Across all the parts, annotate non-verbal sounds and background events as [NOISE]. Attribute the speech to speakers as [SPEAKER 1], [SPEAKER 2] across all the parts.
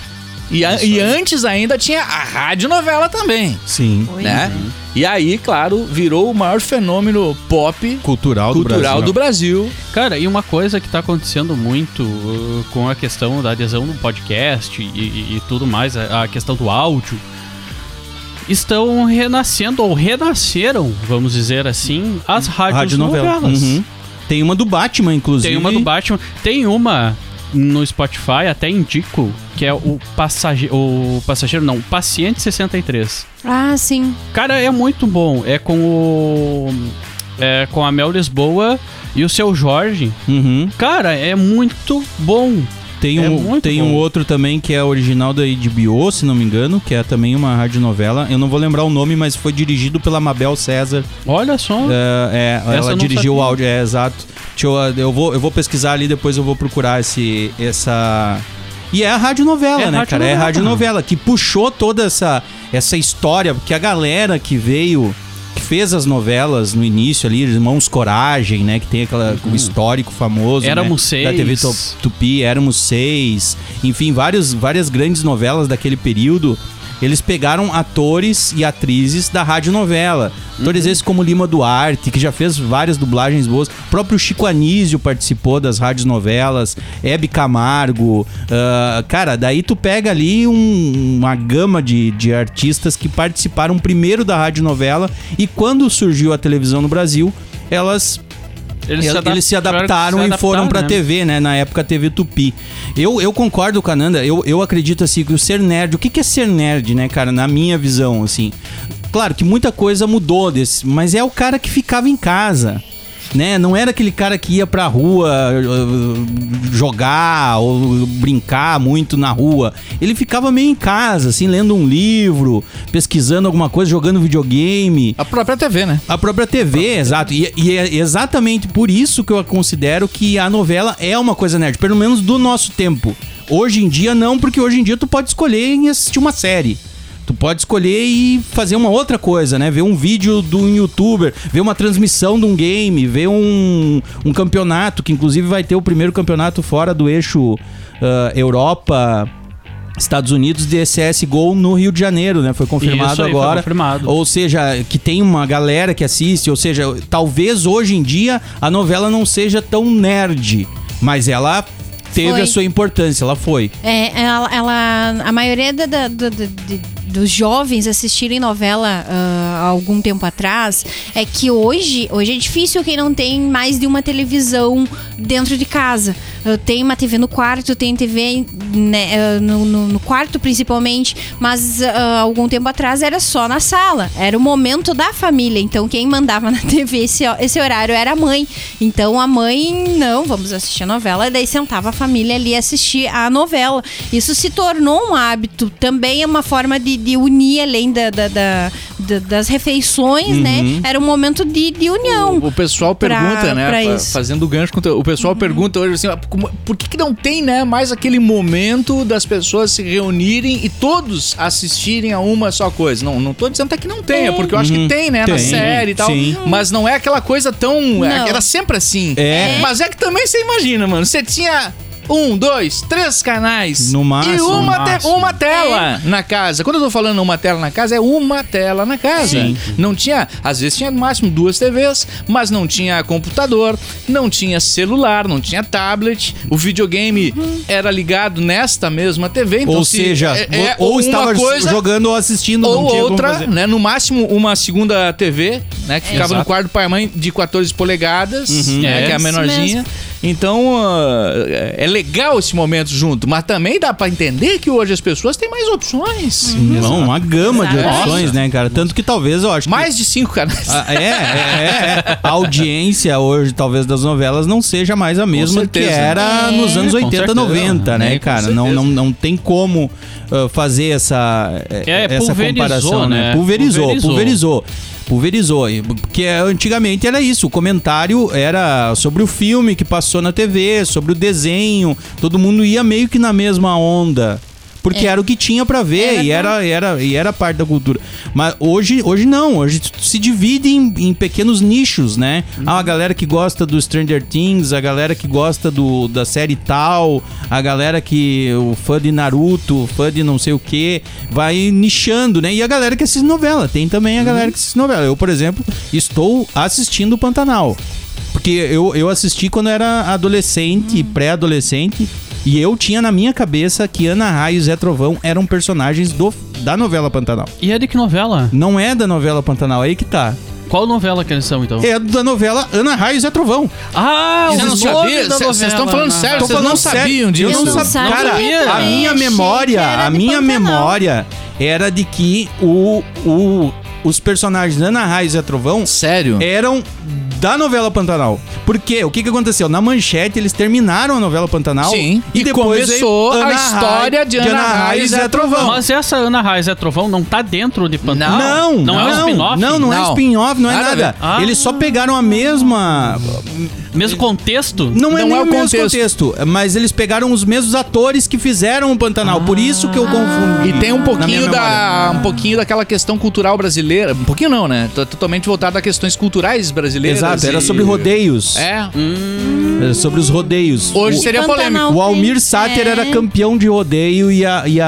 [SPEAKER 1] E, a- e antes ainda tinha a radionovela também,
[SPEAKER 2] Sim.
[SPEAKER 1] né? E aí, claro, virou o maior fenômeno pop
[SPEAKER 2] Cultural,
[SPEAKER 1] cultural do
[SPEAKER 2] do Brasil. né?
[SPEAKER 1] Brasil.
[SPEAKER 3] Cara, e uma coisa que tá acontecendo muito uh, com a questão da adesão do podcast e, e- e tudo mais, a, a questão do áudio, estão renascendo, ou renasceram, vamos dizer assim, as rádios
[SPEAKER 2] Radionovela.
[SPEAKER 3] novelas.
[SPEAKER 2] Uhum. Tem uma do Batman, inclusive.
[SPEAKER 3] Tem uma do Batman, tem uma no Spotify, até indico, que é o passageiro, o passageiro não, o paciente 63.
[SPEAKER 4] Ah, sim.
[SPEAKER 3] Cara, é muito bom. É com o. É com a Mel Lisboa e o seu Jorge.
[SPEAKER 2] Uhum.
[SPEAKER 3] Cara, é muito bom.
[SPEAKER 2] Tem,
[SPEAKER 3] É
[SPEAKER 2] um,
[SPEAKER 3] muito
[SPEAKER 2] tem
[SPEAKER 3] bom.
[SPEAKER 2] um outro também que é original da HBO, se não me engano, que é também uma radionovela. Eu não vou lembrar o nome, mas foi dirigido pela Mabel César.
[SPEAKER 3] Olha só.
[SPEAKER 2] É, é,
[SPEAKER 3] Então, Essa eu
[SPEAKER 2] ela
[SPEAKER 3] não
[SPEAKER 2] dirigiu o
[SPEAKER 3] sabia.
[SPEAKER 2] áudio, é exato. Deixa eu, eu, vou, eu vou pesquisar ali, depois eu vou procurar esse, essa. E é a radionovela,
[SPEAKER 3] É
[SPEAKER 2] né, cara? É a
[SPEAKER 3] radionovela.
[SPEAKER 2] radionovela que puxou toda essa, essa história, porque a galera que veio, que fez as novelas no início ali, Irmãos Coragem, né? Que tem aquela
[SPEAKER 3] Uhum.
[SPEAKER 2] o histórico famoso.
[SPEAKER 3] Éramos
[SPEAKER 2] né,
[SPEAKER 3] Seis.
[SPEAKER 2] Da TV Top- Tupi, Éramos Seis. Enfim, vários, várias grandes novelas daquele período. Eles pegaram atores e atrizes da radionovela. Atores esses como Lima Duarte, que já fez várias dublagens boas. O próprio Chico Anísio participou das radionovelas. Hebe Camargo. ah, cara, daí tu pega ali um- uma gama de, de artistas que participaram primeiro da radionovela. E quando surgiu a televisão no Brasil, elas
[SPEAKER 3] Eles
[SPEAKER 2] Eles, se
[SPEAKER 3] se adap- tiveram que se
[SPEAKER 2] adaptaram e
[SPEAKER 3] adaptar,
[SPEAKER 2] foram pra
[SPEAKER 3] né?
[SPEAKER 2] TV, né? Na época TV Tupi. Eu, eu concordo com a Nanda, eu, eu acredito assim que o ser nerd, o que, que é ser nerd, né, cara, na minha visão, assim. Claro que muita coisa mudou desse, mas é o cara que ficava em casa. Né? Não era aquele cara que ia pra rua uh, jogar ou brincar muito na rua. Ele ficava meio em casa, assim, lendo um livro, pesquisando alguma coisa, jogando videogame.
[SPEAKER 1] A própria TV, né?
[SPEAKER 2] A própria TV,
[SPEAKER 3] Tá.
[SPEAKER 2] exato. E, e é exatamente por isso que eu considero que a novela é uma coisa nerd, pelo menos do nosso tempo. Hoje em dia não, porque hoje em dia tu pode escolher em assistir uma série. Tu pode escolher e fazer uma outra coisa, né? Ver um vídeo de um youtuber, ver uma transmissão de um game, ver um, um campeonato, que inclusive vai ter o primeiro campeonato fora do eixo ah, Europa, Estados Unidos, de CSGO no Rio de Janeiro, né? Foi confirmado
[SPEAKER 3] Isso aí foi
[SPEAKER 2] agora.
[SPEAKER 3] confirmado.
[SPEAKER 2] Ou seja, que tem uma galera que assiste, ou seja, talvez hoje em dia a novela não seja tão nerd, mas ela teve
[SPEAKER 4] Foi.
[SPEAKER 2] a sua importância, ela foi.
[SPEAKER 4] É, ela, ela- a maioria da- da- da- da- de- dos jovens assistirem novela ah, há algum tempo atrás é que hoje, hoje é difícil quem não tem mais de uma televisão dentro de casa. Ah, tem uma TV no quarto, tem TV né, ah, no, no- no quarto principalmente, mas ah, algum tempo atrás era só na sala. Era o momento da família. Então quem mandava na [LAUGHS] TV esse, ho- esse horário era a mãe. Então a mãe, não, vamos assistir a novela. E daí sentava a família ali e assistia a novela. Isso se tornou um hábito. Também é uma forma de, de unir, além da- da- da- da- das refeições,
[SPEAKER 2] Uhum.
[SPEAKER 4] né? Era um momento de, de união.
[SPEAKER 1] O pessoal
[SPEAKER 4] Pra-
[SPEAKER 1] pergunta, né?
[SPEAKER 4] pra
[SPEAKER 1] fa-
[SPEAKER 4] isso. Uhum.
[SPEAKER 1] Fazendo gancho com o teu- O pessoal pergunta hoje assim, ó, como- por que, que não tem, né, mais aquele momento das pessoas se reunirem e todos assistirem a uma só coisa? Não, não tô dizendo até que não tenha, porque eu acho que tem, né? Na
[SPEAKER 2] Tem,
[SPEAKER 1] série e tal.
[SPEAKER 2] sim.
[SPEAKER 1] Mas não é aquela coisa tão.
[SPEAKER 4] Não.
[SPEAKER 1] É, era sempre assim.
[SPEAKER 2] É.
[SPEAKER 1] Mas é que também você imagina, mano. Você tinha. Um, dois, três canais.
[SPEAKER 2] No
[SPEAKER 1] E
[SPEAKER 2] máximo.
[SPEAKER 1] uma,
[SPEAKER 3] No
[SPEAKER 1] te-
[SPEAKER 3] máximo.
[SPEAKER 2] É.
[SPEAKER 1] uma tela na casa. Quando eu tô falando uma tela na casa, é uma tela na casa. Não tinha, às vezes tinha no máximo duas TVs, mas não tinha computador, não tinha celular, não tinha tablet. O videogame era ligado nesta mesma TV. Então
[SPEAKER 2] Uhum. ou
[SPEAKER 1] se-
[SPEAKER 2] seja,
[SPEAKER 1] é- é
[SPEAKER 2] ou, ou
[SPEAKER 1] uma
[SPEAKER 2] estava jogando ou assistindo, não
[SPEAKER 1] ou
[SPEAKER 2] tinha como
[SPEAKER 1] outra,
[SPEAKER 2] fazer.
[SPEAKER 1] né? No máximo uma segunda TV, né? Que ficava no
[SPEAKER 3] Exato.
[SPEAKER 1] quarto do pai e mãe de 14 polegadas,
[SPEAKER 2] Uhum.
[SPEAKER 1] né?
[SPEAKER 3] É,
[SPEAKER 1] que é a
[SPEAKER 3] isso
[SPEAKER 1] menorzinha. Então, ah, é legal esse momento junto, mas também dá pra entender que hoje as pessoas têm mais
[SPEAKER 2] Hum.
[SPEAKER 1] opções.
[SPEAKER 2] Não, uma gama de
[SPEAKER 4] Exato.
[SPEAKER 2] opções, né, cara? Tanto que talvez, eu acho que-
[SPEAKER 1] Mais de cinco canais.
[SPEAKER 2] Ah, é, é, é, é. A audiência hoje, talvez, das novelas não seja mais a mesma que
[SPEAKER 1] certeza.
[SPEAKER 2] era
[SPEAKER 4] É.
[SPEAKER 2] nos anos
[SPEAKER 3] Com
[SPEAKER 2] 80,
[SPEAKER 3] certeza.
[SPEAKER 2] 90, né,
[SPEAKER 1] É, com
[SPEAKER 2] cara? Não, não, não tem como ah, fazer essa, eh,
[SPEAKER 3] É,
[SPEAKER 2] essa
[SPEAKER 3] pulverizou,
[SPEAKER 2] comparação, né?
[SPEAKER 3] né?
[SPEAKER 2] Pulverizou, pulverizou.
[SPEAKER 3] Pulverizou.
[SPEAKER 2] Pulverizou, e- porque eh, antigamente era isso, o comentário era sobre o filme que passou na TV, sobre o desenho, todo mundo ia meio que na mesma onda. Porque era o que tinha pra ver
[SPEAKER 4] Era
[SPEAKER 2] e, era, e era, e era parte da cultura. Mas hoje, hoje não, hoje tu se divide em, em pequenos nichos, né? Há a galera que gosta do Stranger Things, a galera que gosta do, da série tal, a galera que. o fã de Naruto, o fã de não sei o que, vai nichando, né? E a galera que assiste novela, tem também a galera que assiste novela. Eu, por exemplo, estou assistindo o Pantanal. Porque eu, eu assisti quando era adolescente, pré-adolescente, e eu tinha na minha cabeça que Ana Raia e Zé Trovão eram personagens do, da novela Pantanal.
[SPEAKER 3] E é de que novela?
[SPEAKER 2] Não é da novela Pantanal, aí que tá.
[SPEAKER 3] Qual novela que eles são, então?
[SPEAKER 2] É da novela Ana Raia e Zé Trovão.
[SPEAKER 3] Ah,
[SPEAKER 1] Vocês não
[SPEAKER 3] o
[SPEAKER 1] sabiam?
[SPEAKER 3] nome da
[SPEAKER 1] Cê-
[SPEAKER 3] novela.
[SPEAKER 1] vocês estão falando sério?
[SPEAKER 2] Tô
[SPEAKER 1] Vocês
[SPEAKER 2] falando
[SPEAKER 1] não
[SPEAKER 2] sério,
[SPEAKER 1] sabiam disso?
[SPEAKER 2] Eu não
[SPEAKER 4] Eu
[SPEAKER 2] sabia.
[SPEAKER 4] não
[SPEAKER 2] Cara,
[SPEAKER 3] sabia.
[SPEAKER 2] a minha
[SPEAKER 4] Achei
[SPEAKER 2] memória,
[SPEAKER 4] que era
[SPEAKER 2] a
[SPEAKER 4] de
[SPEAKER 2] minha
[SPEAKER 4] Pantanal.
[SPEAKER 2] memória era de que o, o, os personagens Ana Raia e Zé Trovão
[SPEAKER 1] Sério?
[SPEAKER 2] eram da novela Pantanal. Porque o que, que aconteceu? Na manchete eles terminaram a novela Pantanal.
[SPEAKER 1] Sim. E começou
[SPEAKER 2] aí,
[SPEAKER 1] a história de Ana Raia e Zé Trovão.
[SPEAKER 3] Mas essa Ana Raiz é Trovão não tá dentro de Pantanal?
[SPEAKER 2] Não, não,
[SPEAKER 3] Não, é um spin-off?
[SPEAKER 2] Não, não é
[SPEAKER 1] Não.
[SPEAKER 2] spin-off, não é
[SPEAKER 1] Nada a
[SPEAKER 2] nada.
[SPEAKER 1] ver.
[SPEAKER 3] Ah.
[SPEAKER 2] Eles só pegaram a mesma.
[SPEAKER 3] Mesmo contexto?
[SPEAKER 2] Não é
[SPEAKER 1] Não
[SPEAKER 2] nem
[SPEAKER 1] é
[SPEAKER 2] o
[SPEAKER 1] o
[SPEAKER 2] mesmo contexto, mas eles pegaram os mesmos atores que fizeram o Pantanal. Por isso que eu confundi.
[SPEAKER 1] E tem um
[SPEAKER 2] na minha
[SPEAKER 1] pouquinho
[SPEAKER 2] memória.
[SPEAKER 1] da um pouquinho daquela questão cultural brasileira, um pouquinho não, né? Tô Totalmente voltado a questões culturais brasileiras.
[SPEAKER 2] Exato, era
[SPEAKER 1] e-
[SPEAKER 2] sobre rodeios.
[SPEAKER 1] É.
[SPEAKER 2] Era sobre os rodeios.
[SPEAKER 1] Hoje
[SPEAKER 2] O-
[SPEAKER 1] seria
[SPEAKER 4] Pantanal.
[SPEAKER 1] polêmico.
[SPEAKER 2] O Almir
[SPEAKER 4] Tem-
[SPEAKER 2] Sater
[SPEAKER 4] é.
[SPEAKER 2] era campeão de rodeio e a, e a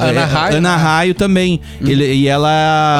[SPEAKER 1] Ana- Ana
[SPEAKER 2] é,
[SPEAKER 1] Raio,
[SPEAKER 2] Ana
[SPEAKER 1] né?
[SPEAKER 2] Raio também. Ele- e ela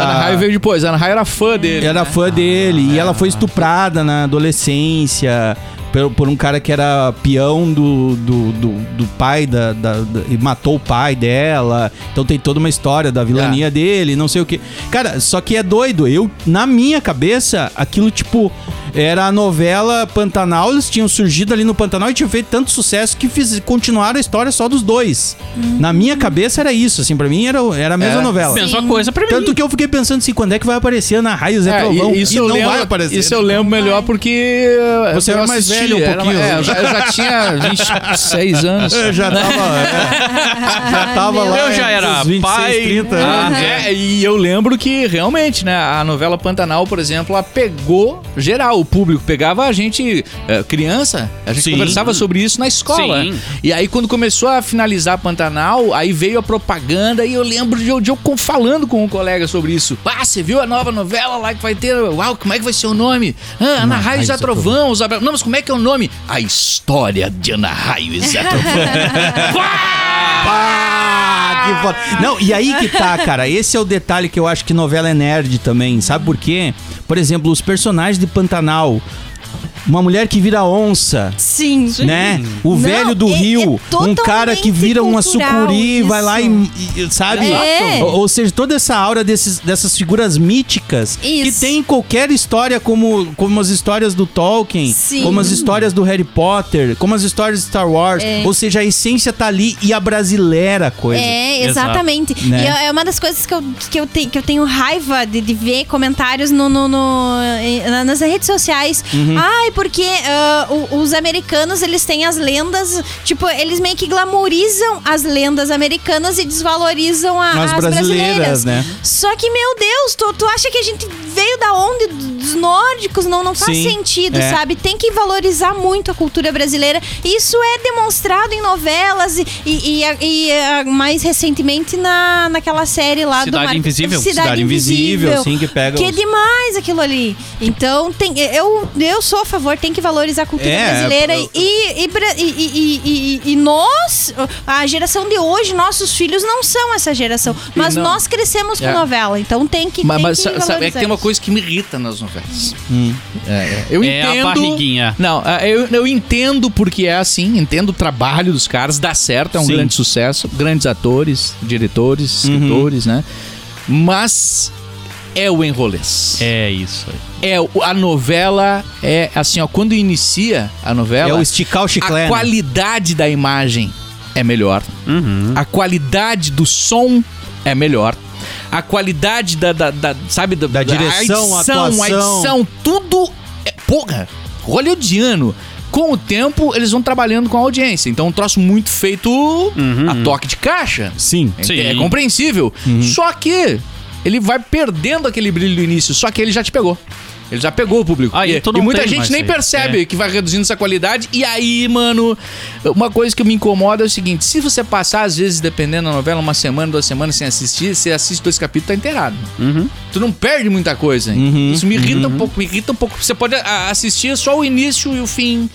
[SPEAKER 1] Ana Raio veio depois. Ana Raio era fã dele.
[SPEAKER 2] era fã dele e ela foi estuprada na adolescência por, por um cara que era peão do, do, do, do pai da, da- da- e matou o pai dela. Então tem toda uma história da vilania dele, não sei o que. Cara, só que é doido. Eu na minha cabeça aquilo tipo Era a novela Pantanal, eles tinham surgido ali no Pantanal e tinham feito tanto sucesso que fiz, continuaram a história só dos dois. Na minha cabeça era isso, assim, pra mim era, era a mesma
[SPEAKER 3] É.
[SPEAKER 2] novela.
[SPEAKER 3] Mesma coisa pra mim.
[SPEAKER 2] Tanto que eu fiquei pensando assim, quando é que vai aparecer Ana Raio Zé
[SPEAKER 1] É,
[SPEAKER 2] Trovão?
[SPEAKER 1] e- isso
[SPEAKER 2] E
[SPEAKER 1] eu
[SPEAKER 2] não
[SPEAKER 1] lembro,
[SPEAKER 2] vai aparecer.
[SPEAKER 1] Isso
[SPEAKER 2] [LAUGHS]
[SPEAKER 1] eu lembro melhor porque. eh,
[SPEAKER 2] Você
[SPEAKER 1] eu
[SPEAKER 2] era mais
[SPEAKER 1] assisti,
[SPEAKER 2] velho um pouquinho.
[SPEAKER 1] é, eu, já, eu já tinha 26
[SPEAKER 2] [LAUGHS]
[SPEAKER 1] anos.
[SPEAKER 2] Eu já tava,
[SPEAKER 3] [LAUGHS]
[SPEAKER 2] é, já tava lá.
[SPEAKER 3] Eu já
[SPEAKER 2] entre
[SPEAKER 3] era
[SPEAKER 2] os 26,
[SPEAKER 3] pai.
[SPEAKER 2] 30
[SPEAKER 1] Ah,
[SPEAKER 2] anos.
[SPEAKER 1] é, e eu lembro que realmente, né, a novela Pantanal, por exemplo, ela pegou geral, o público pegava a gente eh, criança, a gente
[SPEAKER 3] Sim.
[SPEAKER 1] conversava sobre isso na escola.
[SPEAKER 3] Sim.
[SPEAKER 1] E aí quando começou a finalizar Pantanal, aí veio a propaganda e eu lembro de eu, de eu com- falando com um colega sobre isso. Ah, você viu a nova novela lá que vai ter? Uau, como é que vai ser o nome? Ah, Ana Raio e Zé Trovão, Isabel. Não, mas como é que é o nome? A história de Ana Raio e Zé Trovão.
[SPEAKER 3] Ah.
[SPEAKER 2] Pá, que foda. Não, e aí que tá, cara. Esse é o detalhe que eu acho que novela é nerd também. Sabe por quê? Por exemplo, os personagens de Pantanal. Uma mulher que vira onça.
[SPEAKER 4] Sim.
[SPEAKER 2] Né? O
[SPEAKER 4] Não,
[SPEAKER 2] velho do
[SPEAKER 4] é- é
[SPEAKER 2] rio, um cara que
[SPEAKER 4] totalmente
[SPEAKER 2] vira uma
[SPEAKER 4] cultural
[SPEAKER 2] sucuri,
[SPEAKER 4] isso.
[SPEAKER 2] vai lá e, e- e- sabe?
[SPEAKER 4] É.
[SPEAKER 2] Ou, ou seja, toda essa aura desses, dessas figuras míticas que
[SPEAKER 4] Isso.
[SPEAKER 2] tem em qualquer história, como, como as histórias do Tolkien,
[SPEAKER 4] Sim.
[SPEAKER 2] como as histórias do Harry Potter, como as histórias de Star Wars. Ou seja, a essência tá ali e a brasileira a coisa.
[SPEAKER 4] É,
[SPEAKER 3] Exato.
[SPEAKER 4] exatamente.
[SPEAKER 2] Né?
[SPEAKER 4] E é- é uma das coisas que eu, que eu, te- que eu tenho raiva de, de ver comentários no, no- no- em- na- nas redes sociais.
[SPEAKER 2] Uhum.
[SPEAKER 4] Ai, porque ah, o- os americanos, eles têm as lendas, tipo, eles meio que glamorizam as lendas americanas e desvalorizam a-
[SPEAKER 2] As
[SPEAKER 4] as,
[SPEAKER 2] brasileiras,
[SPEAKER 4] brasileiras.
[SPEAKER 2] né?
[SPEAKER 4] Só que, meu Deus, tu, tu acha que a gente veio da onde? Dos nórdicos? Não, não faz
[SPEAKER 2] Sim,
[SPEAKER 4] sentido,
[SPEAKER 2] é.
[SPEAKER 4] sabe? Tem que valorizar muito a cultura brasileira. Isso é demonstrado em novelas e, e- e a- e a- mais recentemente na, naquela série lá do
[SPEAKER 3] Cidade
[SPEAKER 4] Mar-
[SPEAKER 3] Invisível.
[SPEAKER 4] Cidade,
[SPEAKER 2] Cidade Invisível,
[SPEAKER 4] Invisível,
[SPEAKER 2] assim, que pega
[SPEAKER 4] Que é
[SPEAKER 2] os-
[SPEAKER 4] demais aquilo ali. Então, tem, eu, eu sou a favor, tem que valorizar a cultura
[SPEAKER 2] É,
[SPEAKER 4] brasileira.
[SPEAKER 2] eu-
[SPEAKER 4] E, e, bra- e- e- e- e- e nós, a geração de hoje, nossos filhos não são essa geração. Mas
[SPEAKER 1] não.
[SPEAKER 4] nós crescemos com
[SPEAKER 1] É.
[SPEAKER 4] novela, então tem que.
[SPEAKER 1] Mas,
[SPEAKER 4] tem
[SPEAKER 1] mas
[SPEAKER 4] que
[SPEAKER 1] sa- sabe, é que tem uma
[SPEAKER 4] valorizar isso.
[SPEAKER 1] coisa que me irrita nas novelas.
[SPEAKER 2] Hum.
[SPEAKER 1] É, é. Eu
[SPEAKER 3] É a
[SPEAKER 1] entendo.
[SPEAKER 3] barriguinha.
[SPEAKER 1] Não, é, eu, eu entendo porque é assim, entendo o trabalho dos caras, dá certo, é um
[SPEAKER 2] Sim. Uhum.
[SPEAKER 1] grande sucesso. Grandes atores, diretores, escritores, né? Mas é o enrolês. É.
[SPEAKER 3] É isso aí.
[SPEAKER 1] o- a novela é assim, ó, quando inicia a novela,
[SPEAKER 2] É o esticar o chiclete.
[SPEAKER 1] a
[SPEAKER 2] né?
[SPEAKER 1] qualidade da imagem é melhor. A qualidade do som é melhor. A qualidade da, da- da- sabe, da,
[SPEAKER 2] Da direção,
[SPEAKER 1] a edição,
[SPEAKER 2] atuação.
[SPEAKER 1] a edição, tudo é, porra, hollywoodiano. Com o tempo, eles vão trabalhando com a audiência. Então, um troço muito feito a toque de caixa.
[SPEAKER 2] Sim.
[SPEAKER 1] É,
[SPEAKER 3] Sim. Uhum.
[SPEAKER 1] é compreensível. Só que ele vai perdendo aquele brilho do início. Só que ele já te pegou. Ele já pegou o público.
[SPEAKER 3] Aí
[SPEAKER 1] e,
[SPEAKER 3] tu
[SPEAKER 1] e
[SPEAKER 3] não
[SPEAKER 1] muita
[SPEAKER 3] tem
[SPEAKER 1] gente
[SPEAKER 3] mais
[SPEAKER 1] nem
[SPEAKER 3] aí. É.
[SPEAKER 1] percebe que vai reduzindo essa qualidade. E aí, mano, uma coisa que me incomoda é o seguinte: se você passar, às vezes, dependendo da novela, uma semana, duas semanas sem assistir, você assiste dois capítulos, tá inteirado.
[SPEAKER 3] Uhum.
[SPEAKER 1] Tu não perde muita coisa. hein? Isso me irrita um pouco, me irrita um pouco. Você pode ah, assistir só o início e o fim.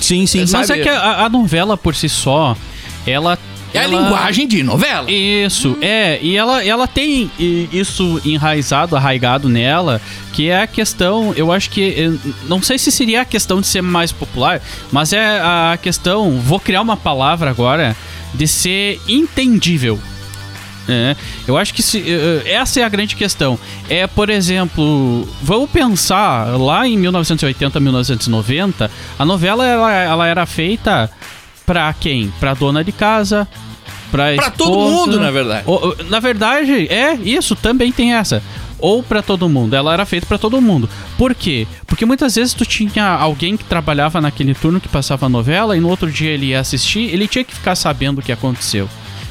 [SPEAKER 2] Sim, sim.
[SPEAKER 1] Sabe?
[SPEAKER 3] Mas é que a, a novela por si só, ela.
[SPEAKER 1] É
[SPEAKER 3] ela-
[SPEAKER 1] a linguagem de novela.
[SPEAKER 3] Isso, é, e ela, ela tem e, isso enraizado, arraigado nela, que é a questão, eu acho que, eh, não sei se seria a questão de ser mais popular, mas é a questão, vou criar uma palavra agora, de ser entendível. É, eu acho que se, eh, eh, essa é a grande questão. É, por exemplo, vamos pensar lá em 1980, 1990, a novela ela, ela era feita pra quem? Pra dona de casa, pra
[SPEAKER 1] Pra todo
[SPEAKER 3] esposa. né?
[SPEAKER 1] mundo, na verdade.
[SPEAKER 3] É. O- o- na verdade, é isso, também tem essa. Ou pra todo mundo. Ela era feita pra todo mundo. Por quê? Porque muitas vezes tu tinha alguém que trabalhava naquele turno que passava a novela e no outro dia ele ia assistir, ele tinha que ficar sabendo o que aconteceu.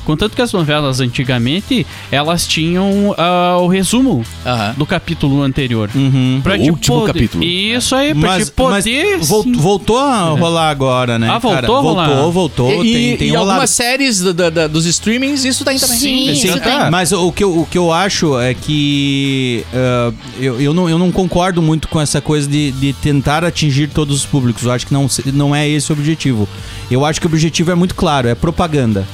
[SPEAKER 3] Contanto que as novelas antigamente, elas tinham ah, o resumo
[SPEAKER 1] Aham.
[SPEAKER 3] do capítulo anterior.
[SPEAKER 2] Uhum.
[SPEAKER 3] Pra
[SPEAKER 1] O
[SPEAKER 3] te
[SPEAKER 1] último capítulo.
[SPEAKER 3] Isso aí, pra te poder.
[SPEAKER 2] vol-
[SPEAKER 3] sim.
[SPEAKER 2] voltou a rolar agora, né?
[SPEAKER 3] Ah, voltou
[SPEAKER 2] cara?
[SPEAKER 3] a rolar?
[SPEAKER 2] Voltou, voltou. tem
[SPEAKER 1] e
[SPEAKER 2] tem um rolado.
[SPEAKER 1] algumas séries do- da- da- dos streamings, isso tá também.
[SPEAKER 4] Sim,
[SPEAKER 2] Sim,
[SPEAKER 4] isso
[SPEAKER 2] tá.
[SPEAKER 4] tem.
[SPEAKER 2] Mas o que, eu, o que eu acho é que ah, eu, eu, não, eu não concordo muito com essa coisa de, de tentar atingir todos os públicos. Eu acho que não, se- não é esse o objetivo. Eu acho que o objetivo é muito claro, é propaganda.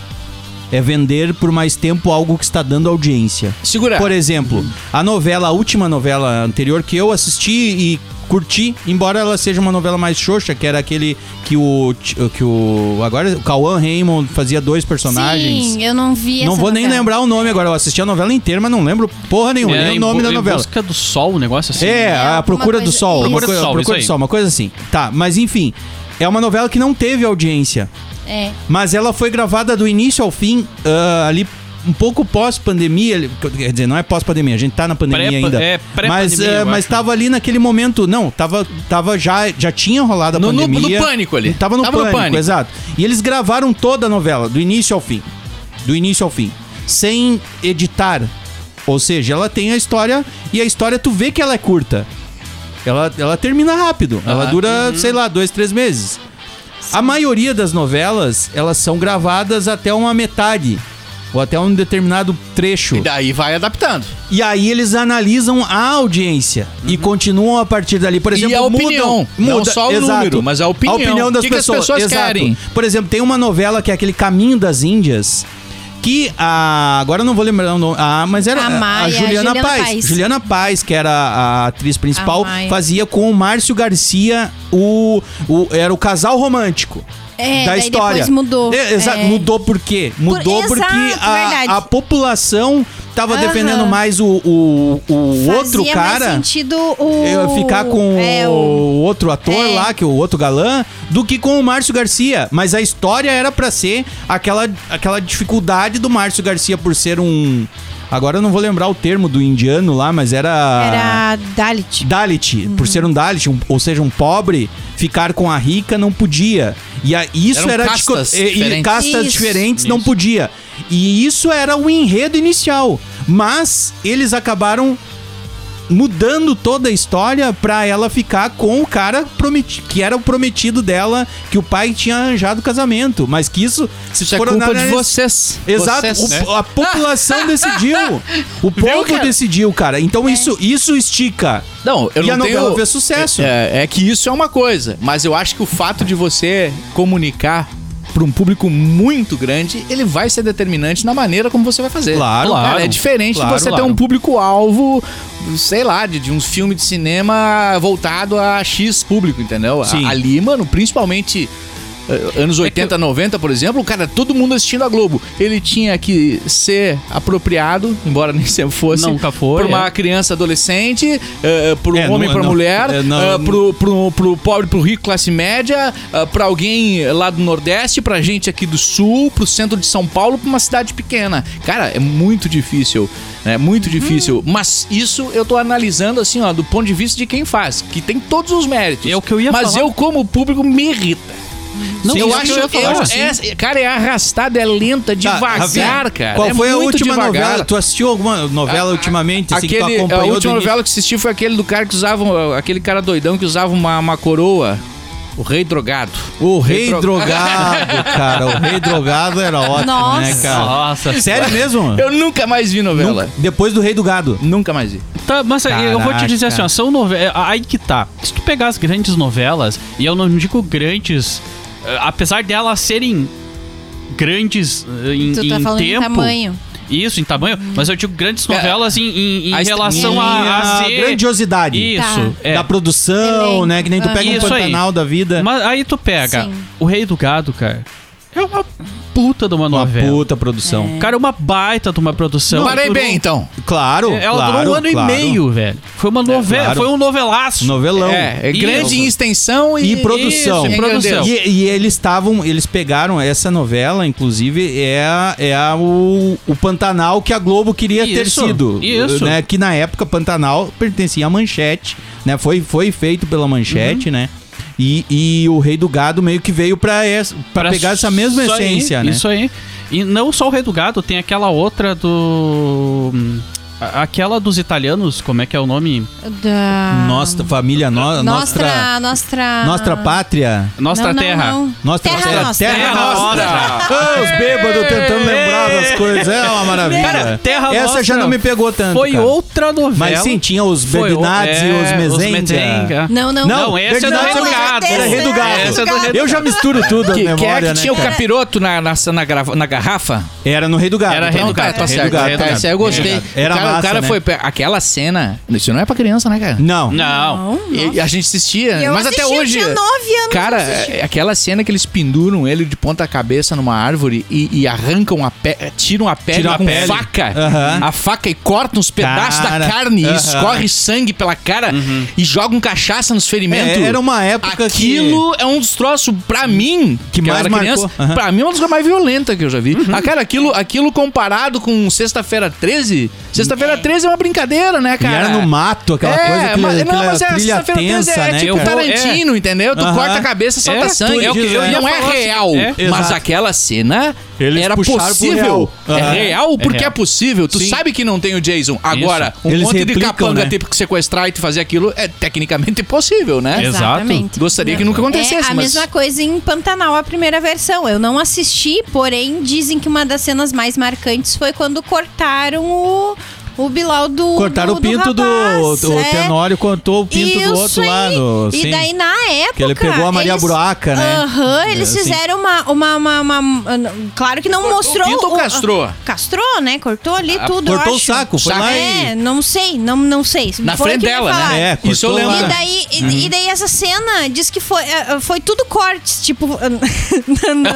[SPEAKER 2] É vender por mais tempo algo que está dando audiência. [LAUGHS]
[SPEAKER 1] Segurar.
[SPEAKER 2] Por exemplo, a novela, a última novela anterior que eu assisti e curti, embora ela seja uma novela mais xoxa, que era aquele que o. que o. Agora o Cauã Raymond fazia dois personagens.
[SPEAKER 4] Sim, eu não vi
[SPEAKER 2] Não
[SPEAKER 4] essa
[SPEAKER 2] vou nem
[SPEAKER 4] novela.
[SPEAKER 2] lembrar o nome agora. Eu assisti a novela inteira, mas não lembro porra
[SPEAKER 3] É,
[SPEAKER 2] nenhuma, nem o nome da novela.
[SPEAKER 3] Busca do Sol, um negócio assim.
[SPEAKER 2] É, a
[SPEAKER 4] alguma
[SPEAKER 2] Procura do
[SPEAKER 4] coisa-
[SPEAKER 2] Sol.
[SPEAKER 4] Procura
[SPEAKER 2] uma
[SPEAKER 3] do
[SPEAKER 2] coisa-
[SPEAKER 3] Sol,
[SPEAKER 2] Procura do
[SPEAKER 3] isso aí.
[SPEAKER 2] Sol, uma coisa assim. Tá, mas enfim. É uma novela que não teve audiência.
[SPEAKER 4] É.
[SPEAKER 2] Mas ela foi gravada do início ao fim, ah, ali um pouco pós-pandemia. ali- Quer dizer, não é pós-pandemia, a gente tá na pandemia
[SPEAKER 3] Pré-
[SPEAKER 2] ainda.
[SPEAKER 3] é, pré-pandemia,
[SPEAKER 2] mas, ah,
[SPEAKER 3] eu
[SPEAKER 2] mas
[SPEAKER 3] acho.
[SPEAKER 2] tava ali naquele momento. Não, tava, tava já, já tinha rolado a
[SPEAKER 1] No- no-
[SPEAKER 2] pandemia.
[SPEAKER 1] no pânico ali.
[SPEAKER 2] Tava no,
[SPEAKER 1] Tava no
[SPEAKER 2] pânico,
[SPEAKER 1] pânico.
[SPEAKER 2] exato. E eles gravaram toda a novela, do início ao fim. Do início ao fim. Sem editar. Ou seja, ela tem a história e a história tu vê que ela é curta. Ela, ela termina rápido. Ela
[SPEAKER 3] Ah,
[SPEAKER 1] Uhum.
[SPEAKER 2] dura, sei lá, dois, três meses. A maioria das novelas, elas são gravadas até uma metade. Ou até um determinado trecho.
[SPEAKER 1] E daí vai adaptando.
[SPEAKER 2] E aí eles analisam a audiência e continuam a partir dali. Por
[SPEAKER 1] Uhum. E
[SPEAKER 2] exemplo,
[SPEAKER 1] a opinião,
[SPEAKER 2] mudam,
[SPEAKER 1] não
[SPEAKER 2] muda,
[SPEAKER 1] só o
[SPEAKER 2] exato.
[SPEAKER 1] número, mas a opinião.
[SPEAKER 2] das
[SPEAKER 1] O que que as
[SPEAKER 2] pessoas,
[SPEAKER 1] pessoas
[SPEAKER 2] exato.
[SPEAKER 1] querem?
[SPEAKER 2] Por exemplo, tem uma novela que é aquele Caminho das Índias que a agora eu não vou lembrar o nome, ah, mas era
[SPEAKER 4] A
[SPEAKER 2] a,
[SPEAKER 4] Maia,
[SPEAKER 2] Juliana,
[SPEAKER 4] Juliana
[SPEAKER 2] Paz.
[SPEAKER 4] Paes.
[SPEAKER 2] Juliana Paz, que era a atriz principal,
[SPEAKER 4] A Maia.
[SPEAKER 2] fazia com o Márcio Garcia o, o era o casal romântico.
[SPEAKER 4] É,
[SPEAKER 2] da
[SPEAKER 4] daí
[SPEAKER 2] história.
[SPEAKER 4] depois mudou.
[SPEAKER 2] É, exato,
[SPEAKER 4] É.
[SPEAKER 2] Mudou por quê? Mudou
[SPEAKER 4] exato,
[SPEAKER 2] porque
[SPEAKER 4] verdade.
[SPEAKER 2] a, a população tava
[SPEAKER 4] Aham.
[SPEAKER 2] defendendo mais o, o, o
[SPEAKER 4] Fazia
[SPEAKER 2] outro
[SPEAKER 4] mais
[SPEAKER 2] cara.
[SPEAKER 4] sentido o...
[SPEAKER 2] Eu ficar com
[SPEAKER 4] É,
[SPEAKER 2] o
[SPEAKER 4] o...
[SPEAKER 2] outro ator
[SPEAKER 4] É.
[SPEAKER 2] lá, que é o outro galã, do que com o Márcio Garcia. Mas a história era pra ser aquela, aquela dificuldade do Márcio Garcia por ser um. Agora eu não vou lembrar o termo do indiano lá, mas
[SPEAKER 4] Era Dalit.
[SPEAKER 2] Dalit, por ser um Dalit, um- ou seja, um pobre, ficar com a rica não podia. E a- isso
[SPEAKER 1] Eram
[SPEAKER 2] era
[SPEAKER 1] castas
[SPEAKER 2] disco- e- e
[SPEAKER 1] diferentes.
[SPEAKER 2] castas
[SPEAKER 4] Isso.
[SPEAKER 2] diferentes não podia. E isso era o enredo inicial. Mas eles acabaram mudando toda a história pra ela ficar com o cara prometi- que era o prometido dela, que o pai tinha arranjado o casamento, mas que isso se
[SPEAKER 1] Isso é culpa de
[SPEAKER 2] analisar-
[SPEAKER 1] vocês.
[SPEAKER 2] Exato,
[SPEAKER 1] Vocês,
[SPEAKER 2] o-
[SPEAKER 1] né?
[SPEAKER 2] a população decidiu. O povo
[SPEAKER 1] cara?
[SPEAKER 2] decidiu, cara. Então isso isso estica.
[SPEAKER 1] Não, eu
[SPEAKER 2] E
[SPEAKER 1] não
[SPEAKER 2] a
[SPEAKER 1] tenho...
[SPEAKER 2] novela fez sucesso.
[SPEAKER 1] É, é que isso é uma coisa, mas eu acho que o fato de você comunicar para um público muito grande, ele vai ser determinante na maneira como você vai fazer.
[SPEAKER 2] Claro,
[SPEAKER 1] Cara,
[SPEAKER 2] claro.
[SPEAKER 1] é diferente
[SPEAKER 2] Claro,
[SPEAKER 1] de você
[SPEAKER 2] claro.
[SPEAKER 1] ter um público-alvo, sei lá, de, de um filme de cinema voltado a X público, entendeu? A-
[SPEAKER 2] Sim.
[SPEAKER 1] Ali, mano, principalmente eh, anos 80, 90, por exemplo, cara, todo mundo assistindo a Globo. Ele tinha que ser apropriado, embora [LAUGHS] nem sempre fosse,
[SPEAKER 3] Nunca foi,
[SPEAKER 1] por uma
[SPEAKER 3] é.
[SPEAKER 1] criança adolescente, eh, por um
[SPEAKER 2] É,
[SPEAKER 1] homem,
[SPEAKER 2] não-
[SPEAKER 1] pra
[SPEAKER 2] não-
[SPEAKER 1] mulher,
[SPEAKER 2] é, não-
[SPEAKER 1] eh, pro, pro, pro pobre, pro rico, classe média, eh, pra alguém lá do Nordeste, pra gente aqui do Sul, pro centro de São Paulo, pra uma cidade pequena. Cara, é muito difícil, é
[SPEAKER 3] Uhum.
[SPEAKER 1] muito difícil. Mas isso eu tô analisando assim, ó, do ponto de vista de quem faz, que tem todos os méritos.
[SPEAKER 3] É o que eu ia
[SPEAKER 1] Mas
[SPEAKER 3] falar.
[SPEAKER 1] eu, como público, me irrita.
[SPEAKER 3] Não,
[SPEAKER 1] eu
[SPEAKER 3] isso
[SPEAKER 1] acho
[SPEAKER 3] que eu ia falar,
[SPEAKER 1] eu-
[SPEAKER 3] sim.
[SPEAKER 1] é- cara, é arrastada, é lenta, devagar,
[SPEAKER 2] Tá, Rafinha,
[SPEAKER 1] cara.
[SPEAKER 2] Qual
[SPEAKER 1] É
[SPEAKER 2] foi a
[SPEAKER 1] muito
[SPEAKER 2] última
[SPEAKER 1] devagar.
[SPEAKER 2] novela? Tu assistiu alguma novela
[SPEAKER 1] A-
[SPEAKER 2] ultimamente? assim, que tu
[SPEAKER 1] Aquele, a
[SPEAKER 2] acompanhou
[SPEAKER 1] última
[SPEAKER 2] do início?
[SPEAKER 1] novela que assisti foi aquele do cara que usava. Aquele cara doidão que usava uma, uma coroa. O rei drogado.
[SPEAKER 2] O Rei
[SPEAKER 1] Rei
[SPEAKER 2] Drogado, cara. O Rei Drogado era ótimo, né,
[SPEAKER 4] Nossa.
[SPEAKER 2] cara?
[SPEAKER 3] Nossa,
[SPEAKER 2] Sério mesmo?
[SPEAKER 1] Eu nunca mais vi novela.
[SPEAKER 2] Nunca- Depois do Rei do Gado.
[SPEAKER 1] Nunca mais vi.
[SPEAKER 3] Tá, mas aí eu vou te dizer assim, ó, são novelas. Aí que tá. Se tu pegar as grandes novelas, e eu não digo grandes, eh, apesar delas serem grandes eh, em,
[SPEAKER 4] Tu tá
[SPEAKER 3] em
[SPEAKER 4] falando
[SPEAKER 3] tempo.
[SPEAKER 4] em tamanho. Hum.
[SPEAKER 3] Isso, em tamanho, mas eu digo grandes novelas em, em- em
[SPEAKER 1] a est-
[SPEAKER 3] relação a, a
[SPEAKER 2] a
[SPEAKER 3] ser-
[SPEAKER 2] grandiosidade
[SPEAKER 3] ah,
[SPEAKER 4] Tá.
[SPEAKER 3] Isso, é.
[SPEAKER 2] da produção,
[SPEAKER 4] Elenco.
[SPEAKER 2] né? Que nem tu pega um
[SPEAKER 3] Isso aí.
[SPEAKER 2] Pantanal da vida.
[SPEAKER 3] Mas aí tu pega
[SPEAKER 4] Sim.
[SPEAKER 3] o Rei do Gado, cara. É uma puta de uma
[SPEAKER 2] Uma
[SPEAKER 3] novela.
[SPEAKER 2] puta produção.
[SPEAKER 3] Cara, é uma baita de uma produção.
[SPEAKER 1] Parei
[SPEAKER 3] Durou-
[SPEAKER 1] bem, então.
[SPEAKER 2] Claro,
[SPEAKER 3] Ela
[SPEAKER 2] claro,
[SPEAKER 3] durou um ano
[SPEAKER 2] claro. É,
[SPEAKER 3] e meio, velho. Foi uma novela,
[SPEAKER 2] claro.
[SPEAKER 3] foi um novelaço.
[SPEAKER 2] Novelão.
[SPEAKER 1] É, é
[SPEAKER 3] Isso.
[SPEAKER 1] grande em extensão e,
[SPEAKER 2] E produção.
[SPEAKER 1] Isso, em
[SPEAKER 3] E produção.
[SPEAKER 1] grandeza.
[SPEAKER 2] E, e eles estavam, eles pegaram essa novela, inclusive, é, a- é a- o, o Pantanal que a Globo queria
[SPEAKER 3] Isso,
[SPEAKER 2] ter sido.
[SPEAKER 3] isso.
[SPEAKER 2] Né? Que na época Pantanal pertencia à manchete, né? Foi, foi feito pela
[SPEAKER 3] Uhum.
[SPEAKER 2] manchete, né? E, e o Rei do Gado meio que veio pra, essa, pra,
[SPEAKER 3] Pra
[SPEAKER 2] pegar essa mesma
[SPEAKER 3] isso aí,
[SPEAKER 2] essência, né?
[SPEAKER 3] Isso aí. E não só o Rei do Gado, tem aquela outra do. hum, a- Aquela dos italianos, como é que é o nome?
[SPEAKER 4] Da...
[SPEAKER 2] Nossa, família, no, nossa,
[SPEAKER 4] Nostra... Nostra...
[SPEAKER 2] nossa pátria.
[SPEAKER 3] Nostra
[SPEAKER 4] Não, não,
[SPEAKER 3] Terra.
[SPEAKER 4] não.
[SPEAKER 2] Nossa
[SPEAKER 4] Terra
[SPEAKER 2] terra,
[SPEAKER 4] Nostra.
[SPEAKER 2] terra
[SPEAKER 3] Terra
[SPEAKER 2] nossa.
[SPEAKER 3] Nostra.
[SPEAKER 2] Ah, os bêbados tentando lembrar das coisas. É uma maravilha.
[SPEAKER 3] Cara, Terra
[SPEAKER 2] Essa
[SPEAKER 3] Nostra
[SPEAKER 2] já não me pegou tanto.
[SPEAKER 3] Foi
[SPEAKER 2] cara.
[SPEAKER 3] outra novela.
[SPEAKER 2] Mas sim, tinha os
[SPEAKER 3] Foi o-
[SPEAKER 2] Berdinazzi
[SPEAKER 3] é,
[SPEAKER 2] e os Mezenga.
[SPEAKER 3] Mezenga.
[SPEAKER 4] Não, não.
[SPEAKER 3] Não, esse é do
[SPEAKER 2] Berdinazzi
[SPEAKER 3] Redo
[SPEAKER 2] Era
[SPEAKER 3] Gado.
[SPEAKER 2] Redo Gado.
[SPEAKER 3] Essa é do Redo
[SPEAKER 2] Eu já misturo tudo
[SPEAKER 1] Que,
[SPEAKER 2] na
[SPEAKER 1] que é que
[SPEAKER 2] memória,
[SPEAKER 1] tinha
[SPEAKER 2] né?
[SPEAKER 1] o capiroto na, na, na, grava- na garrafa?
[SPEAKER 2] Era no Rei do Gado.
[SPEAKER 3] Era
[SPEAKER 2] então.
[SPEAKER 3] Rei do Gado,
[SPEAKER 1] tá
[SPEAKER 3] Rei do
[SPEAKER 1] certo.
[SPEAKER 3] Gado,
[SPEAKER 1] é,
[SPEAKER 3] Rei do
[SPEAKER 1] tá,
[SPEAKER 3] Gado.
[SPEAKER 1] esse aí eu gostei.
[SPEAKER 2] Gado. Era
[SPEAKER 1] o cara, o
[SPEAKER 2] massa,
[SPEAKER 1] cara
[SPEAKER 2] né?
[SPEAKER 1] foi. Aquela cena. Isso não é pra criança, né, cara?
[SPEAKER 2] Não.
[SPEAKER 3] Não.
[SPEAKER 1] E, e a gente assistia,
[SPEAKER 4] Eu
[SPEAKER 1] mas
[SPEAKER 4] assisti,
[SPEAKER 1] até hoje.
[SPEAKER 4] Eu tinha nove anos.
[SPEAKER 1] Cara,
[SPEAKER 4] que eu assisti.
[SPEAKER 1] é- aquela cena que eles penduram ele de ponta cabeça numa árvore e, e arrancam a pele, tiram a pele
[SPEAKER 2] Tiram a
[SPEAKER 1] com
[SPEAKER 2] pele.
[SPEAKER 1] faca,
[SPEAKER 2] Aham.
[SPEAKER 1] a faca e cortam os pedaços
[SPEAKER 2] Cara,
[SPEAKER 1] da carne e
[SPEAKER 2] aham. Uhum.
[SPEAKER 1] escorre sangue pela cara e jogam cachaça nos ferimentos.
[SPEAKER 2] É, era uma época
[SPEAKER 1] Aquilo é um dos troços, pra mim,
[SPEAKER 2] Que
[SPEAKER 1] eu
[SPEAKER 2] mais
[SPEAKER 1] era
[SPEAKER 2] marcou. Aham. Uhum.
[SPEAKER 1] pra mim é uma das coisas mais violentas que eu já vi. Ah, cara, aquilo, aquilo comparado com Sexta-feira 13, Sexta-feira 13 é uma brincadeira, né,
[SPEAKER 2] que... E
[SPEAKER 1] cara?
[SPEAKER 2] era no mato, aquela é coisa que,
[SPEAKER 1] É, mas-
[SPEAKER 2] aquela trilha
[SPEAKER 1] sexta-feira
[SPEAKER 2] tensa,
[SPEAKER 1] 13 é
[SPEAKER 2] né?
[SPEAKER 1] tipo
[SPEAKER 2] cara?
[SPEAKER 1] Tarantino, entendeu? Tu
[SPEAKER 2] Aham.
[SPEAKER 1] corta a cabeça, salta
[SPEAKER 3] É,
[SPEAKER 1] sangue.
[SPEAKER 3] tu diz,
[SPEAKER 1] não
[SPEAKER 3] é.
[SPEAKER 1] é real,
[SPEAKER 3] É.
[SPEAKER 1] mas
[SPEAKER 2] Exato.
[SPEAKER 1] aquela cena
[SPEAKER 2] Eles
[SPEAKER 1] era
[SPEAKER 2] puxaram pro
[SPEAKER 1] possível.
[SPEAKER 2] real. Aham.
[SPEAKER 1] É real porque é,
[SPEAKER 3] real.
[SPEAKER 1] possível. Tu sabe que não tem o Jason. Agora, um
[SPEAKER 2] Eles
[SPEAKER 1] monte de
[SPEAKER 2] replicam,
[SPEAKER 1] capanga
[SPEAKER 2] né?
[SPEAKER 1] ter que sequestrar e tu fazer aquilo é tecnicamente possível, né?
[SPEAKER 3] Exato.
[SPEAKER 1] Gostaria que nunca acontecesse,
[SPEAKER 4] É a
[SPEAKER 1] mas...
[SPEAKER 4] mesma coisa em Pantanal, a primeira versão. Eu não assisti, porém dizem que uma das cenas mais marcantes foi quando cortaram o, o Bilal do
[SPEAKER 2] Cortaram o pinto do,
[SPEAKER 4] rapaz,
[SPEAKER 2] do
[SPEAKER 4] é.
[SPEAKER 2] Tenório, cortou o pinto
[SPEAKER 4] Isso
[SPEAKER 2] do outro
[SPEAKER 4] aí.
[SPEAKER 2] lá. No,
[SPEAKER 4] E
[SPEAKER 2] sim.
[SPEAKER 4] daí, na época.
[SPEAKER 2] Que ele pegou a Maria
[SPEAKER 4] eles-
[SPEAKER 2] Bruaca, né?
[SPEAKER 4] Aham, eles
[SPEAKER 2] É, assim.
[SPEAKER 4] fizeram uma, uma, uma- uma- Claro que não mostrou.
[SPEAKER 1] pinto ou
[SPEAKER 4] o-
[SPEAKER 1] castrou? Ah,
[SPEAKER 4] Castrou, né? Cortou ali tudo. eu
[SPEAKER 2] cortou o
[SPEAKER 4] acho.
[SPEAKER 2] saco, foi lá
[SPEAKER 4] É,
[SPEAKER 2] e-
[SPEAKER 4] não sei, não, não sei.
[SPEAKER 1] Na
[SPEAKER 4] Foi
[SPEAKER 1] frente
[SPEAKER 4] que me
[SPEAKER 1] dela,
[SPEAKER 4] falaram.
[SPEAKER 1] né?
[SPEAKER 2] É,
[SPEAKER 1] Isso eu
[SPEAKER 2] cortou
[SPEAKER 1] lembro.
[SPEAKER 2] lá. Uhum.
[SPEAKER 4] E daí, e, e daí essa cena diz que foi, eh, foi tudo cortes, tipo. [LAUGHS]
[SPEAKER 2] [LAUGHS]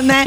[SPEAKER 4] né?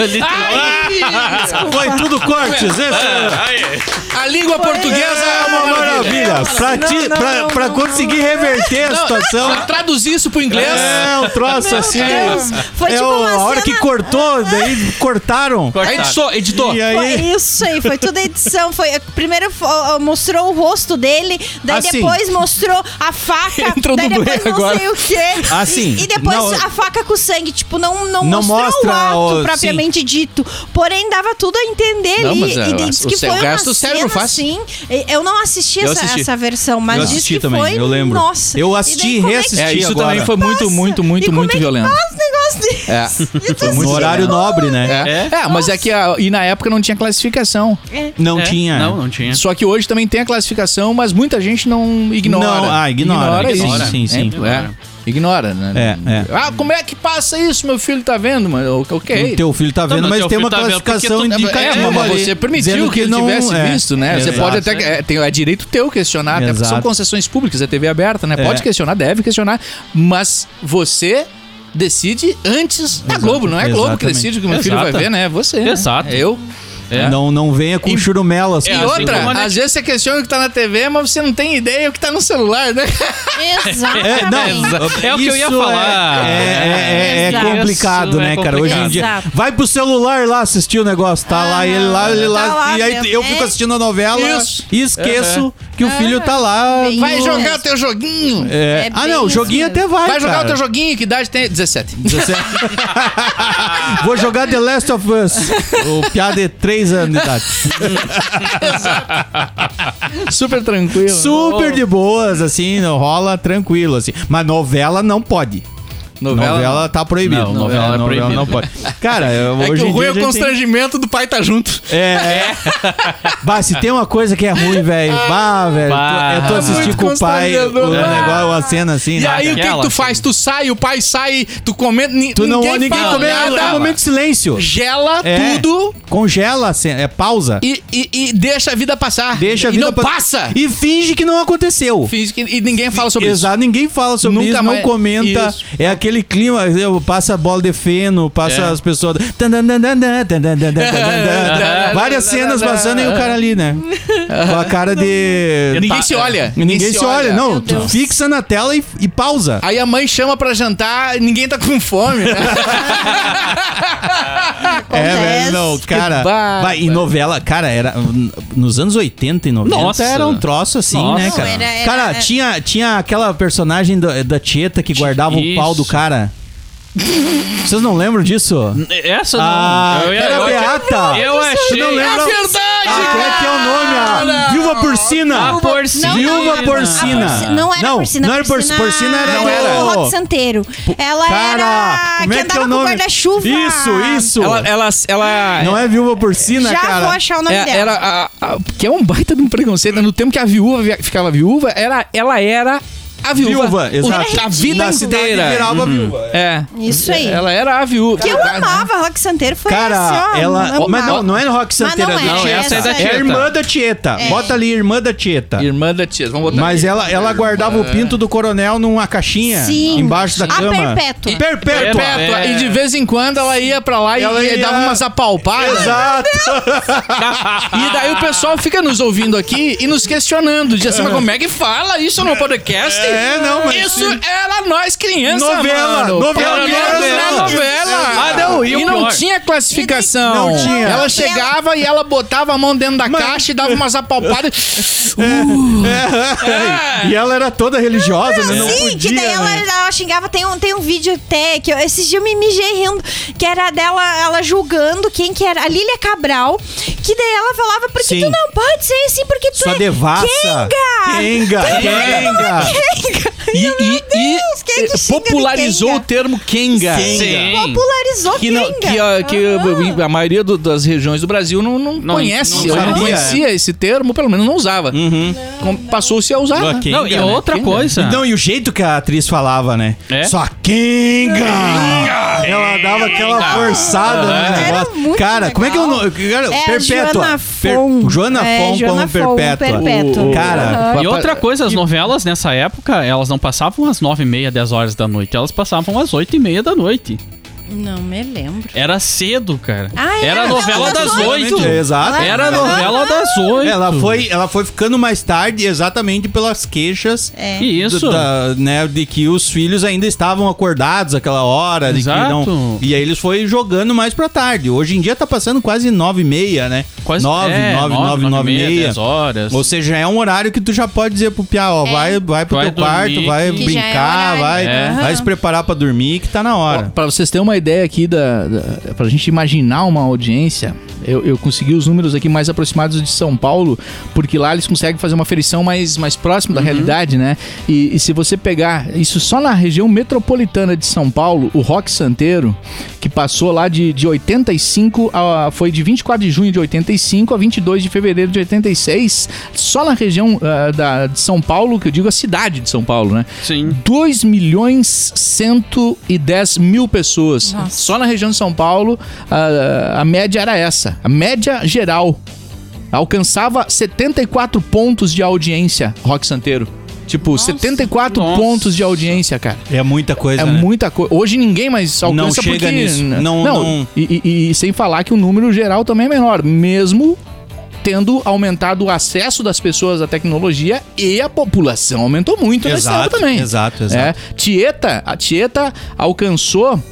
[SPEAKER 2] Foi tudo cortes, esse... é
[SPEAKER 1] A língua portuguesa é uma maravilha.
[SPEAKER 2] Maravilha! Pra, ti-
[SPEAKER 4] não,
[SPEAKER 2] pra-
[SPEAKER 4] não,
[SPEAKER 2] pra
[SPEAKER 4] não,
[SPEAKER 2] conseguir reverter a
[SPEAKER 1] Pra
[SPEAKER 2] situação.
[SPEAKER 1] traduzir isso pro inglês...
[SPEAKER 2] É, um troço assim.
[SPEAKER 4] Deus. Foi
[SPEAKER 2] é
[SPEAKER 4] tipo
[SPEAKER 2] o-
[SPEAKER 4] uma
[SPEAKER 2] a hora
[SPEAKER 4] cena-
[SPEAKER 2] que cortou, daí cortaram.
[SPEAKER 1] Aí Editou, editou.
[SPEAKER 2] E
[SPEAKER 4] Foi
[SPEAKER 2] aí.
[SPEAKER 4] isso aí, foi tudo edição. Foi, primeiro fo- ó, mostrou o rosto dele, daí
[SPEAKER 2] Assim.
[SPEAKER 4] depois mostrou a faca,
[SPEAKER 1] Ah, [LAUGHS] Entrou
[SPEAKER 4] daí
[SPEAKER 1] no
[SPEAKER 4] depois
[SPEAKER 1] Blair
[SPEAKER 4] não
[SPEAKER 1] agora. Ah,
[SPEAKER 4] sei o quê.
[SPEAKER 2] Assim,
[SPEAKER 4] E, e depois
[SPEAKER 2] não-
[SPEAKER 4] a faca com sangue, tipo, não, não,
[SPEAKER 2] Não
[SPEAKER 4] mostrou
[SPEAKER 2] mostra
[SPEAKER 4] o ato
[SPEAKER 2] o-
[SPEAKER 4] propriamente dito. Porém, dava tudo a entender
[SPEAKER 1] Não,
[SPEAKER 4] ali.
[SPEAKER 1] mas,
[SPEAKER 4] e
[SPEAKER 1] ah,
[SPEAKER 4] diz
[SPEAKER 1] o
[SPEAKER 4] que
[SPEAKER 1] cé-
[SPEAKER 4] foi
[SPEAKER 1] o
[SPEAKER 4] uma
[SPEAKER 1] gasto do cérebro
[SPEAKER 4] cena,
[SPEAKER 1] faz.
[SPEAKER 4] assim. E- Eu não assisti,
[SPEAKER 1] Eu
[SPEAKER 4] essa,
[SPEAKER 1] assisti.
[SPEAKER 4] essa versão, mas
[SPEAKER 2] Eu
[SPEAKER 4] diz
[SPEAKER 2] assisti
[SPEAKER 4] que
[SPEAKER 2] também,
[SPEAKER 4] foi.
[SPEAKER 2] eu lembro.
[SPEAKER 4] Nossa. E
[SPEAKER 2] Eu
[SPEAKER 4] daí,
[SPEAKER 2] assisti e
[SPEAKER 4] como é que
[SPEAKER 2] reassisti.
[SPEAKER 1] É, isso
[SPEAKER 2] agora.
[SPEAKER 1] também foi muito,
[SPEAKER 4] Passa.
[SPEAKER 1] muito,
[SPEAKER 4] E
[SPEAKER 1] muito,
[SPEAKER 4] como
[SPEAKER 1] muito
[SPEAKER 4] é que
[SPEAKER 1] violento.
[SPEAKER 4] faz um negócio desse?
[SPEAKER 1] É.
[SPEAKER 4] E tu
[SPEAKER 2] No
[SPEAKER 4] assiste,
[SPEAKER 2] horário nobre, né?
[SPEAKER 1] É, É, mas é que a- e na época não tinha classificação.
[SPEAKER 2] Não
[SPEAKER 3] É.
[SPEAKER 2] tinha.
[SPEAKER 3] Não, não tinha.
[SPEAKER 1] Só que hoje também tem a classificação, mas muita gente não ignora.
[SPEAKER 2] Não, ah, ignora,
[SPEAKER 1] Ignora,
[SPEAKER 2] ignora.
[SPEAKER 1] isso.
[SPEAKER 2] Sim, sim, sim.
[SPEAKER 1] É, é. Ignora, né?
[SPEAKER 2] É, é.
[SPEAKER 1] Ah, como é que passa isso? Meu filho tá vendo, mano. Ok.
[SPEAKER 2] O teu filho tá vendo,
[SPEAKER 3] mas
[SPEAKER 2] mas
[SPEAKER 3] teu
[SPEAKER 2] tem
[SPEAKER 3] filho
[SPEAKER 2] uma
[SPEAKER 3] tá vendo porque
[SPEAKER 2] classificação
[SPEAKER 3] tu- é,
[SPEAKER 2] indicativa.
[SPEAKER 1] É, mas
[SPEAKER 2] ali,
[SPEAKER 1] você permitiu
[SPEAKER 2] dizendo
[SPEAKER 1] que, ele tivesse
[SPEAKER 2] é.
[SPEAKER 1] visto, né? Você
[SPEAKER 2] Exato.
[SPEAKER 1] pode até. É, tem- é direito teu questionar, até porque são
[SPEAKER 2] Exato.
[SPEAKER 1] concessões públicas, é TV aberta, né?
[SPEAKER 2] É.
[SPEAKER 1] Pode questionar, deve questionar, mas você decide antes da
[SPEAKER 2] Exato,
[SPEAKER 1] Globo. Não é a Globo que
[SPEAKER 2] exatamente.
[SPEAKER 1] decide o que meu filho vai
[SPEAKER 3] Exato.
[SPEAKER 1] ver, né? É você. né?
[SPEAKER 3] Exato.
[SPEAKER 1] Eu.
[SPEAKER 3] É.
[SPEAKER 2] Não, não venha com
[SPEAKER 1] E-
[SPEAKER 2] churumelas.
[SPEAKER 1] E
[SPEAKER 3] É, assim
[SPEAKER 1] outra,
[SPEAKER 3] como a
[SPEAKER 1] às vezes você questiona o que tá na TV, mas você não tem ideia o que tá no celular, né?
[SPEAKER 4] Exatamente.
[SPEAKER 2] É, não,
[SPEAKER 3] É o que eu ia
[SPEAKER 2] isso é-
[SPEAKER 3] falar.
[SPEAKER 2] É, é- é- é
[SPEAKER 4] Exato.
[SPEAKER 2] complicado,
[SPEAKER 3] Isso
[SPEAKER 2] né,
[SPEAKER 3] é
[SPEAKER 2] cara? Hoje em
[SPEAKER 4] complicado.
[SPEAKER 2] dia.
[SPEAKER 4] Exato.
[SPEAKER 2] Vai pro celular lá assistir o negócio. Tá lá, ele lá, ele
[SPEAKER 4] tá
[SPEAKER 2] lá.
[SPEAKER 4] lá É.
[SPEAKER 2] e aí
[SPEAKER 4] dentro.
[SPEAKER 2] eu fico assistindo a novela
[SPEAKER 1] Isso.
[SPEAKER 2] e esqueço que o filho tá lá.
[SPEAKER 4] Ah, Bem
[SPEAKER 1] Vai
[SPEAKER 4] Isso.
[SPEAKER 1] jogar o teu joguinho.
[SPEAKER 2] É.
[SPEAKER 4] É
[SPEAKER 2] ah,
[SPEAKER 4] bem
[SPEAKER 2] não, o
[SPEAKER 4] isso
[SPEAKER 2] joguinho
[SPEAKER 4] mesmo.
[SPEAKER 2] até vai.
[SPEAKER 1] Vai jogar
[SPEAKER 2] cara.
[SPEAKER 1] o teu joguinho, que idade tem? 17.
[SPEAKER 2] 17. Tá
[SPEAKER 1] [LAUGHS]
[SPEAKER 2] Vou jogar The Last of Us. O piada é 3 anos de idade.
[SPEAKER 1] Super tranquilo.
[SPEAKER 2] Super de boas, assim, não rola tranquilo, assim. Mas novela não pode. Novela, tá proibido.
[SPEAKER 3] Não, novela é proibido.
[SPEAKER 2] não pode.
[SPEAKER 1] [LAUGHS]
[SPEAKER 2] Cara, eu-
[SPEAKER 1] É que
[SPEAKER 2] hoje
[SPEAKER 1] o
[SPEAKER 2] em
[SPEAKER 1] ruim
[SPEAKER 2] dia
[SPEAKER 1] é
[SPEAKER 2] a
[SPEAKER 1] o
[SPEAKER 2] gente tem-
[SPEAKER 1] constrangimento do pai tá junto.
[SPEAKER 2] É. Bah, se tem uma coisa que é ruim, velho.
[SPEAKER 1] [LAUGHS]
[SPEAKER 2] Bah, velho.
[SPEAKER 3] Bah.
[SPEAKER 2] Eu tô assistindo
[SPEAKER 1] É Muito
[SPEAKER 2] com o pai o
[SPEAKER 1] constrangedor.
[SPEAKER 2] negócio, uma cena assim.
[SPEAKER 1] E
[SPEAKER 2] né?
[SPEAKER 1] aí, o que, que
[SPEAKER 3] Aquela,
[SPEAKER 1] tu faz? Tu sai, o pai sai, tu comenta, ni-
[SPEAKER 2] tu não ninguém, ninguém
[SPEAKER 1] fala
[SPEAKER 2] comenta,
[SPEAKER 1] nada,
[SPEAKER 2] é um momento de silêncio.
[SPEAKER 1] gela
[SPEAKER 2] É.
[SPEAKER 1] tudo
[SPEAKER 2] Congela a cena, é pausa.
[SPEAKER 1] e, e- e deixa a vida passar.
[SPEAKER 2] deixa a
[SPEAKER 1] e
[SPEAKER 2] vida
[SPEAKER 1] não
[SPEAKER 2] pa-
[SPEAKER 1] passa.
[SPEAKER 2] E finge que não aconteceu.
[SPEAKER 1] Finge que- E, ninguém fala sobre isso.
[SPEAKER 2] Exato, ninguém fala sobre
[SPEAKER 1] Nunca
[SPEAKER 2] isso, não
[SPEAKER 1] mais-
[SPEAKER 2] comenta.
[SPEAKER 1] Isso.
[SPEAKER 2] É aquele clima, eu- passa a bola de feno, passa
[SPEAKER 1] É.
[SPEAKER 2] as pessoas. tan, tan, tan, tan, tan, tan, tan,
[SPEAKER 1] [LAUGHS]
[SPEAKER 2] tan, tan. Várias cenas passando e o cara ali, né? Com a cara de. é.
[SPEAKER 1] Ninguém
[SPEAKER 3] Tá.
[SPEAKER 1] se olha.
[SPEAKER 2] Ninguém se olha, não.
[SPEAKER 4] Meu
[SPEAKER 2] Tu
[SPEAKER 4] Deus.
[SPEAKER 2] fixa na tela e, e pausa.
[SPEAKER 1] Aí a mãe chama pra jantar, ninguém tá com fome. né?
[SPEAKER 2] É, velho, não,
[SPEAKER 4] acontece.
[SPEAKER 2] cara.
[SPEAKER 1] bárbaro.
[SPEAKER 2] Vai, e novela, cara, era. Nos anos 80 e 90
[SPEAKER 3] Nossa.
[SPEAKER 2] era um troço assim,
[SPEAKER 3] Nossa.
[SPEAKER 2] né,
[SPEAKER 3] Não,
[SPEAKER 2] cara?
[SPEAKER 4] era- era-
[SPEAKER 2] Cara, tinha, tinha aquela personagem da, da Tieta que guardava o pau do
[SPEAKER 3] Isso.
[SPEAKER 2] cara. Vocês não lembram disso?
[SPEAKER 3] Essa não.
[SPEAKER 2] Ah,
[SPEAKER 3] eu,
[SPEAKER 2] era
[SPEAKER 3] eu,
[SPEAKER 2] Beata.
[SPEAKER 3] eu
[SPEAKER 2] Tu
[SPEAKER 3] achei.
[SPEAKER 2] não
[SPEAKER 1] É
[SPEAKER 2] lembra?
[SPEAKER 1] verdade,
[SPEAKER 2] Ah, qual é que é o nome?
[SPEAKER 1] cara!
[SPEAKER 2] A Viúva por porcina.
[SPEAKER 3] A porcina.
[SPEAKER 2] Viúva porcina.
[SPEAKER 4] A porci- Não era
[SPEAKER 2] não,
[SPEAKER 4] porcina.
[SPEAKER 2] Não era porcina. Porcina era...
[SPEAKER 4] Não era. O Rock Santeiro. Ela
[SPEAKER 2] Cara,
[SPEAKER 4] era.
[SPEAKER 2] como
[SPEAKER 4] que
[SPEAKER 2] é que é
[SPEAKER 4] andava
[SPEAKER 2] o
[SPEAKER 4] com
[SPEAKER 2] nome?
[SPEAKER 4] guarda-chuva.
[SPEAKER 2] Isso, isso.
[SPEAKER 1] Ela, ela, ela
[SPEAKER 2] Não é viúva porcina,
[SPEAKER 4] Já
[SPEAKER 2] cara.
[SPEAKER 4] vou achar o nome
[SPEAKER 1] É,
[SPEAKER 4] dela.
[SPEAKER 1] era a, a- que é um baita de um preconceito. né? No tempo que a viúva vi- ficava viúva, era, ela era a viúva.
[SPEAKER 2] Viúva,
[SPEAKER 1] o-
[SPEAKER 2] exato.
[SPEAKER 1] A vida
[SPEAKER 2] Da cidade
[SPEAKER 1] inteira.
[SPEAKER 3] Uhum.
[SPEAKER 2] virava viúva.
[SPEAKER 1] É.
[SPEAKER 4] Isso aí.
[SPEAKER 1] Ela era a viúva. né?
[SPEAKER 4] Que eu amava, Rock Santeiro foi
[SPEAKER 2] Cara,
[SPEAKER 4] assim, ó,
[SPEAKER 2] ela.
[SPEAKER 4] amava.
[SPEAKER 2] Mas não, não é no Rock
[SPEAKER 4] Mas
[SPEAKER 2] Santeira,
[SPEAKER 4] não é,
[SPEAKER 3] Não, essa é da
[SPEAKER 2] é,
[SPEAKER 3] Tieta.
[SPEAKER 2] a irmã da Tieta.
[SPEAKER 4] É.
[SPEAKER 2] Bota ali, irmã da Tieta.
[SPEAKER 1] Irmã da tia. Vamos botar
[SPEAKER 2] Mas
[SPEAKER 1] aqui.
[SPEAKER 2] ela, ela guardava
[SPEAKER 3] É.
[SPEAKER 2] o pinto do coronel numa caixinha
[SPEAKER 4] Sim.
[SPEAKER 2] embaixo da
[SPEAKER 4] A
[SPEAKER 2] cama.
[SPEAKER 4] perpétua.
[SPEAKER 2] Perpétua.
[SPEAKER 1] Perpétua.
[SPEAKER 3] É.
[SPEAKER 1] E de vez em quando ela ia pra lá e,
[SPEAKER 2] Ela
[SPEAKER 1] e
[SPEAKER 2] ia-
[SPEAKER 1] dava umas apalpadas.
[SPEAKER 2] Ah, Exato.
[SPEAKER 1] E daí o pessoal fica nos ouvindo aqui e nos questionando. Diz assim, mas como é que fala isso no podcast?
[SPEAKER 2] É, não, mas-
[SPEAKER 1] Isso era nós criança,
[SPEAKER 2] Novela,
[SPEAKER 1] mano.
[SPEAKER 2] novela,
[SPEAKER 1] Pelo menos
[SPEAKER 3] novela.
[SPEAKER 1] era né, novela.
[SPEAKER 3] Ah, não, e o
[SPEAKER 1] não
[SPEAKER 3] pior?
[SPEAKER 1] tinha classificação.
[SPEAKER 2] Não tinha.
[SPEAKER 1] Ela chegava e ela botava a mão dentro da caixa e dava umas apalpadas.
[SPEAKER 2] [LAUGHS] E ela era toda religiosa, né? Não
[SPEAKER 4] Sim,
[SPEAKER 2] podia,
[SPEAKER 4] que daí ela,
[SPEAKER 2] né?
[SPEAKER 4] ela xingava. Tem um, tem um vídeo até que eu, esses dias eu me mijei rindo, que era dela, ela julgando quem que era, a Lília Cabral, que daí ela falava, por que
[SPEAKER 2] Sim.
[SPEAKER 4] tu não pode ser assim? Porque tu
[SPEAKER 2] Só
[SPEAKER 4] é
[SPEAKER 2] devassa.
[SPEAKER 4] Kenga!
[SPEAKER 2] Kenga, Kenga.
[SPEAKER 4] Kenga!
[SPEAKER 1] E, e- e
[SPEAKER 4] Deus, quem é que xinga de
[SPEAKER 1] popularizou
[SPEAKER 4] Kenga?
[SPEAKER 1] o termo Kenga.
[SPEAKER 3] Sim.
[SPEAKER 4] Popularizou
[SPEAKER 1] Que, não,
[SPEAKER 4] Kenga.
[SPEAKER 1] que, a, que
[SPEAKER 4] Aham.
[SPEAKER 1] a maioria do- das regiões do Brasil não, não,
[SPEAKER 3] Não, não
[SPEAKER 1] conhece. Não,
[SPEAKER 3] sabia.
[SPEAKER 1] não conhecia Uhum. esse termo, pelo menos não usava. Com- Passou-se a usar. né?
[SPEAKER 3] Não, e
[SPEAKER 2] Kenga, né?
[SPEAKER 3] outra
[SPEAKER 1] Kenga.
[SPEAKER 3] coisa.
[SPEAKER 2] Não, e o jeito que a atriz falava, né?
[SPEAKER 3] É?
[SPEAKER 2] Só Kinga! Ela dava aquela forçada né, no
[SPEAKER 4] Era
[SPEAKER 2] negócio.
[SPEAKER 4] muito
[SPEAKER 2] cara, como é que é o
[SPEAKER 4] legal.
[SPEAKER 2] nome? Cara,
[SPEAKER 4] É a
[SPEAKER 2] Perpétua.
[SPEAKER 4] Joana
[SPEAKER 2] Per-
[SPEAKER 4] Fon.
[SPEAKER 2] Joana
[SPEAKER 4] É,
[SPEAKER 2] Fon
[SPEAKER 4] Joana
[SPEAKER 2] como
[SPEAKER 4] Fon,
[SPEAKER 2] Perpétua.
[SPEAKER 4] Perpétua.
[SPEAKER 2] O- o- Cara,
[SPEAKER 3] E
[SPEAKER 1] Papa-
[SPEAKER 3] outra coisa, as novelas nessa época, elas não passavam às nove e meia, dez horas da noite. Elas passavam às oito e meia da noite.
[SPEAKER 4] Não me lembro.
[SPEAKER 3] Era cedo, cara.
[SPEAKER 4] Ah,
[SPEAKER 3] era a é, novela das oito.
[SPEAKER 2] é, exato.
[SPEAKER 3] Era a novela das oito.
[SPEAKER 2] Ela foi, ela foi ficando mais tarde exatamente pelas queixas
[SPEAKER 4] É.
[SPEAKER 3] E Isso.
[SPEAKER 2] do- da- né, de que os filhos ainda estavam acordados aquela hora. de que
[SPEAKER 3] Exato.
[SPEAKER 2] não- e aí eles foi jogando mais pra tarde. Hoje em dia tá passando quase nove e meia, né?
[SPEAKER 3] Quase
[SPEAKER 2] nove,
[SPEAKER 3] é,
[SPEAKER 2] nove, nove, nove e meia.
[SPEAKER 3] dez horas.
[SPEAKER 2] Ou seja, é um horário que tu já pode dizer pro Pia, ó, vai, vai pro
[SPEAKER 3] Vai
[SPEAKER 2] teu quarto,
[SPEAKER 3] dormir,
[SPEAKER 2] vai
[SPEAKER 4] É. que- Que já é
[SPEAKER 2] brincar,
[SPEAKER 4] horário.
[SPEAKER 2] vai,
[SPEAKER 3] É.
[SPEAKER 2] vai se preparar pra dormir, que tá na
[SPEAKER 1] Ó,
[SPEAKER 2] hora.
[SPEAKER 1] Pra vocês terem uma ideia aqui, da, da, pra gente imaginar uma audiência, eu, eu consegui os números aqui mais aproximados de São Paulo, porque lá eles conseguem fazer uma ferição mais, mais próxima da realidade, né? E, e se você pegar isso só na região metropolitana de São Paulo, o Rock Santeiro, que passou lá de, de 85 a. foi de 24 de junho de 85 a 22 de fevereiro de 86, só na região ah, da, de São Paulo, que eu digo a cidade de São Paulo, né?
[SPEAKER 3] Sim.
[SPEAKER 1] 2 milhões 110 mil pessoas.
[SPEAKER 4] Nossa.
[SPEAKER 1] Só na região de São Paulo, a, a média era essa. A média geral alcançava 74 pontos de audiência, Rock Santeiro. Tipo, 74
[SPEAKER 3] Nossa.
[SPEAKER 1] pontos de audiência, cara.
[SPEAKER 2] É muita coisa,
[SPEAKER 1] É
[SPEAKER 2] né?
[SPEAKER 1] muita coisa. Hoje ninguém mais alcança
[SPEAKER 2] Não chega
[SPEAKER 1] porque... né?
[SPEAKER 2] nisso. Não- não-
[SPEAKER 1] E, e- e sem falar que o número geral também é menor. Mesmo tendo aumentado o acesso das pessoas à tecnologia e a população aumentou muito nessa época
[SPEAKER 2] Exato,
[SPEAKER 1] também.
[SPEAKER 2] exato,
[SPEAKER 1] É,
[SPEAKER 2] exato.
[SPEAKER 1] Tieta, a Tieta alcançou.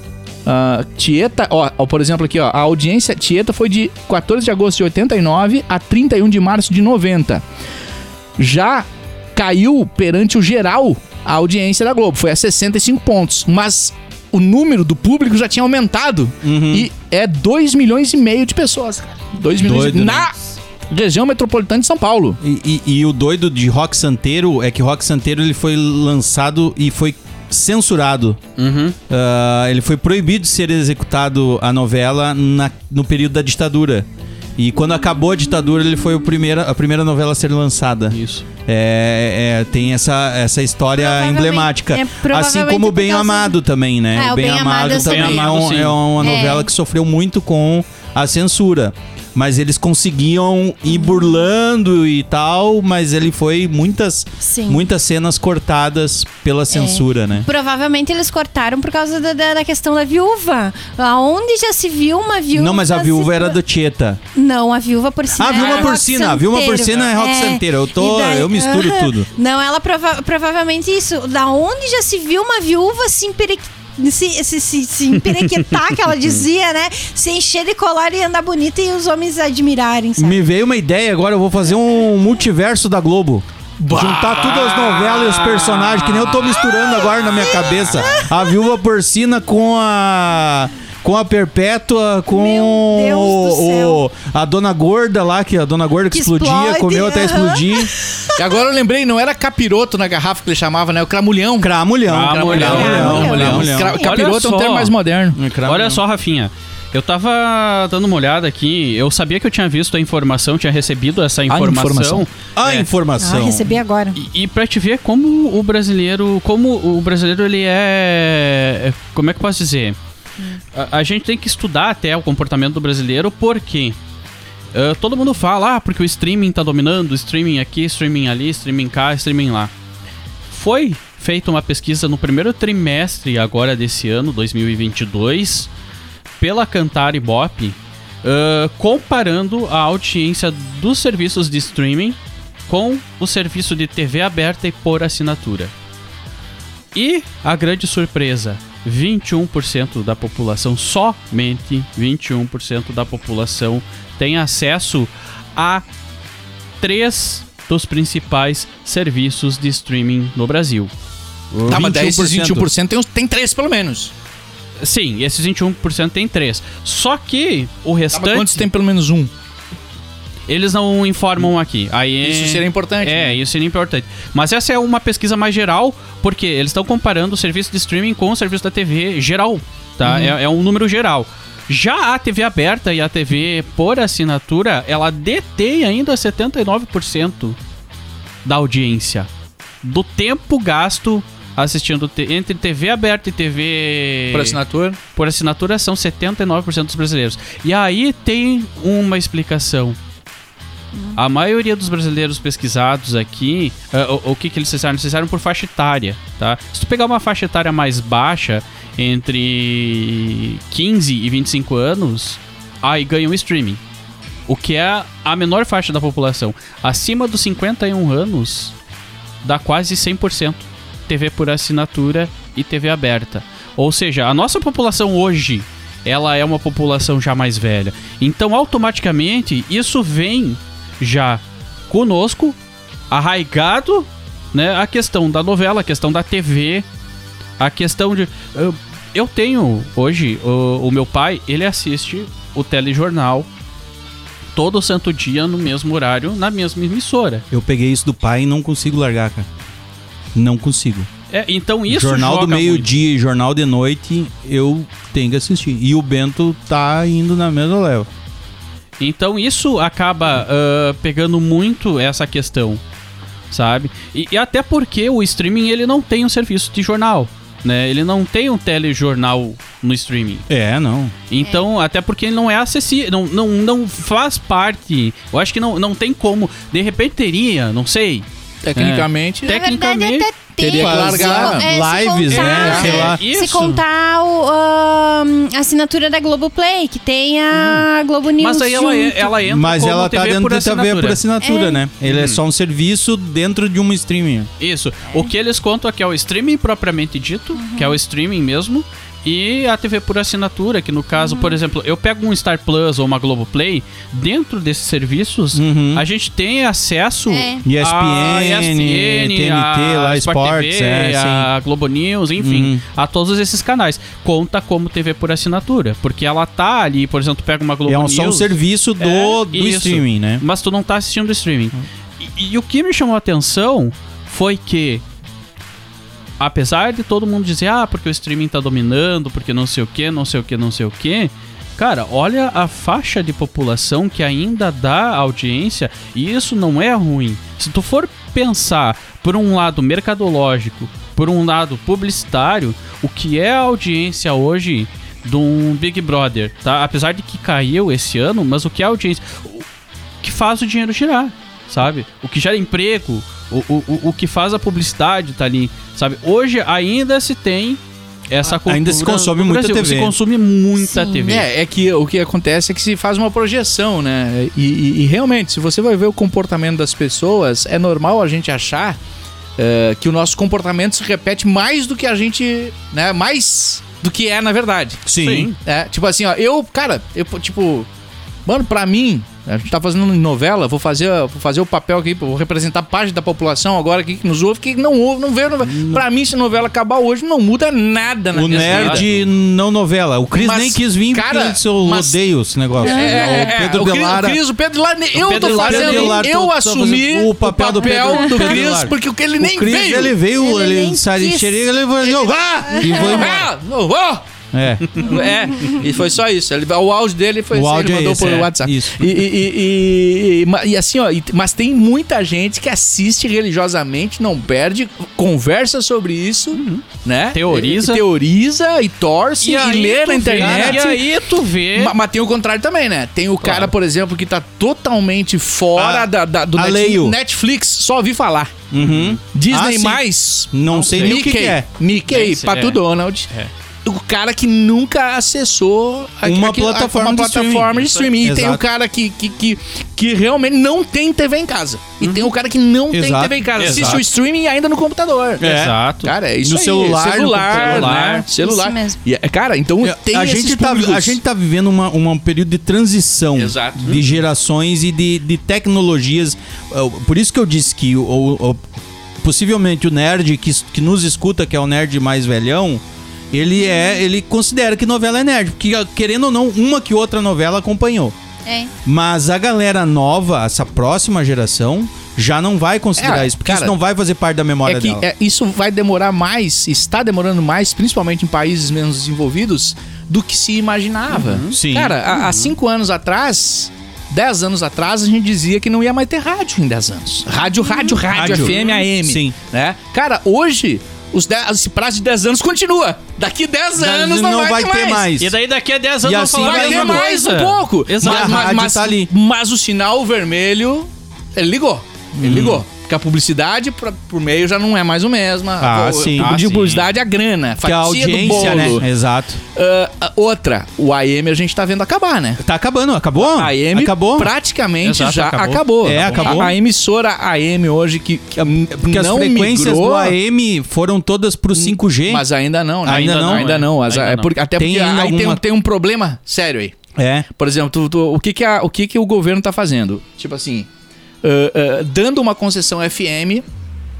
[SPEAKER 1] ah, Tieta, ó, ó, por exemplo, aqui, ó, a audiência Tieta foi de 14 de agosto de 89 a 31 de março de 90. Já caiu perante o geral a audiência da Globo, foi a 65 pontos, mas o número do público já tinha aumentado
[SPEAKER 2] Uhum.
[SPEAKER 1] e é 2 milhões e meio de pessoas. 2 milhões
[SPEAKER 2] Doido, né?
[SPEAKER 1] na região metropolitana de São Paulo.
[SPEAKER 2] E, e- e o doido de Rock Santeiro é que Rock Santeiro ele foi lançado e foi censurado. Ah, ele foi proibido de ser executado a novela na- no período da ditadura. E quando acabou a ditadura, ele foi o primeira, a primeira novela a ser lançada.
[SPEAKER 3] Isso.
[SPEAKER 2] É, é, tem essa, essa história
[SPEAKER 4] Provavelmente-
[SPEAKER 2] emblemática.
[SPEAKER 4] é,
[SPEAKER 2] assim
[SPEAKER 4] provavelmente
[SPEAKER 2] como o
[SPEAKER 4] por
[SPEAKER 2] Bem
[SPEAKER 4] causa-
[SPEAKER 2] Amado também, né?
[SPEAKER 4] É, o Bem Amado
[SPEAKER 2] também
[SPEAKER 4] também.
[SPEAKER 2] é, um-
[SPEAKER 3] Sim.
[SPEAKER 2] é uma
[SPEAKER 4] É.
[SPEAKER 2] novela que sofreu muito com a censura. Mas eles conseguiam ir burlando e tal, mas ele foi muitas,
[SPEAKER 4] Sim. É.
[SPEAKER 2] muitas cenas cortadas pela censura, né?
[SPEAKER 4] Provavelmente eles cortaram por causa da, da- da questão da viúva. Aonde já se viu uma viúva?
[SPEAKER 2] Não, mas a
[SPEAKER 4] se-
[SPEAKER 2] viúva era do Tieta.
[SPEAKER 4] Não, a viúva porcina.
[SPEAKER 2] Ah, viúva
[SPEAKER 4] era rock
[SPEAKER 2] porcina, a viúva
[SPEAKER 4] santeiro.
[SPEAKER 2] porcina é rock santeiro, eu tô-
[SPEAKER 4] E
[SPEAKER 2] eu misturo
[SPEAKER 4] Aham.
[SPEAKER 2] tudo.
[SPEAKER 4] Não, ela prova- provavelmente isso. Da onde já se viu uma viúva se emperequitar? Se, se, se, se emperequitar, que
[SPEAKER 2] [LAUGHS]
[SPEAKER 4] ela dizia, né? Se encher de colar e andar bonita e os homens admirarem, sabe?
[SPEAKER 2] Me veio uma ideia agora, eu vou fazer um multiverso da Globo. Juntar todas as novelas e os personagens, que nem eu tô misturando agora na minha cabeça. A viúva porcina com a. com a Perpétua, com
[SPEAKER 4] Meu Deus do
[SPEAKER 2] o- o- a Dona Gorda lá, que a Dona Gorda que,
[SPEAKER 4] Que
[SPEAKER 2] explodia,
[SPEAKER 4] explode,
[SPEAKER 2] comeu até
[SPEAKER 4] aham.
[SPEAKER 2] explodir.
[SPEAKER 1] E agora eu lembrei, não era capiroto na garrafa que ele chamava, né? O cramulhão.
[SPEAKER 2] Cramulhão.
[SPEAKER 3] Cramulhão,
[SPEAKER 4] cramulhão.
[SPEAKER 1] Cra-
[SPEAKER 3] Olha
[SPEAKER 1] capiroto é um
[SPEAKER 3] só.
[SPEAKER 1] termo mais moderno.
[SPEAKER 2] né?
[SPEAKER 3] Olha só, Rafinha. Eu tava dando uma olhada aqui, eu sabia que eu tinha visto a informação, tinha recebido essa informação.
[SPEAKER 1] informação.
[SPEAKER 2] A
[SPEAKER 4] Ah,
[SPEAKER 2] informação.
[SPEAKER 4] recebi agora.
[SPEAKER 3] E, e pra te ver como o brasileiro. Como o brasileiro ele é. Como é que eu posso dizer? A, a gente tem que estudar até o comportamento do brasileiro, porque todo mundo fala, ah, porque o streaming tá dominando, streaming aqui, streaming ali, streaming cá, streaming lá. Foi feita uma pesquisa no primeiro trimestre agora desse ano, 2022, pela Cantar Ibope, ah, comparando a audiência dos serviços de streaming com o serviço de TV aberta e por assinatura. E a grande surpresa, 21% da população, somente 21% da população tem acesso a três dos principais serviços de streaming no Brasil.
[SPEAKER 1] Tá, mas daí esses 21% tem, uns- tem três pelo menos.
[SPEAKER 3] Sim, esses 21% tem três. Só que o
[SPEAKER 1] Tá, mas quantos
[SPEAKER 3] restante,
[SPEAKER 1] tem pelo menos um?
[SPEAKER 3] eles não informam aqui. Aí
[SPEAKER 1] Isso seria importante.
[SPEAKER 3] É,
[SPEAKER 1] né?
[SPEAKER 3] isso seria importante. Mas essa é uma pesquisa mais geral, porque eles estão comparando o serviço de streaming com o serviço da TV geral,
[SPEAKER 1] Uhum.
[SPEAKER 3] tá? É, é um número geral. Já a TV aberta e a TV por assinatura, ela detém ainda 79% da audiência. Do tempo gasto assistindo te- entre TV aberta e TV
[SPEAKER 1] Por assinatura.
[SPEAKER 3] por assinatura são 79% dos brasileiros. E aí tem uma explicação. A maioria dos brasileiros pesquisados aqui, ah, o, o que, que eles cessaram? Eles cessaram por faixa etária, tá? Se tu pegar uma faixa etária mais baixa, entre 15 e 25 anos, aí ganha o streaming. O que é a menor faixa da população. Acima dos 51 anos, dá quase 100% TV por assinatura e TV aberta. Ou seja, a nossa população hoje, ela é uma população já mais velha. Então, automaticamente, isso vem já conosco, arraigado, né? A questão da novela, a questão da TV, a questão de... Eu, eu tenho, hoje, o, o meu pai, ele assiste o telejornal todo santo dia, no mesmo horário, na mesma emissora.
[SPEAKER 2] Eu peguei isso do pai e não consigo largar, cara. Não consigo.
[SPEAKER 3] É, então isso
[SPEAKER 2] jornal do
[SPEAKER 3] joga muito.
[SPEAKER 2] meio-dia e jornal de noite, eu tenho que assistir. E o Bento tá indo na mesma leva.
[SPEAKER 3] Então isso acaba ah, pegando muito essa questão, sabe? E, e até porque o streaming ele não tem um serviço de jornal, né? Ele não tem um telejornal no streaming.
[SPEAKER 2] É, não.
[SPEAKER 3] Então, até porque ele não é acessível, não, não, não faz parte. Eu acho que não, não tem como. De repente teria, não sei.
[SPEAKER 1] Tecnicamente.
[SPEAKER 3] Tec- Tecnicamente,
[SPEAKER 4] Na verdade, até tem.
[SPEAKER 1] teria que
[SPEAKER 4] Se
[SPEAKER 1] largar
[SPEAKER 4] con-
[SPEAKER 2] lives,
[SPEAKER 4] se contar, é,
[SPEAKER 2] né? Sei
[SPEAKER 1] É,
[SPEAKER 2] lá.
[SPEAKER 4] Se contar o, ahn, a assinatura da Globoplay, que tem um a
[SPEAKER 2] Hum.
[SPEAKER 4] Globo News.
[SPEAKER 3] Mas aí
[SPEAKER 1] é
[SPEAKER 3] ela, é,
[SPEAKER 4] junto.
[SPEAKER 3] ela entra
[SPEAKER 2] Mas
[SPEAKER 3] como
[SPEAKER 2] ela tá
[SPEAKER 3] TV
[SPEAKER 2] dentro
[SPEAKER 3] por
[SPEAKER 2] da TV por
[SPEAKER 3] assinatura.
[SPEAKER 2] assinatura,
[SPEAKER 4] É.
[SPEAKER 2] né? Ele
[SPEAKER 1] Uhum.
[SPEAKER 2] é só um serviço dentro de um streaming.
[SPEAKER 3] Isso. O que eles contam aqui é o streaming propriamente dito, que é o streaming mesmo, e a TV por assinatura, que no caso, por exemplo, eu pego um Star Plus ou uma Globoplay, dentro desses serviços,
[SPEAKER 2] Uhum.
[SPEAKER 3] a gente tem acesso
[SPEAKER 4] É.
[SPEAKER 2] ESPN,
[SPEAKER 3] a ESPN,
[SPEAKER 2] TNT,
[SPEAKER 3] a
[SPEAKER 2] lá,
[SPEAKER 3] Sport
[SPEAKER 2] Sports,
[SPEAKER 3] TV,
[SPEAKER 2] é,
[SPEAKER 3] a Globo News, enfim,
[SPEAKER 2] Uhum.
[SPEAKER 3] a todos esses canais. Conta como TV por assinatura, porque ela tá ali, por exemplo, tu pega uma Globo
[SPEAKER 2] É um,
[SPEAKER 3] News...
[SPEAKER 2] só um serviço do,
[SPEAKER 3] É,
[SPEAKER 2] do
[SPEAKER 3] isso.
[SPEAKER 2] streaming, né?
[SPEAKER 3] Mas tu não tá assistindo o streaming. E, e o que me chamou a atenção foi que, apesar de todo mundo dizer, ah, porque o streaming tá dominando, porque não sei o que, não sei o que, não sei o que. Cara, olha a faixa de população que ainda dá audiência e isso não é ruim. Se tu for pensar por um lado mercadológico, por um lado publicitário, o que é a audiência hoje de um Big Brother, tá? Apesar de que caiu esse ano, mas o que é a audiência? que faz o dinheiro girar, sabe? O que gera emprego, o, o, o- o que faz a publicidade tá ali, sabe? Hoje ainda se tem essa cultura.
[SPEAKER 2] Ainda se consome
[SPEAKER 3] no
[SPEAKER 2] muita
[SPEAKER 3] Brasil.
[SPEAKER 2] TV.
[SPEAKER 3] Se consome muita
[SPEAKER 4] Sim.
[SPEAKER 3] TV.
[SPEAKER 1] É, é que o que acontece é que se faz uma projeção, né? E, e- e realmente, se você vai ver o comportamento das pessoas, é normal a gente achar eh, que o nosso comportamento se repete mais do que a gente, né? Mais do que é na verdade.
[SPEAKER 2] Sim.
[SPEAKER 1] É, tipo assim, ó, eu, cara, eu, tipo, mano, pra mim, A gente tá fazendo novela, vou fazer, vou fazer o papel aqui, vou representar parte da população agora aqui que nos ouve, que não ouve, não vê. Novela. Pra mim, se novela acabar hoje, não muda nada É na
[SPEAKER 2] O
[SPEAKER 1] minha cidade.
[SPEAKER 2] nerd não novela. O Cris
[SPEAKER 1] Mas,
[SPEAKER 2] nem quis vir
[SPEAKER 1] cara,
[SPEAKER 2] porque eu
[SPEAKER 1] mas-
[SPEAKER 2] odeio esse negócio.
[SPEAKER 1] É, é, é,
[SPEAKER 2] o Pedro
[SPEAKER 1] o Cris-
[SPEAKER 2] Delara.
[SPEAKER 1] O Cris, o Pedro Lara, eu
[SPEAKER 3] Pedro
[SPEAKER 1] tô
[SPEAKER 3] Lara-
[SPEAKER 1] fazendo,
[SPEAKER 3] Pedro
[SPEAKER 2] Lara,
[SPEAKER 1] eu
[SPEAKER 2] tô- tô
[SPEAKER 1] assumi
[SPEAKER 2] fazendo
[SPEAKER 1] o papel do,
[SPEAKER 2] Pedro- Pedro
[SPEAKER 1] Cris,
[SPEAKER 2] Lara.
[SPEAKER 1] porque o que ele
[SPEAKER 2] O
[SPEAKER 1] nem
[SPEAKER 2] Cris,
[SPEAKER 1] veio.
[SPEAKER 2] ele veio,
[SPEAKER 4] Ele
[SPEAKER 2] ele,
[SPEAKER 4] nem
[SPEAKER 2] saiu
[SPEAKER 4] quis.
[SPEAKER 2] chega, ele
[SPEAKER 4] [LAUGHS]
[SPEAKER 2] vai jogar! E foi embora.
[SPEAKER 1] Ah, não vou.
[SPEAKER 2] É.
[SPEAKER 1] É, e foi só isso. Ele, o áudio dele foi
[SPEAKER 2] O
[SPEAKER 1] esse,
[SPEAKER 2] áudio
[SPEAKER 1] ele
[SPEAKER 2] é
[SPEAKER 1] mandou
[SPEAKER 2] esse,
[SPEAKER 1] por
[SPEAKER 2] é,
[SPEAKER 1] WhatsApp.
[SPEAKER 2] isso.
[SPEAKER 1] E, e- e- e- ma- e assim, ó, e- mas tem muita gente que assiste religiosamente, não perde, conversa sobre isso,
[SPEAKER 2] Uhum.
[SPEAKER 1] né? E,
[SPEAKER 3] Teoriza.
[SPEAKER 1] teoriza e torce e,
[SPEAKER 3] aí
[SPEAKER 1] lê
[SPEAKER 3] tu
[SPEAKER 1] na
[SPEAKER 3] vê- né?
[SPEAKER 1] internet.
[SPEAKER 3] E aí é. tu vê.
[SPEAKER 1] Ma- Mas tem o contrário também, né? Tem o cara, por exemplo, que tá totalmente fora
[SPEAKER 2] Ah,
[SPEAKER 1] da, da- do net-
[SPEAKER 2] alheio.
[SPEAKER 1] Netflix, só ouvi falar.
[SPEAKER 2] Uhum. Ah,
[SPEAKER 1] Disney
[SPEAKER 2] sim.
[SPEAKER 1] mais.
[SPEAKER 2] Não sei nem o que, que é.
[SPEAKER 1] Mickey,
[SPEAKER 3] Esse, é.
[SPEAKER 1] Pato Donald.
[SPEAKER 3] É.
[SPEAKER 1] O cara que nunca acessou a-
[SPEAKER 2] Uma
[SPEAKER 1] aquilo-
[SPEAKER 2] plataforma
[SPEAKER 1] uma
[SPEAKER 2] de
[SPEAKER 1] plataforma de streaming.
[SPEAKER 2] streaming.
[SPEAKER 1] E
[SPEAKER 2] Exato.
[SPEAKER 1] tem o cara que, que, que, que realmente não tem TV em casa. E tem o cara que não tem
[SPEAKER 2] Uhum. Exato.
[SPEAKER 1] TV em casa. Assiste
[SPEAKER 3] Exato.
[SPEAKER 1] o streaming ainda no computador.
[SPEAKER 2] É.
[SPEAKER 3] Exato.
[SPEAKER 1] Cara, é isso
[SPEAKER 2] No
[SPEAKER 1] aí.
[SPEAKER 2] celular, no
[SPEAKER 1] celular,
[SPEAKER 3] computador.
[SPEAKER 1] né? celular.
[SPEAKER 4] Isso mesmo.
[SPEAKER 1] E é- cara, então tem
[SPEAKER 2] a,
[SPEAKER 1] esses
[SPEAKER 2] gente tá,
[SPEAKER 1] públicos.
[SPEAKER 2] a gente tá vivendo uma, uma- um período de transição
[SPEAKER 1] Exato.
[SPEAKER 2] de gerações e de, de tecnologias. Eh, Por isso que eu disse que o, o- o- possivelmente o nerd que, es- que nos escuta, que é o nerd mais velhão, ele é. ele considera que novela é nerd. Porque, querendo ou não, uma que outra novela acompanhou.
[SPEAKER 4] É.
[SPEAKER 2] Mas a galera nova, essa próxima geração, já não vai considerar
[SPEAKER 1] É,
[SPEAKER 2] isso, porque
[SPEAKER 1] cara,
[SPEAKER 2] isso não vai fazer parte da memória
[SPEAKER 1] é que
[SPEAKER 2] dela.
[SPEAKER 1] é, isso vai demorar mais, está demorando mais, principalmente em países menos desenvolvidos, do que se imaginava.
[SPEAKER 2] sim.
[SPEAKER 1] Cara, há- há cinco anos atrás. dez anos atrás, a gente dizia que não ia mais ter rádio em dez anos. Rádio, rádio, Uhum. rádio,
[SPEAKER 2] Rádio.
[SPEAKER 1] FM, AM.
[SPEAKER 2] Sim.
[SPEAKER 1] Né? Cara, hoje, os dez- esse prazo de 10 anos continua. Daqui 10 anos não, vai, ter mais.
[SPEAKER 3] E daí daqui a 10 anos
[SPEAKER 2] E
[SPEAKER 3] eu
[SPEAKER 2] assim
[SPEAKER 3] vou falar
[SPEAKER 1] Vai
[SPEAKER 3] a
[SPEAKER 1] ter
[SPEAKER 3] mesma
[SPEAKER 1] mais um
[SPEAKER 3] coisa.
[SPEAKER 1] pouco.
[SPEAKER 3] Exato.
[SPEAKER 1] Mas,
[SPEAKER 2] A
[SPEAKER 1] mas,
[SPEAKER 2] rádio
[SPEAKER 1] mas,
[SPEAKER 2] tá ali.
[SPEAKER 1] mas o sinal vermelho, ele ligou.
[SPEAKER 2] Hum.
[SPEAKER 1] Ele ligou. Porque a publicidade pra, por meio já não é mais o mesmo.
[SPEAKER 2] Ah,
[SPEAKER 1] o,
[SPEAKER 2] sim.
[SPEAKER 1] O
[SPEAKER 2] Ah,
[SPEAKER 1] de
[SPEAKER 2] sim.
[SPEAKER 1] publicidade é a grana,
[SPEAKER 2] Que
[SPEAKER 1] fatia
[SPEAKER 2] a audiência,
[SPEAKER 1] do bolo.
[SPEAKER 2] né? Exato.
[SPEAKER 1] Ah, ah, outra, o AM a gente tá vendo acabar, né?
[SPEAKER 2] Tá acabando, acabou?
[SPEAKER 1] A AM
[SPEAKER 2] acabou?
[SPEAKER 1] praticamente
[SPEAKER 3] Exato,
[SPEAKER 1] já acabou.
[SPEAKER 3] acabou.
[SPEAKER 2] É, acabou.
[SPEAKER 1] A, a emissora AM hoje que, que
[SPEAKER 2] Porque
[SPEAKER 1] não
[SPEAKER 2] as frequências
[SPEAKER 1] migrou, Hum,
[SPEAKER 2] do AM foram todas pro 5G.
[SPEAKER 1] mas ainda não, né?
[SPEAKER 2] Ainda não,
[SPEAKER 1] ainda
[SPEAKER 3] é.
[SPEAKER 1] não. As-
[SPEAKER 3] Ainda
[SPEAKER 1] é
[SPEAKER 3] não.
[SPEAKER 1] porque- até
[SPEAKER 2] Tem
[SPEAKER 1] porque
[SPEAKER 2] ainda
[SPEAKER 1] aí tem, um-
[SPEAKER 2] alguma-
[SPEAKER 1] tem um problema sério aí.
[SPEAKER 2] É.
[SPEAKER 1] Por exemplo, tu- tu- o, que que a- o que que o governo tá fazendo? Tipo assim, ah, ah, dando uma concessão FM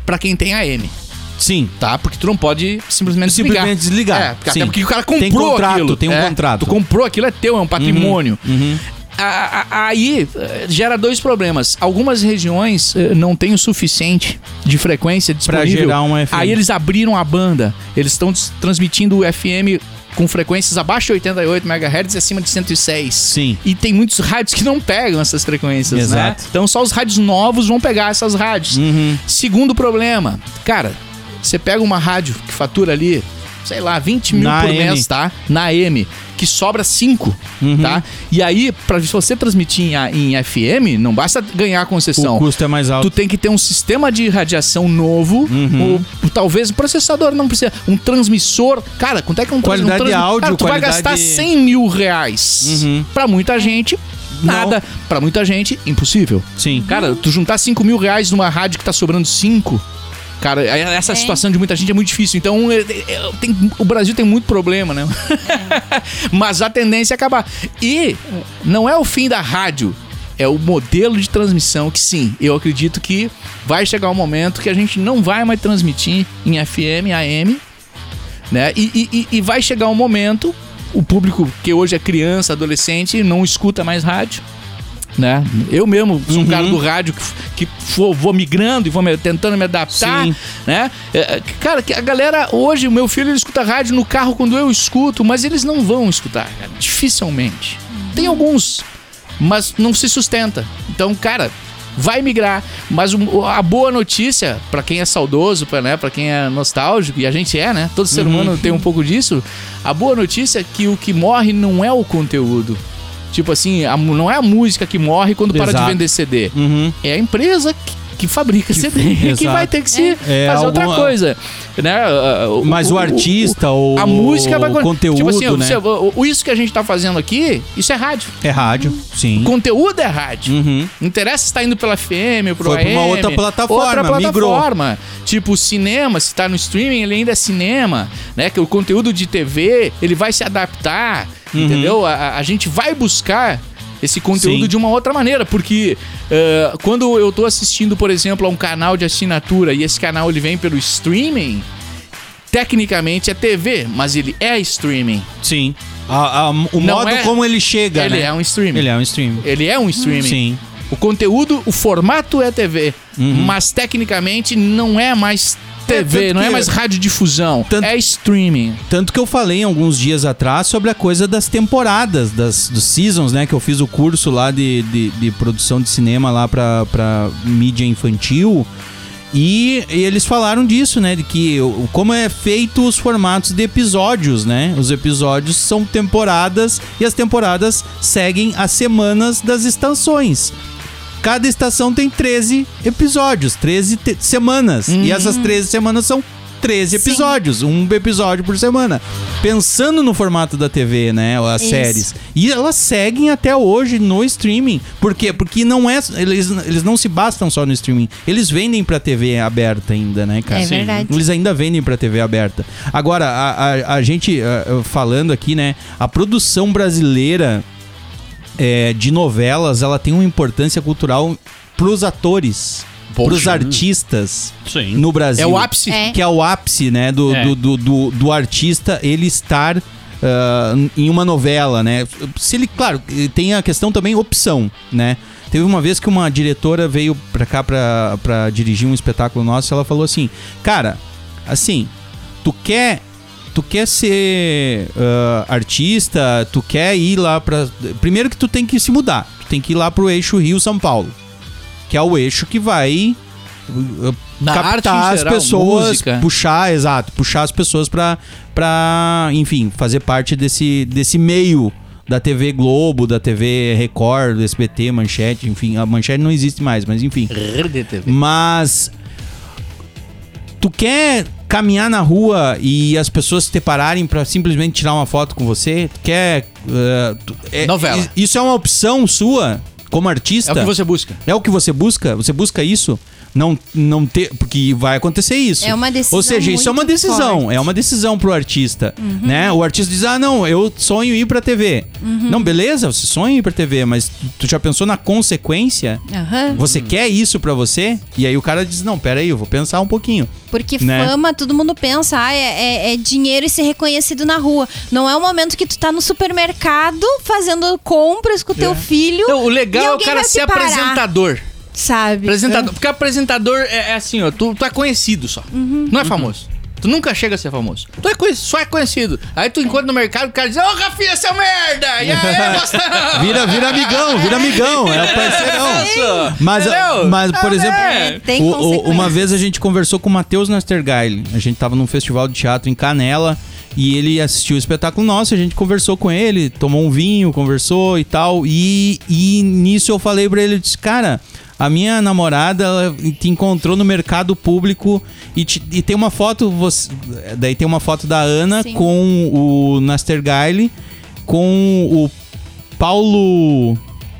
[SPEAKER 1] pra quem tem AM,
[SPEAKER 2] Sim.
[SPEAKER 1] tá? Porque tu não pode simplesmente desligar.
[SPEAKER 2] Simplesmente desligar.
[SPEAKER 1] É, porque, até
[SPEAKER 2] Sim.
[SPEAKER 1] porque o cara comprou
[SPEAKER 2] Tem contrato,
[SPEAKER 1] aquilo.
[SPEAKER 2] tem um
[SPEAKER 1] É,
[SPEAKER 2] contrato.
[SPEAKER 1] Tu comprou aquilo, é teu, é um patrimônio.
[SPEAKER 2] Uhum.
[SPEAKER 1] A- a- aí eh, gera dois problemas. Algumas regiões eh, não têm o suficiente de frequência disponível.
[SPEAKER 2] gerar um FM.
[SPEAKER 1] Aí eles abriram a banda. Eles estão s- transmitindo o FM com frequências abaixo de 88 MHz e acima de 106.
[SPEAKER 2] Sim.
[SPEAKER 1] E tem muitos rádios que não pegam essas frequências, né?
[SPEAKER 2] Exato.
[SPEAKER 1] Então só os rádios novos vão pegar essas rádios.
[SPEAKER 2] Uhum.
[SPEAKER 1] Segundo problema, cara, você pega uma rádio que fatura ali, sei lá, 20 mil
[SPEAKER 2] Na
[SPEAKER 1] por
[SPEAKER 2] AM.
[SPEAKER 1] mês, tá? Na AM, que sobra 5,
[SPEAKER 2] Uhum.
[SPEAKER 1] tá? E aí, pra você transmitir em, A- em FM, não basta ganhar a concessão.
[SPEAKER 2] O custo é mais
[SPEAKER 1] Tu
[SPEAKER 2] alto.
[SPEAKER 1] tem que ter um sistema de radiação novo,
[SPEAKER 2] Uhum.
[SPEAKER 1] ou, ou talvez um processador, não precisa, um transmissor. Cara, quanto é que é um trans-
[SPEAKER 2] Qualidade
[SPEAKER 1] um
[SPEAKER 2] de áudio,
[SPEAKER 1] Cara, tu vai
[SPEAKER 2] qualidade-
[SPEAKER 1] gastar 100 mil reais.
[SPEAKER 2] Uhum.
[SPEAKER 1] Pra muita gente, nada. Pra muita gente, impossível.
[SPEAKER 2] Sim.
[SPEAKER 1] Cara, tu juntar 5 mil reais numa rádio que tá sobrando 5. Cara, aí essa situação de muita gente é muito difícil. Então, é, é, tem- o Brasil tem muito problema, né? [LAUGHS] Mas a tendência é acabar. E não é o fim da rádio. É o modelo de transmissão que, sim, eu acredito que vai chegar um momento que a gente não vai mais transmitir em FM, AM, né? E, e- e- e vai chegar um momento, o público que hoje é criança, adolescente, não escuta mais rádio. Né? Eu mesmo sou um cara do rádio que, f- que vou, vou migrando e vou me- tentando me adaptar.
[SPEAKER 2] Sim.
[SPEAKER 1] Né? É, é, Cara, que a galera hoje, o meu filho ele escuta rádio no carro quando eu escuto, mas eles não vão escutar, cara, dificilmente. Tem alguns, mas não se sustenta. Então, cara, vai migrar. Mas o- a boa notícia, pra quem é saudoso, pra, né, pra quem é nostálgico, e a gente é, né? Todo
[SPEAKER 2] Uhum.
[SPEAKER 1] ser humano tem um pouco disso. A boa notícia é que o que morre não é o conteúdo. Tipo assim, a mu- não é a música que morre quando para de
[SPEAKER 2] Exato.
[SPEAKER 1] vender CD.
[SPEAKER 2] Uhum.
[SPEAKER 1] É a empresa que, que fabrica CD, [LAUGHS] que
[SPEAKER 2] exato.
[SPEAKER 1] vai ter que se
[SPEAKER 2] É
[SPEAKER 1] fazer outra
[SPEAKER 2] alguma-
[SPEAKER 1] coisa. Né? Ah,
[SPEAKER 2] Mas o artista, o,
[SPEAKER 1] a música vai
[SPEAKER 2] o conteúdo,
[SPEAKER 1] tipo assim,
[SPEAKER 2] né?
[SPEAKER 1] você- o- o- isso que a gente tá fazendo aqui, isso é rádio.
[SPEAKER 2] É rádio, sim.
[SPEAKER 1] Conteúdo é rádio.
[SPEAKER 2] Uhum.
[SPEAKER 1] Não interessa se tá indo pela FM ou pro
[SPEAKER 2] Foi pra uma
[SPEAKER 1] AM,
[SPEAKER 2] outra plataforma,
[SPEAKER 1] outra
[SPEAKER 2] migrou.
[SPEAKER 1] plataforma. Tipo, o cinema, se tá no streaming, ele ainda é cinema, né? Que o
[SPEAKER 2] Uhum.
[SPEAKER 1] conteúdo de TV, ele vai se adaptar, entendeu? A, a- a gente vai buscar esse conteúdo
[SPEAKER 2] Sim.
[SPEAKER 1] de uma outra maneira, porque eh, quando eu tô assistindo, por exemplo, a um canal de assinatura e esse canal ele vem pelo streaming, tecnicamente é TV, mas ele é streaming.
[SPEAKER 2] Sim. A- a- o
[SPEAKER 1] Não
[SPEAKER 2] modo
[SPEAKER 1] é-
[SPEAKER 2] como ele chega,
[SPEAKER 1] ele
[SPEAKER 2] né?
[SPEAKER 1] é um streaming.
[SPEAKER 2] Ele é um stream.
[SPEAKER 1] Ele é um streaming.
[SPEAKER 2] Sim.
[SPEAKER 1] O conteúdo, o formato é TV, mas tecnicamente não é mais TV,
[SPEAKER 2] tanto
[SPEAKER 1] não é
[SPEAKER 2] que-
[SPEAKER 1] mais radiodifusão,
[SPEAKER 2] tanto-
[SPEAKER 1] é streaming.
[SPEAKER 2] Tanto que eu falei alguns dias atrás sobre a coisa das temporadas, das, dos seasons, né? Que eu fiz o curso lá de, de, de produção de cinema lá pra, pra mídia infantil. E eles falaram disso, né? De que o- como é feito os formatos de episódios, né? Os episódios são temporadas e as temporadas seguem as semanas das estações. Cada estação tem 13 episódios, 13 te- semanas. E essas 13 semanas são 13
[SPEAKER 4] Uhum. Sim.
[SPEAKER 2] episódios, um episódio por semana. Pensando no formato da TV, né? As
[SPEAKER 4] Isso.
[SPEAKER 2] séries. E elas seguem até hoje no streaming. Por quê? Porque não é. Eles, eles não se bastam só no streaming. Eles vendem pra TV aberta ainda, né, cara?
[SPEAKER 4] É Sim. verdade.
[SPEAKER 2] Eles ainda vendem pra TV aberta. Agora, a, a, a gente ah, ah, falando aqui, né? A produção brasileira é, de novelas, ela tem uma importância cultural pros atores, pros
[SPEAKER 1] Poxa. né?
[SPEAKER 2] artistas
[SPEAKER 3] Sim.
[SPEAKER 2] no Brasil.
[SPEAKER 1] É o ápice.
[SPEAKER 4] É.
[SPEAKER 2] Que é o ápice, né, do,
[SPEAKER 3] É.
[SPEAKER 2] do, do, do- do artista ele estar ah, em uma novela, né? Se ele, claro, tem a questão também opção, né? Teve uma vez que uma diretora veio pra cá pra, pra dirigir um espetáculo nosso e ela falou assim, cara, assim, tu quer tu quer ser ah, artista, tu quer ir lá pra... Primeiro que tu tem que se mudar, tu tem que ir lá pro eixo Rio-São Paulo, que é o eixo que vai ah,
[SPEAKER 1] Na
[SPEAKER 2] captar
[SPEAKER 1] arte em
[SPEAKER 2] as
[SPEAKER 1] geral,
[SPEAKER 2] pessoas,
[SPEAKER 1] música.
[SPEAKER 2] puxar, exato, puxar as pessoas pra, pra enfim, fazer parte desse, desse meio da TV Globo, da TV Record, do SBT, Manchete, enfim, a Manchete não existe mais, mas enfim. Mas tu quer caminhar na rua e as pessoas te pararem pra simplesmente tirar uma foto com você? Tu quer eh, tu- é-
[SPEAKER 1] Novela.
[SPEAKER 2] i- Isso é uma opção sua como artista?
[SPEAKER 1] É o que você busca.
[SPEAKER 2] É o que você busca? Você busca isso? Não, não ter. Porque vai acontecer isso.
[SPEAKER 4] É uma decisão
[SPEAKER 2] Ou seja, isso é uma
[SPEAKER 4] muito
[SPEAKER 2] decisão.
[SPEAKER 4] forte. Uhum.
[SPEAKER 2] É uma decisão pro artista. Né? O artista diz: ah, não, eu sonho ir pra TV.
[SPEAKER 4] Uhum.
[SPEAKER 2] Não, beleza, você sonha ir pra TV, mas tu já pensou na consequência?
[SPEAKER 1] é-
[SPEAKER 4] Aham.
[SPEAKER 2] Você quer isso pra você? E aí o cara diz: não, peraí, eu vou pensar um pouquinho.
[SPEAKER 4] Porque
[SPEAKER 2] Né?
[SPEAKER 4] fama, todo mundo pensa, ah, é, é- é dinheiro e ser reconhecido na rua. Não é o momento que tu tá no supermercado fazendo compras com o
[SPEAKER 2] É.
[SPEAKER 4] teu filho.
[SPEAKER 1] Não, o legal
[SPEAKER 4] e
[SPEAKER 1] é o
[SPEAKER 4] alguém
[SPEAKER 1] cara
[SPEAKER 4] vai te
[SPEAKER 1] ser
[SPEAKER 4] parar,
[SPEAKER 1] apresentador.
[SPEAKER 4] Sabe?
[SPEAKER 1] Apresentador. Porque apresentador é, é assim, ó. Tu, tu é conhecido só.
[SPEAKER 4] Uhum.
[SPEAKER 1] Não é famoso. Tu nunca chega a ser famoso. Tu é conhecido, só é conhecido. Aí tu encontra no mercado, o cara diz, ô Rafinha, seu merda! E aí, é [LAUGHS] gostão?
[SPEAKER 2] Vira, vira amigão, vira amigão. É o
[SPEAKER 4] [LAUGHS]
[SPEAKER 2] parceirão.
[SPEAKER 1] Isso.
[SPEAKER 2] Mas,
[SPEAKER 1] Entendeu?
[SPEAKER 2] mas por
[SPEAKER 1] É,
[SPEAKER 2] exemplo,
[SPEAKER 4] É, tem
[SPEAKER 2] o- o-
[SPEAKER 4] consequência.
[SPEAKER 2] uma vez a gente conversou com o Matheus Nastergail. A gente tava num festival de teatro em Canela e ele assistiu o espetáculo nosso, a gente conversou com ele, tomou um vinho, conversou e tal. E, e nisso eu falei pra ele, eu disse, cara, a minha namorada ela te encontrou no mercado público e, te- e tem uma foto, você- daí tem uma foto da Ana
[SPEAKER 4] Sim.
[SPEAKER 2] com o Nastergail, com o Paulo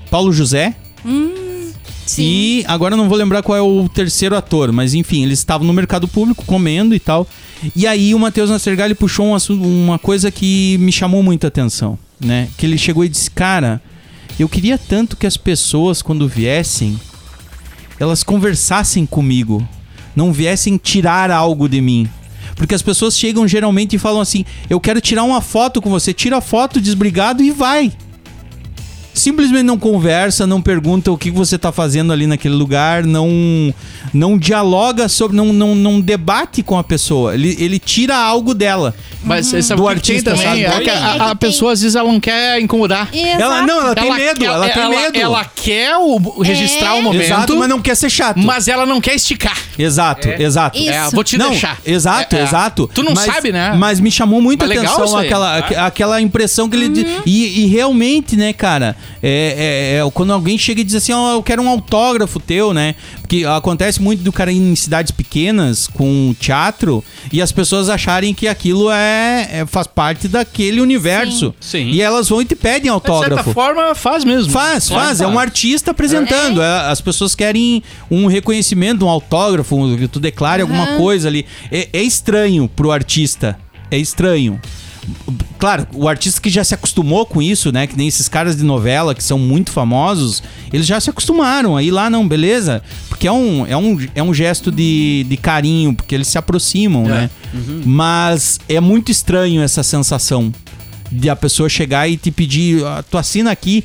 [SPEAKER 2] Paulo José.
[SPEAKER 4] Sim.
[SPEAKER 2] E agora eu não vou lembrar qual é o terceiro ator, mas enfim, eles estavam no mercado público comendo e tal. E aí o Matheus Nastergalli puxou um assunto, uma coisa que me chamou muita atenção, né? Que ele chegou e disse: "Cara, eu queria tanto que as pessoas quando viessem, elas conversassem comigo, não viessem tirar algo de mim." Porque as pessoas chegam geralmente e falam assim: "Eu quero tirar uma foto com você, tira a foto, desbrigado e vai." simplesmente não conversa, não pergunta o que você tá fazendo ali naquele lugar, não não dialoga sobre, não, não, não debate com a pessoa. Ele, ele tira algo dela.
[SPEAKER 1] Mas sabe
[SPEAKER 2] Do
[SPEAKER 1] o que que tem
[SPEAKER 2] artista,
[SPEAKER 1] também?
[SPEAKER 2] sabe?
[SPEAKER 1] É que
[SPEAKER 4] É que
[SPEAKER 1] a, a
[SPEAKER 4] tem.
[SPEAKER 1] pessoa, às vezes, ela não quer incomodar.
[SPEAKER 4] Exato.
[SPEAKER 2] É. Ela não, ela, tem medo,
[SPEAKER 1] quer- é,
[SPEAKER 2] ela, tem medo.
[SPEAKER 1] Ela quer o- registrar
[SPEAKER 4] É.
[SPEAKER 1] o momento,
[SPEAKER 2] Exato, mas
[SPEAKER 1] mas,
[SPEAKER 2] não quer ser chato.
[SPEAKER 1] ela não quer esticar.
[SPEAKER 2] Exato, exato.
[SPEAKER 4] Isso.
[SPEAKER 1] É, vou te
[SPEAKER 2] não,
[SPEAKER 1] deixar.
[SPEAKER 2] Exato,
[SPEAKER 1] É, é.
[SPEAKER 2] exato.
[SPEAKER 1] Tu não
[SPEAKER 2] Mas-
[SPEAKER 1] sabe, né?
[SPEAKER 2] Mas me chamou muito a
[SPEAKER 1] Mas legal
[SPEAKER 2] atenção
[SPEAKER 1] isso aí.
[SPEAKER 2] aquela, aque- aquela impressão que ele. de- E, e realmente, né, cara? É, é- é quando alguém chega e diz assim: Ó, eu quero um autógrafo teu, né? Porque acontece muito do cara ir em cidades pequenas com um teatro e as pessoas acharem que aquilo é, é- faz parte daquele universo.
[SPEAKER 3] Sim.
[SPEAKER 2] E elas vão e te pedem
[SPEAKER 1] De certa
[SPEAKER 2] autógrafo.
[SPEAKER 1] forma, faz mesmo.
[SPEAKER 2] Faz, faz. É um artista apresentando. É, As pessoas querem um reconhecimento, um autógrafo, um- que tu declare alguma coisa ali. É, é estranho pro artista. É estranho. claro, o artista que já se acostumou com isso, né? Que nem esses caras de novela que são muito famosos, eles já se acostumaram. Aí lá não, beleza? Porque é um, é um, é um gesto de, de carinho, porque eles se aproximam, né? Mas é muito estranho essa sensação de a pessoa chegar e te pedir, "Ah, tu assina aqui.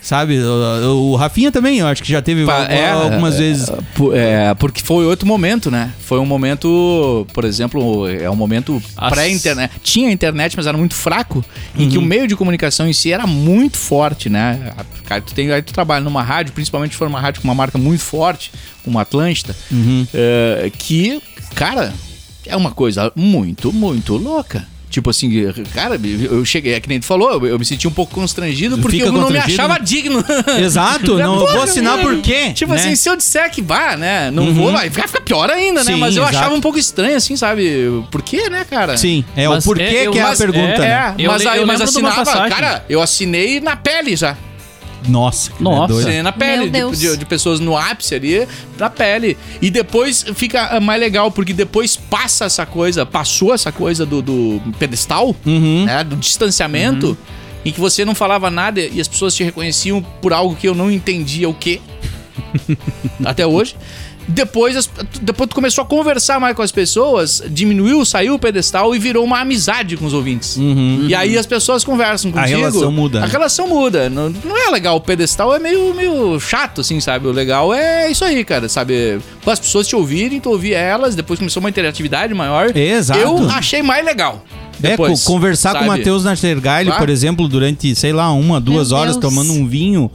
[SPEAKER 2] Sabe? O, o Rafinha também, eu acho que já teve
[SPEAKER 1] Pa-
[SPEAKER 2] al- algumas
[SPEAKER 1] é,
[SPEAKER 2] vezes.
[SPEAKER 1] pu- é, porque foi outro momento, né? Foi um momento, por exemplo, é um momento
[SPEAKER 3] As-
[SPEAKER 1] pré-internet. Tinha internet, mas era muito fraco, em que o meio de comunicação em si era muito forte, né? Cara, tu tem, aí tu trabalha numa rádio, principalmente se for uma rádio com uma marca muito forte, como a Atlântida, é, que, cara, é uma coisa muito, muito louca. Tipo assim, cara, eu cheguei, é que nem tu falou, eu, eu me senti um pouco constrangido porque
[SPEAKER 2] Fica
[SPEAKER 1] eu não me
[SPEAKER 2] constrangido,
[SPEAKER 1] achava
[SPEAKER 2] né?
[SPEAKER 1] digno.
[SPEAKER 2] Exato, não
[SPEAKER 1] Porra,
[SPEAKER 2] vou assinar
[SPEAKER 1] mano.
[SPEAKER 2] por quê?
[SPEAKER 1] Tipo
[SPEAKER 2] né? Uhum.
[SPEAKER 1] assim, se eu disser que vá, né? Não vou, vai ficar, fica pior ainda, né?
[SPEAKER 2] Sim,
[SPEAKER 1] Mas eu
[SPEAKER 2] exato.
[SPEAKER 1] achava um pouco estranho, assim, sabe? Por quê, né, cara?
[SPEAKER 2] Sim, é
[SPEAKER 3] Mas
[SPEAKER 2] o porquê
[SPEAKER 3] é, eu-
[SPEAKER 2] que é a
[SPEAKER 3] mas-
[SPEAKER 2] pergunta.
[SPEAKER 1] É,
[SPEAKER 2] né?
[SPEAKER 3] Eu
[SPEAKER 1] mas,
[SPEAKER 3] le-
[SPEAKER 1] aí-
[SPEAKER 3] eu
[SPEAKER 1] mas
[SPEAKER 3] lembro de uma
[SPEAKER 1] assinava,
[SPEAKER 3] passagem.
[SPEAKER 1] cara, eu assinei na pele já.
[SPEAKER 2] Nossa, que
[SPEAKER 3] Nossa.
[SPEAKER 2] doido.
[SPEAKER 1] Assinei na pele,
[SPEAKER 4] Meu
[SPEAKER 1] de,
[SPEAKER 4] Deus.
[SPEAKER 1] de- de pessoas no ápice ali, na pele. E depois fica ah, mais legal, porque depois passa essa coisa, passou essa coisa do, do pedestal,
[SPEAKER 2] Uhum.
[SPEAKER 1] né? Do distanciamento, em que você não falava nada e as pessoas te reconheciam por algo que eu não entendia o
[SPEAKER 2] [LAUGHS]
[SPEAKER 1] quê. até hoje. Depois, as- tu- depois tu começou a conversar mais com as pessoas, diminuiu, saiu o pedestal e virou uma amizade com os ouvintes. E aí as pessoas conversam contigo.
[SPEAKER 2] Uhum. relação muda,
[SPEAKER 1] A
[SPEAKER 2] né?
[SPEAKER 1] relação muda. Não, não é legal. O pedestal é meio, meio chato, assim, sabe? O legal é isso aí, cara, sabe? As pessoas te ouvirem, tu ouvir elas, depois começou uma interatividade maior.
[SPEAKER 2] Exato.
[SPEAKER 1] Eu achei mais legal.
[SPEAKER 2] É,
[SPEAKER 1] Depois,
[SPEAKER 2] co- conversar com o
[SPEAKER 1] sabe?
[SPEAKER 2] Matheus Nastergalho,
[SPEAKER 1] Claro.
[SPEAKER 2] por exemplo, durante, sei lá, uma, duas
[SPEAKER 4] Meu
[SPEAKER 2] horas
[SPEAKER 4] Deus.
[SPEAKER 2] tomando um vinho,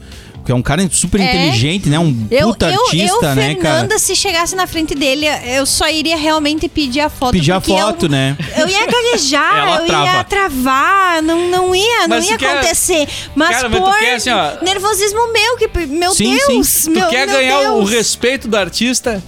[SPEAKER 2] que é um cara super
[SPEAKER 4] É.
[SPEAKER 2] inteligente, né? Um
[SPEAKER 4] Eu,
[SPEAKER 2] puta
[SPEAKER 4] eu,
[SPEAKER 2] artista,
[SPEAKER 4] eu,
[SPEAKER 2] né,
[SPEAKER 4] Fernanda,
[SPEAKER 2] cara?
[SPEAKER 4] se chegasse na frente dele, eu só iria realmente pedir a foto.
[SPEAKER 2] Pedir a
[SPEAKER 4] porque é um eu- [LAUGHS]
[SPEAKER 2] foto, né?
[SPEAKER 4] Eu ia gaguejar,
[SPEAKER 3] Ela
[SPEAKER 4] eu
[SPEAKER 3] trava.
[SPEAKER 4] ia travar, não, não ia, não
[SPEAKER 1] Mas tu
[SPEAKER 4] ia
[SPEAKER 1] quer-
[SPEAKER 4] acontecer. Mas
[SPEAKER 1] Cara, mas
[SPEAKER 4] por
[SPEAKER 1] tu quer, assim, ó-
[SPEAKER 4] nervosismo meu, que meu
[SPEAKER 2] Sim,
[SPEAKER 4] Deus,
[SPEAKER 2] sim.
[SPEAKER 1] Tu
[SPEAKER 4] meu,
[SPEAKER 1] quer
[SPEAKER 4] meu
[SPEAKER 1] ganhar o
[SPEAKER 4] Deus. É-
[SPEAKER 1] respeito do artista?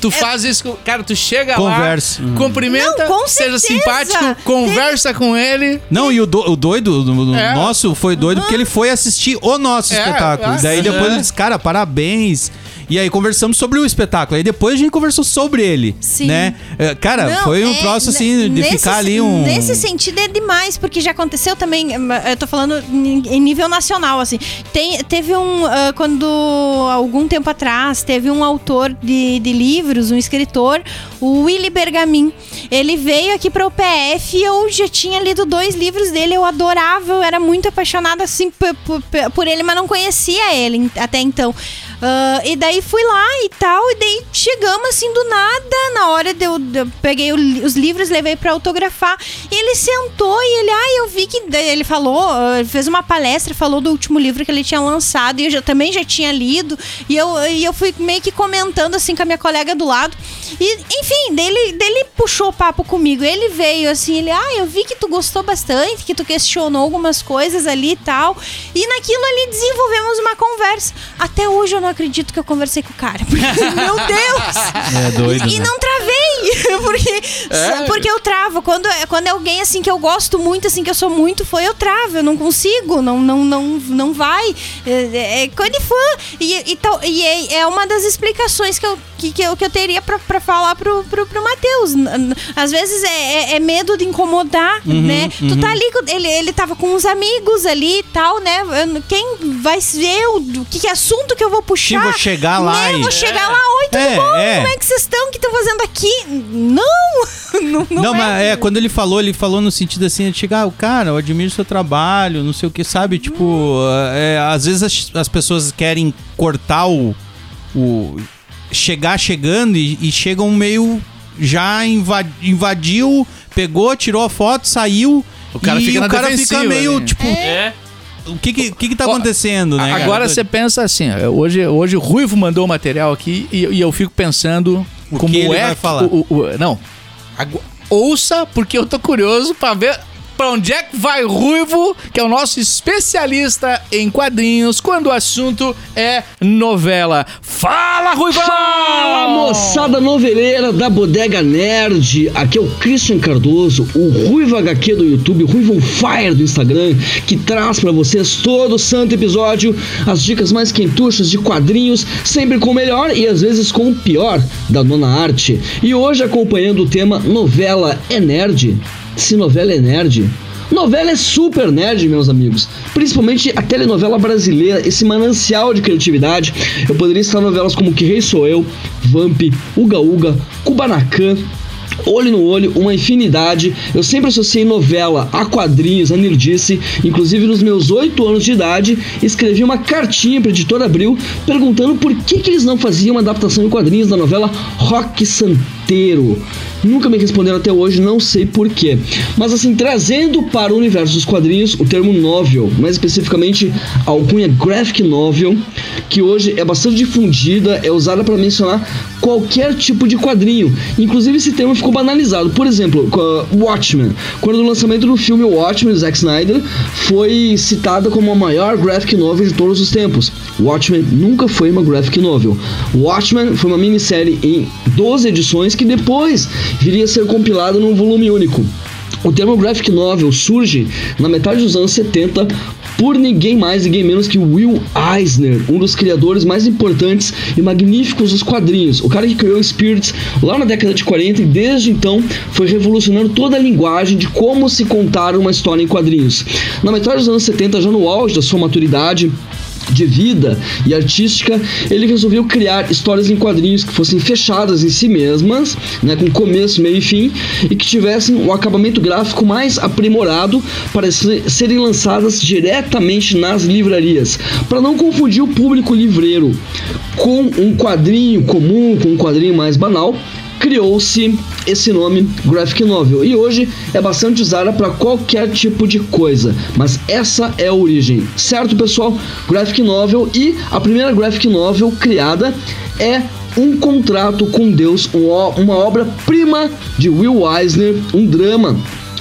[SPEAKER 1] Tu faz isso, com- cara, tu chega
[SPEAKER 2] Conversa.
[SPEAKER 1] lá, cumprimenta,
[SPEAKER 4] Não, com
[SPEAKER 1] seja
[SPEAKER 4] certeza.
[SPEAKER 1] simpático, conversa com ele.
[SPEAKER 2] Não, e o, do- o doido do, do
[SPEAKER 1] É.
[SPEAKER 2] nosso foi doido porque ele foi assistir o nosso
[SPEAKER 1] É,
[SPEAKER 2] espetáculo.
[SPEAKER 1] é.
[SPEAKER 2] E daí depois
[SPEAKER 1] Uhum.
[SPEAKER 2] ele disse, cara, parabéns. E aí conversamos sobre o espetáculo. Aí depois a gente conversou sobre ele.
[SPEAKER 4] Sim.
[SPEAKER 2] Né? É, Cara,
[SPEAKER 4] Não,
[SPEAKER 2] foi um
[SPEAKER 4] é,
[SPEAKER 2] troço assim de
[SPEAKER 4] nesse-
[SPEAKER 2] ficar ali um.
[SPEAKER 4] Nesse sentido é demais, porque já aconteceu também. eh, Eu tô falando em em nível nacional, assim. Tem, teve um. ah, quando. Algum tempo atrás, teve um autor de, de livros, um escritor, o Willy Bergamin. Ele veio aqui para o PF e eu já tinha lido dois livros dele, eu adorava, eu era muito apaixonada assim p- p- p- por ele, mas não conhecia ele em- até então. Ah, e daí fui lá e tal, e daí chegamos assim do nada, na hora de eu, de eu peguei o li- os livros, levei pra autografar. E ele sentou e ele, ai, eu vi que daí ele falou, ah, ele fez uma palestra, falou do último livro que ele tinha lançado, e eu já, também já tinha lido. E eu, e eu fui meio que comentando assim com a minha colega do lado. E, enfim, dele, dele puxou o papo comigo. Ele veio assim, ele, ah, eu vi que tu gostou bastante, que tu questionou algumas coisas ali e tal. E naquilo ali desenvolvemos uma conversa. Até hoje eu não acredito que eu conversei com o cara. Porque, meu Deus!
[SPEAKER 2] É doido.
[SPEAKER 4] E
[SPEAKER 2] né? É?
[SPEAKER 4] não travei, [LAUGHS] porque, porque eu travo. Quando, quando é alguém assim que eu gosto muito, assim, que eu sou muito fã, eu travo, eu não consigo, não, não, não, não vai. É, é coisa de fã. E, e, tal, e é, é uma das explicações que eu, que, que eu, que eu teria pra, pra falar pro, pro, pro Matheus. N- n- Às vezes é, é- é medo de incomodar,
[SPEAKER 2] Uhum,
[SPEAKER 4] né? Tu tá ali, com- ele, ele tava com uns amigos ali e tal, né? Eu- Quem vai ver o que, que assunto que eu vou puxar?
[SPEAKER 2] vou chegar lá
[SPEAKER 4] né? Eu
[SPEAKER 2] e-
[SPEAKER 4] vou chegar lá, oi, tudo
[SPEAKER 2] É,
[SPEAKER 4] bom?
[SPEAKER 2] é.
[SPEAKER 4] Como é que vocês estão? O que estão fazendo aqui? Não! [LAUGHS] Não, não,
[SPEAKER 2] Não,
[SPEAKER 4] é.
[SPEAKER 2] mas é, quando ele falou, ele falou no sentido assim, de chegar, o cara, eu admiro seu trabalho, não sei o que, sabe? Tipo, é, às vezes as, as pessoas querem cortar o. o- chegar chegando e, e chegam meio. já inva- invadiu, pegou, tirou a foto, saiu.
[SPEAKER 1] O cara
[SPEAKER 2] e
[SPEAKER 1] fica na
[SPEAKER 2] o cara
[SPEAKER 1] defensiva,
[SPEAKER 2] fica meio,
[SPEAKER 1] né?
[SPEAKER 2] tipo,
[SPEAKER 3] É.
[SPEAKER 2] o que que, o que que tá
[SPEAKER 1] Ó,
[SPEAKER 2] acontecendo, né? cara?
[SPEAKER 1] Agora você pensa assim, ó, hoje, hoje o Ruivo mandou o material aqui e, e eu fico pensando
[SPEAKER 2] O
[SPEAKER 1] como
[SPEAKER 2] que ele
[SPEAKER 1] é
[SPEAKER 2] vai falar?
[SPEAKER 1] o- o- o- não. Agu- ouça porque eu tô curioso pra ver pra onde é que vai Ruivo, que é o nosso especialista em quadrinhos quando o assunto é novela. Fala, Ruivão!
[SPEAKER 5] Fala moçada noveleira da Bodega Nerd, aqui é o Christian Cardoso, o Ruivo HQ do YouTube, Ruivo Fire do Instagram, que traz pra vocês todo santo episódio as dicas mais quentuchas de quadrinhos, sempre com o melhor e às vezes com o pior da nona arte. E hoje acompanhando o tema Novela é Nerd. Se novela é nerd, Novela é super nerd, meus amigos. Principalmente a telenovela brasileira, esse manancial de criatividade. Eu poderia citar novelas como Que Rei Sou Eu, Vamp, Uga Uga, Kubanacan, olho no olho, uma infinidade. Eu sempre associei novela a quadrinhos, a nerdice. Inclusive, nos meus 8 anos de idade, escrevi uma cartinha para editora Abril perguntando por que, que eles não faziam uma adaptação em quadrinhos da novela Rock Santeiro. Nunca me responderam até hoje, não sei porquê. Mas assim, trazendo para o universo dos quadrinhos o termo novel, mais especificamente a alcunha graphic novel, que hoje é bastante difundida, é usada para mencionar qualquer tipo de quadrinho. Inclusive esse termo ficou banalizado. Por exemplo, co- Watchmen. Quando o lançamento do filme Watchmen, do Zack Snyder, foi citada como a maior graphic novel de todos os tempos. Watchmen nunca foi uma graphic novel. Watchmen foi uma minissérie em 12 edições que depois viria a ser compilada num volume único. O termo graphic novel surge na metade dos anos 70 por ninguém mais, ninguém menos que Will Eisner, um dos criadores mais importantes e magníficos dos quadrinhos. O cara que criou Spirits lá na década de 40 e desde então foi revolucionando toda a linguagem de como se contar uma história em quadrinhos. Na metade dos anos 70, já no auge da sua maturidade, de vida e artística, ele resolveu criar histórias em quadrinhos que fossem fechadas em si mesmas, né, com começo, meio e fim, e que tivessem o acabamento gráfico mais aprimorado para se- serem lançadas diretamente nas livrarias, para não confundir o público livreiro com um quadrinho comum, com um quadrinho mais banal. Criou-se esse nome Graphic Novel e hoje é bastante usada para qualquer tipo de coisa, mas essa é a origem, certo pessoal? Graphic Novel e a primeira Graphic Novel criada é um contrato com Deus, um o- uma obra-prima de Will Eisner, um drama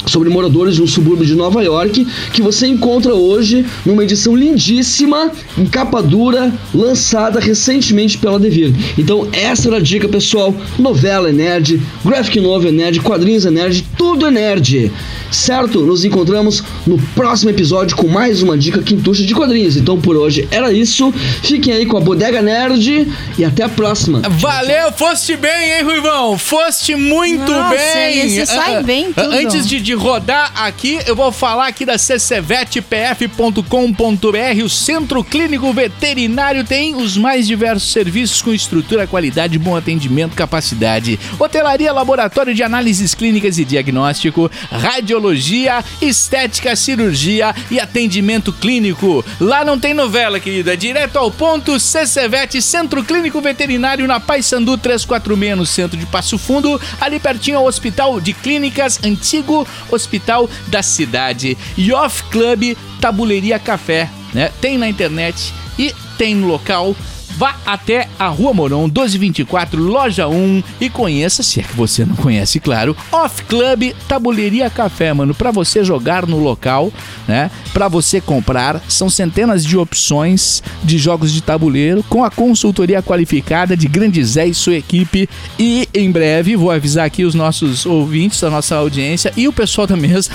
[SPEAKER 5] sobre moradores de um subúrbio de Nova York, que você encontra hoje numa edição lindíssima, em capa dura, lançada recentemente pela Devir. Então essa era a dica, pessoal. Novela é nerd, graphic novel é nerd, quadrinhos é nerd, tudo é nerd. Certo? Nos encontramos no próximo episódio com mais uma dica quintuxa de quadrinhos. Então por hoje era isso. Fiquem aí com a Bodega Nerd e até a próxima.
[SPEAKER 1] Valeu, foste bem, hein, Ruivão? Foste muito
[SPEAKER 4] Nossa,
[SPEAKER 1] bem.
[SPEAKER 4] ele se sai
[SPEAKER 1] Ah,
[SPEAKER 4] bem em
[SPEAKER 1] ah,
[SPEAKER 4] tudo.
[SPEAKER 1] Antes de, de rodar aqui, eu vou falar aqui da ccvetpf.com.br. O Centro Clínico Veterinário tem os mais diversos serviços com estrutura, qualidade, bom atendimento, capacidade. Hotelaria, laboratório de análises clínicas e diagnóstico, radiologia, estética, cirurgia e atendimento clínico. Lá não tem novela, querida. É Direto ao ponto, CCVET, Centro Clínico Veterinário na Paissandu 346, no centro de Passo Fundo, ali pertinho ao Hospital de Clínicas, antigo Hospital da Cidade. E Off Club Tabuleiria Café, né? Tem na internet e tem no local. Vá até a Rua Moron 1224, Loja 1 e conheça, se é que você não conhece, claro, Off Club Tabuleiria Café, mano, pra você jogar no local, né? Pra você comprar, são centenas de opções de jogos de tabuleiro com a consultoria qualificada de Grande Zé e sua equipe. E em breve vou avisar aqui os nossos ouvintes, a nossa audiência e o pessoal da mesa.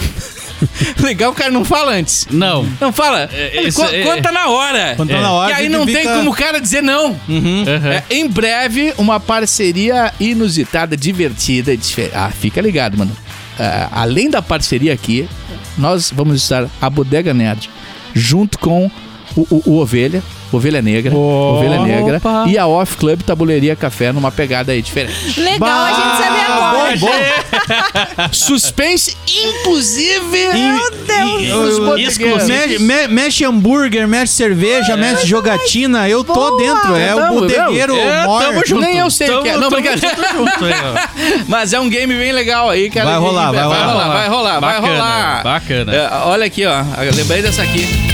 [SPEAKER 1] [LAUGHS] Legal, o cara não fala antes.
[SPEAKER 3] Não.
[SPEAKER 1] Não fala,
[SPEAKER 3] É,
[SPEAKER 1] ele
[SPEAKER 3] isso
[SPEAKER 1] co-
[SPEAKER 3] é-
[SPEAKER 1] conta na hora. É.
[SPEAKER 2] Quando tá na hora,
[SPEAKER 1] E
[SPEAKER 2] a
[SPEAKER 1] aí
[SPEAKER 2] gente
[SPEAKER 1] não tem
[SPEAKER 2] fica- Uhum.
[SPEAKER 1] como o cara dizer não.
[SPEAKER 3] Aham.
[SPEAKER 1] É, em breve, uma parceria inusitada, divertida e difer- Ah, fica ligado, mano. Ah, além da parceria aqui, nós vamos estar a Bodega Nerd junto com o, o- o Ovelha, Ovelha Negra, Ovelha Negra e a Off Club Tabuleiria Café numa pegada aí diferente.
[SPEAKER 2] [LAUGHS]
[SPEAKER 4] Legal a gente saber
[SPEAKER 1] Ah,
[SPEAKER 4] agora.
[SPEAKER 2] Bom, bom.
[SPEAKER 1] Suspense, inclusive.
[SPEAKER 2] E-
[SPEAKER 1] Os bodegueiros.
[SPEAKER 2] Exclusivo. Me- me- mexe hambúrguer, mexe cerveja, mexe jogatina, eu tô dentro. É o
[SPEAKER 1] Tamo,
[SPEAKER 2] bodegueiro
[SPEAKER 1] tamo. É,
[SPEAKER 2] mor.
[SPEAKER 1] tamo junto. Nem eu sei o
[SPEAKER 3] Tamo-
[SPEAKER 1] que é. Não,
[SPEAKER 3] tamo
[SPEAKER 1] brincadeira.
[SPEAKER 3] tudo junto aí,
[SPEAKER 1] [LAUGHS]
[SPEAKER 3] ó.
[SPEAKER 1] Mas é um game bem legal aí, cara.
[SPEAKER 2] Vai rolar, vai
[SPEAKER 1] vai
[SPEAKER 2] rolar.
[SPEAKER 1] rolar. Vai rolar, vai
[SPEAKER 3] Bacana,
[SPEAKER 1] rolar.
[SPEAKER 3] bacana.
[SPEAKER 1] É, olha aqui, ó. Eu Lembrei dessa aqui.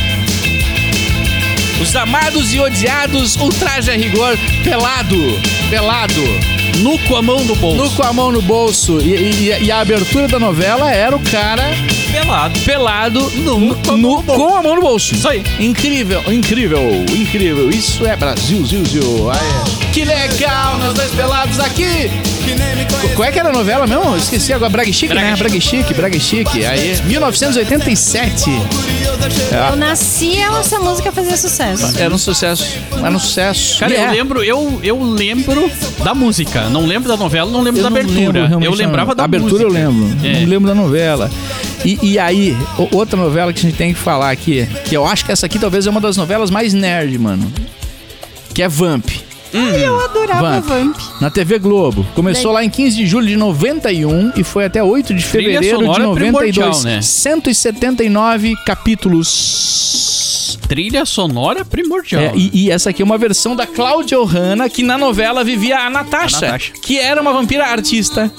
[SPEAKER 1] Os amados e odiados, ultraje a rigor, pelado, pelado,
[SPEAKER 3] Nu com a mão no bolso.
[SPEAKER 1] nu com a mão no bolso. E, e- e a abertura da novela era o cara
[SPEAKER 3] É pelado.
[SPEAKER 1] pelado nu, nu- com a mão no bolso. Isso aí. Incrível, incrível, incrível. Isso é Brasil, Zil, Zil. é. Aê. Que legal, nós dois pelados aqui. Qual é que era a novela mesmo? Eu Esqueci agora. Braga e Chique, né? Braga e Chique, Braga e Chique. Aí, 1987.
[SPEAKER 4] Eu nasci ela, essa música fazia sucesso.
[SPEAKER 1] Era um sucesso. Era um sucesso.
[SPEAKER 3] Cara,
[SPEAKER 1] E é.
[SPEAKER 3] eu lembro, eu, eu lembro da música. Não lembro da novela, não lembro da
[SPEAKER 1] não
[SPEAKER 3] abertura.
[SPEAKER 1] lembro, realmente
[SPEAKER 3] eu
[SPEAKER 1] não
[SPEAKER 3] lembrava
[SPEAKER 1] lembro.
[SPEAKER 3] da
[SPEAKER 1] abertura.
[SPEAKER 3] música.
[SPEAKER 1] eu lembro.
[SPEAKER 3] É.
[SPEAKER 1] Não lembro da novela. E, e aí, o- outra novela que a gente tem que falar aqui, que eu acho que essa aqui talvez é uma das novelas mais nerd, mano. Que é Vamp.
[SPEAKER 3] Hum.
[SPEAKER 4] Eu adorava
[SPEAKER 1] Vamp.
[SPEAKER 4] Vamp.
[SPEAKER 1] Na TV Globo. Começou lá em 15 de julho de 91 e foi até 8 de
[SPEAKER 3] Trilha
[SPEAKER 1] fevereiro de
[SPEAKER 3] sonora é
[SPEAKER 1] 92.
[SPEAKER 3] primordial, né?
[SPEAKER 1] 179 capítulos.
[SPEAKER 3] Trilha sonora primordial.
[SPEAKER 1] É, e, e essa aqui é uma versão da Cláudia Ohana, que na novela vivia a Natasha,
[SPEAKER 3] A Natasha.
[SPEAKER 1] que era uma vampira artista,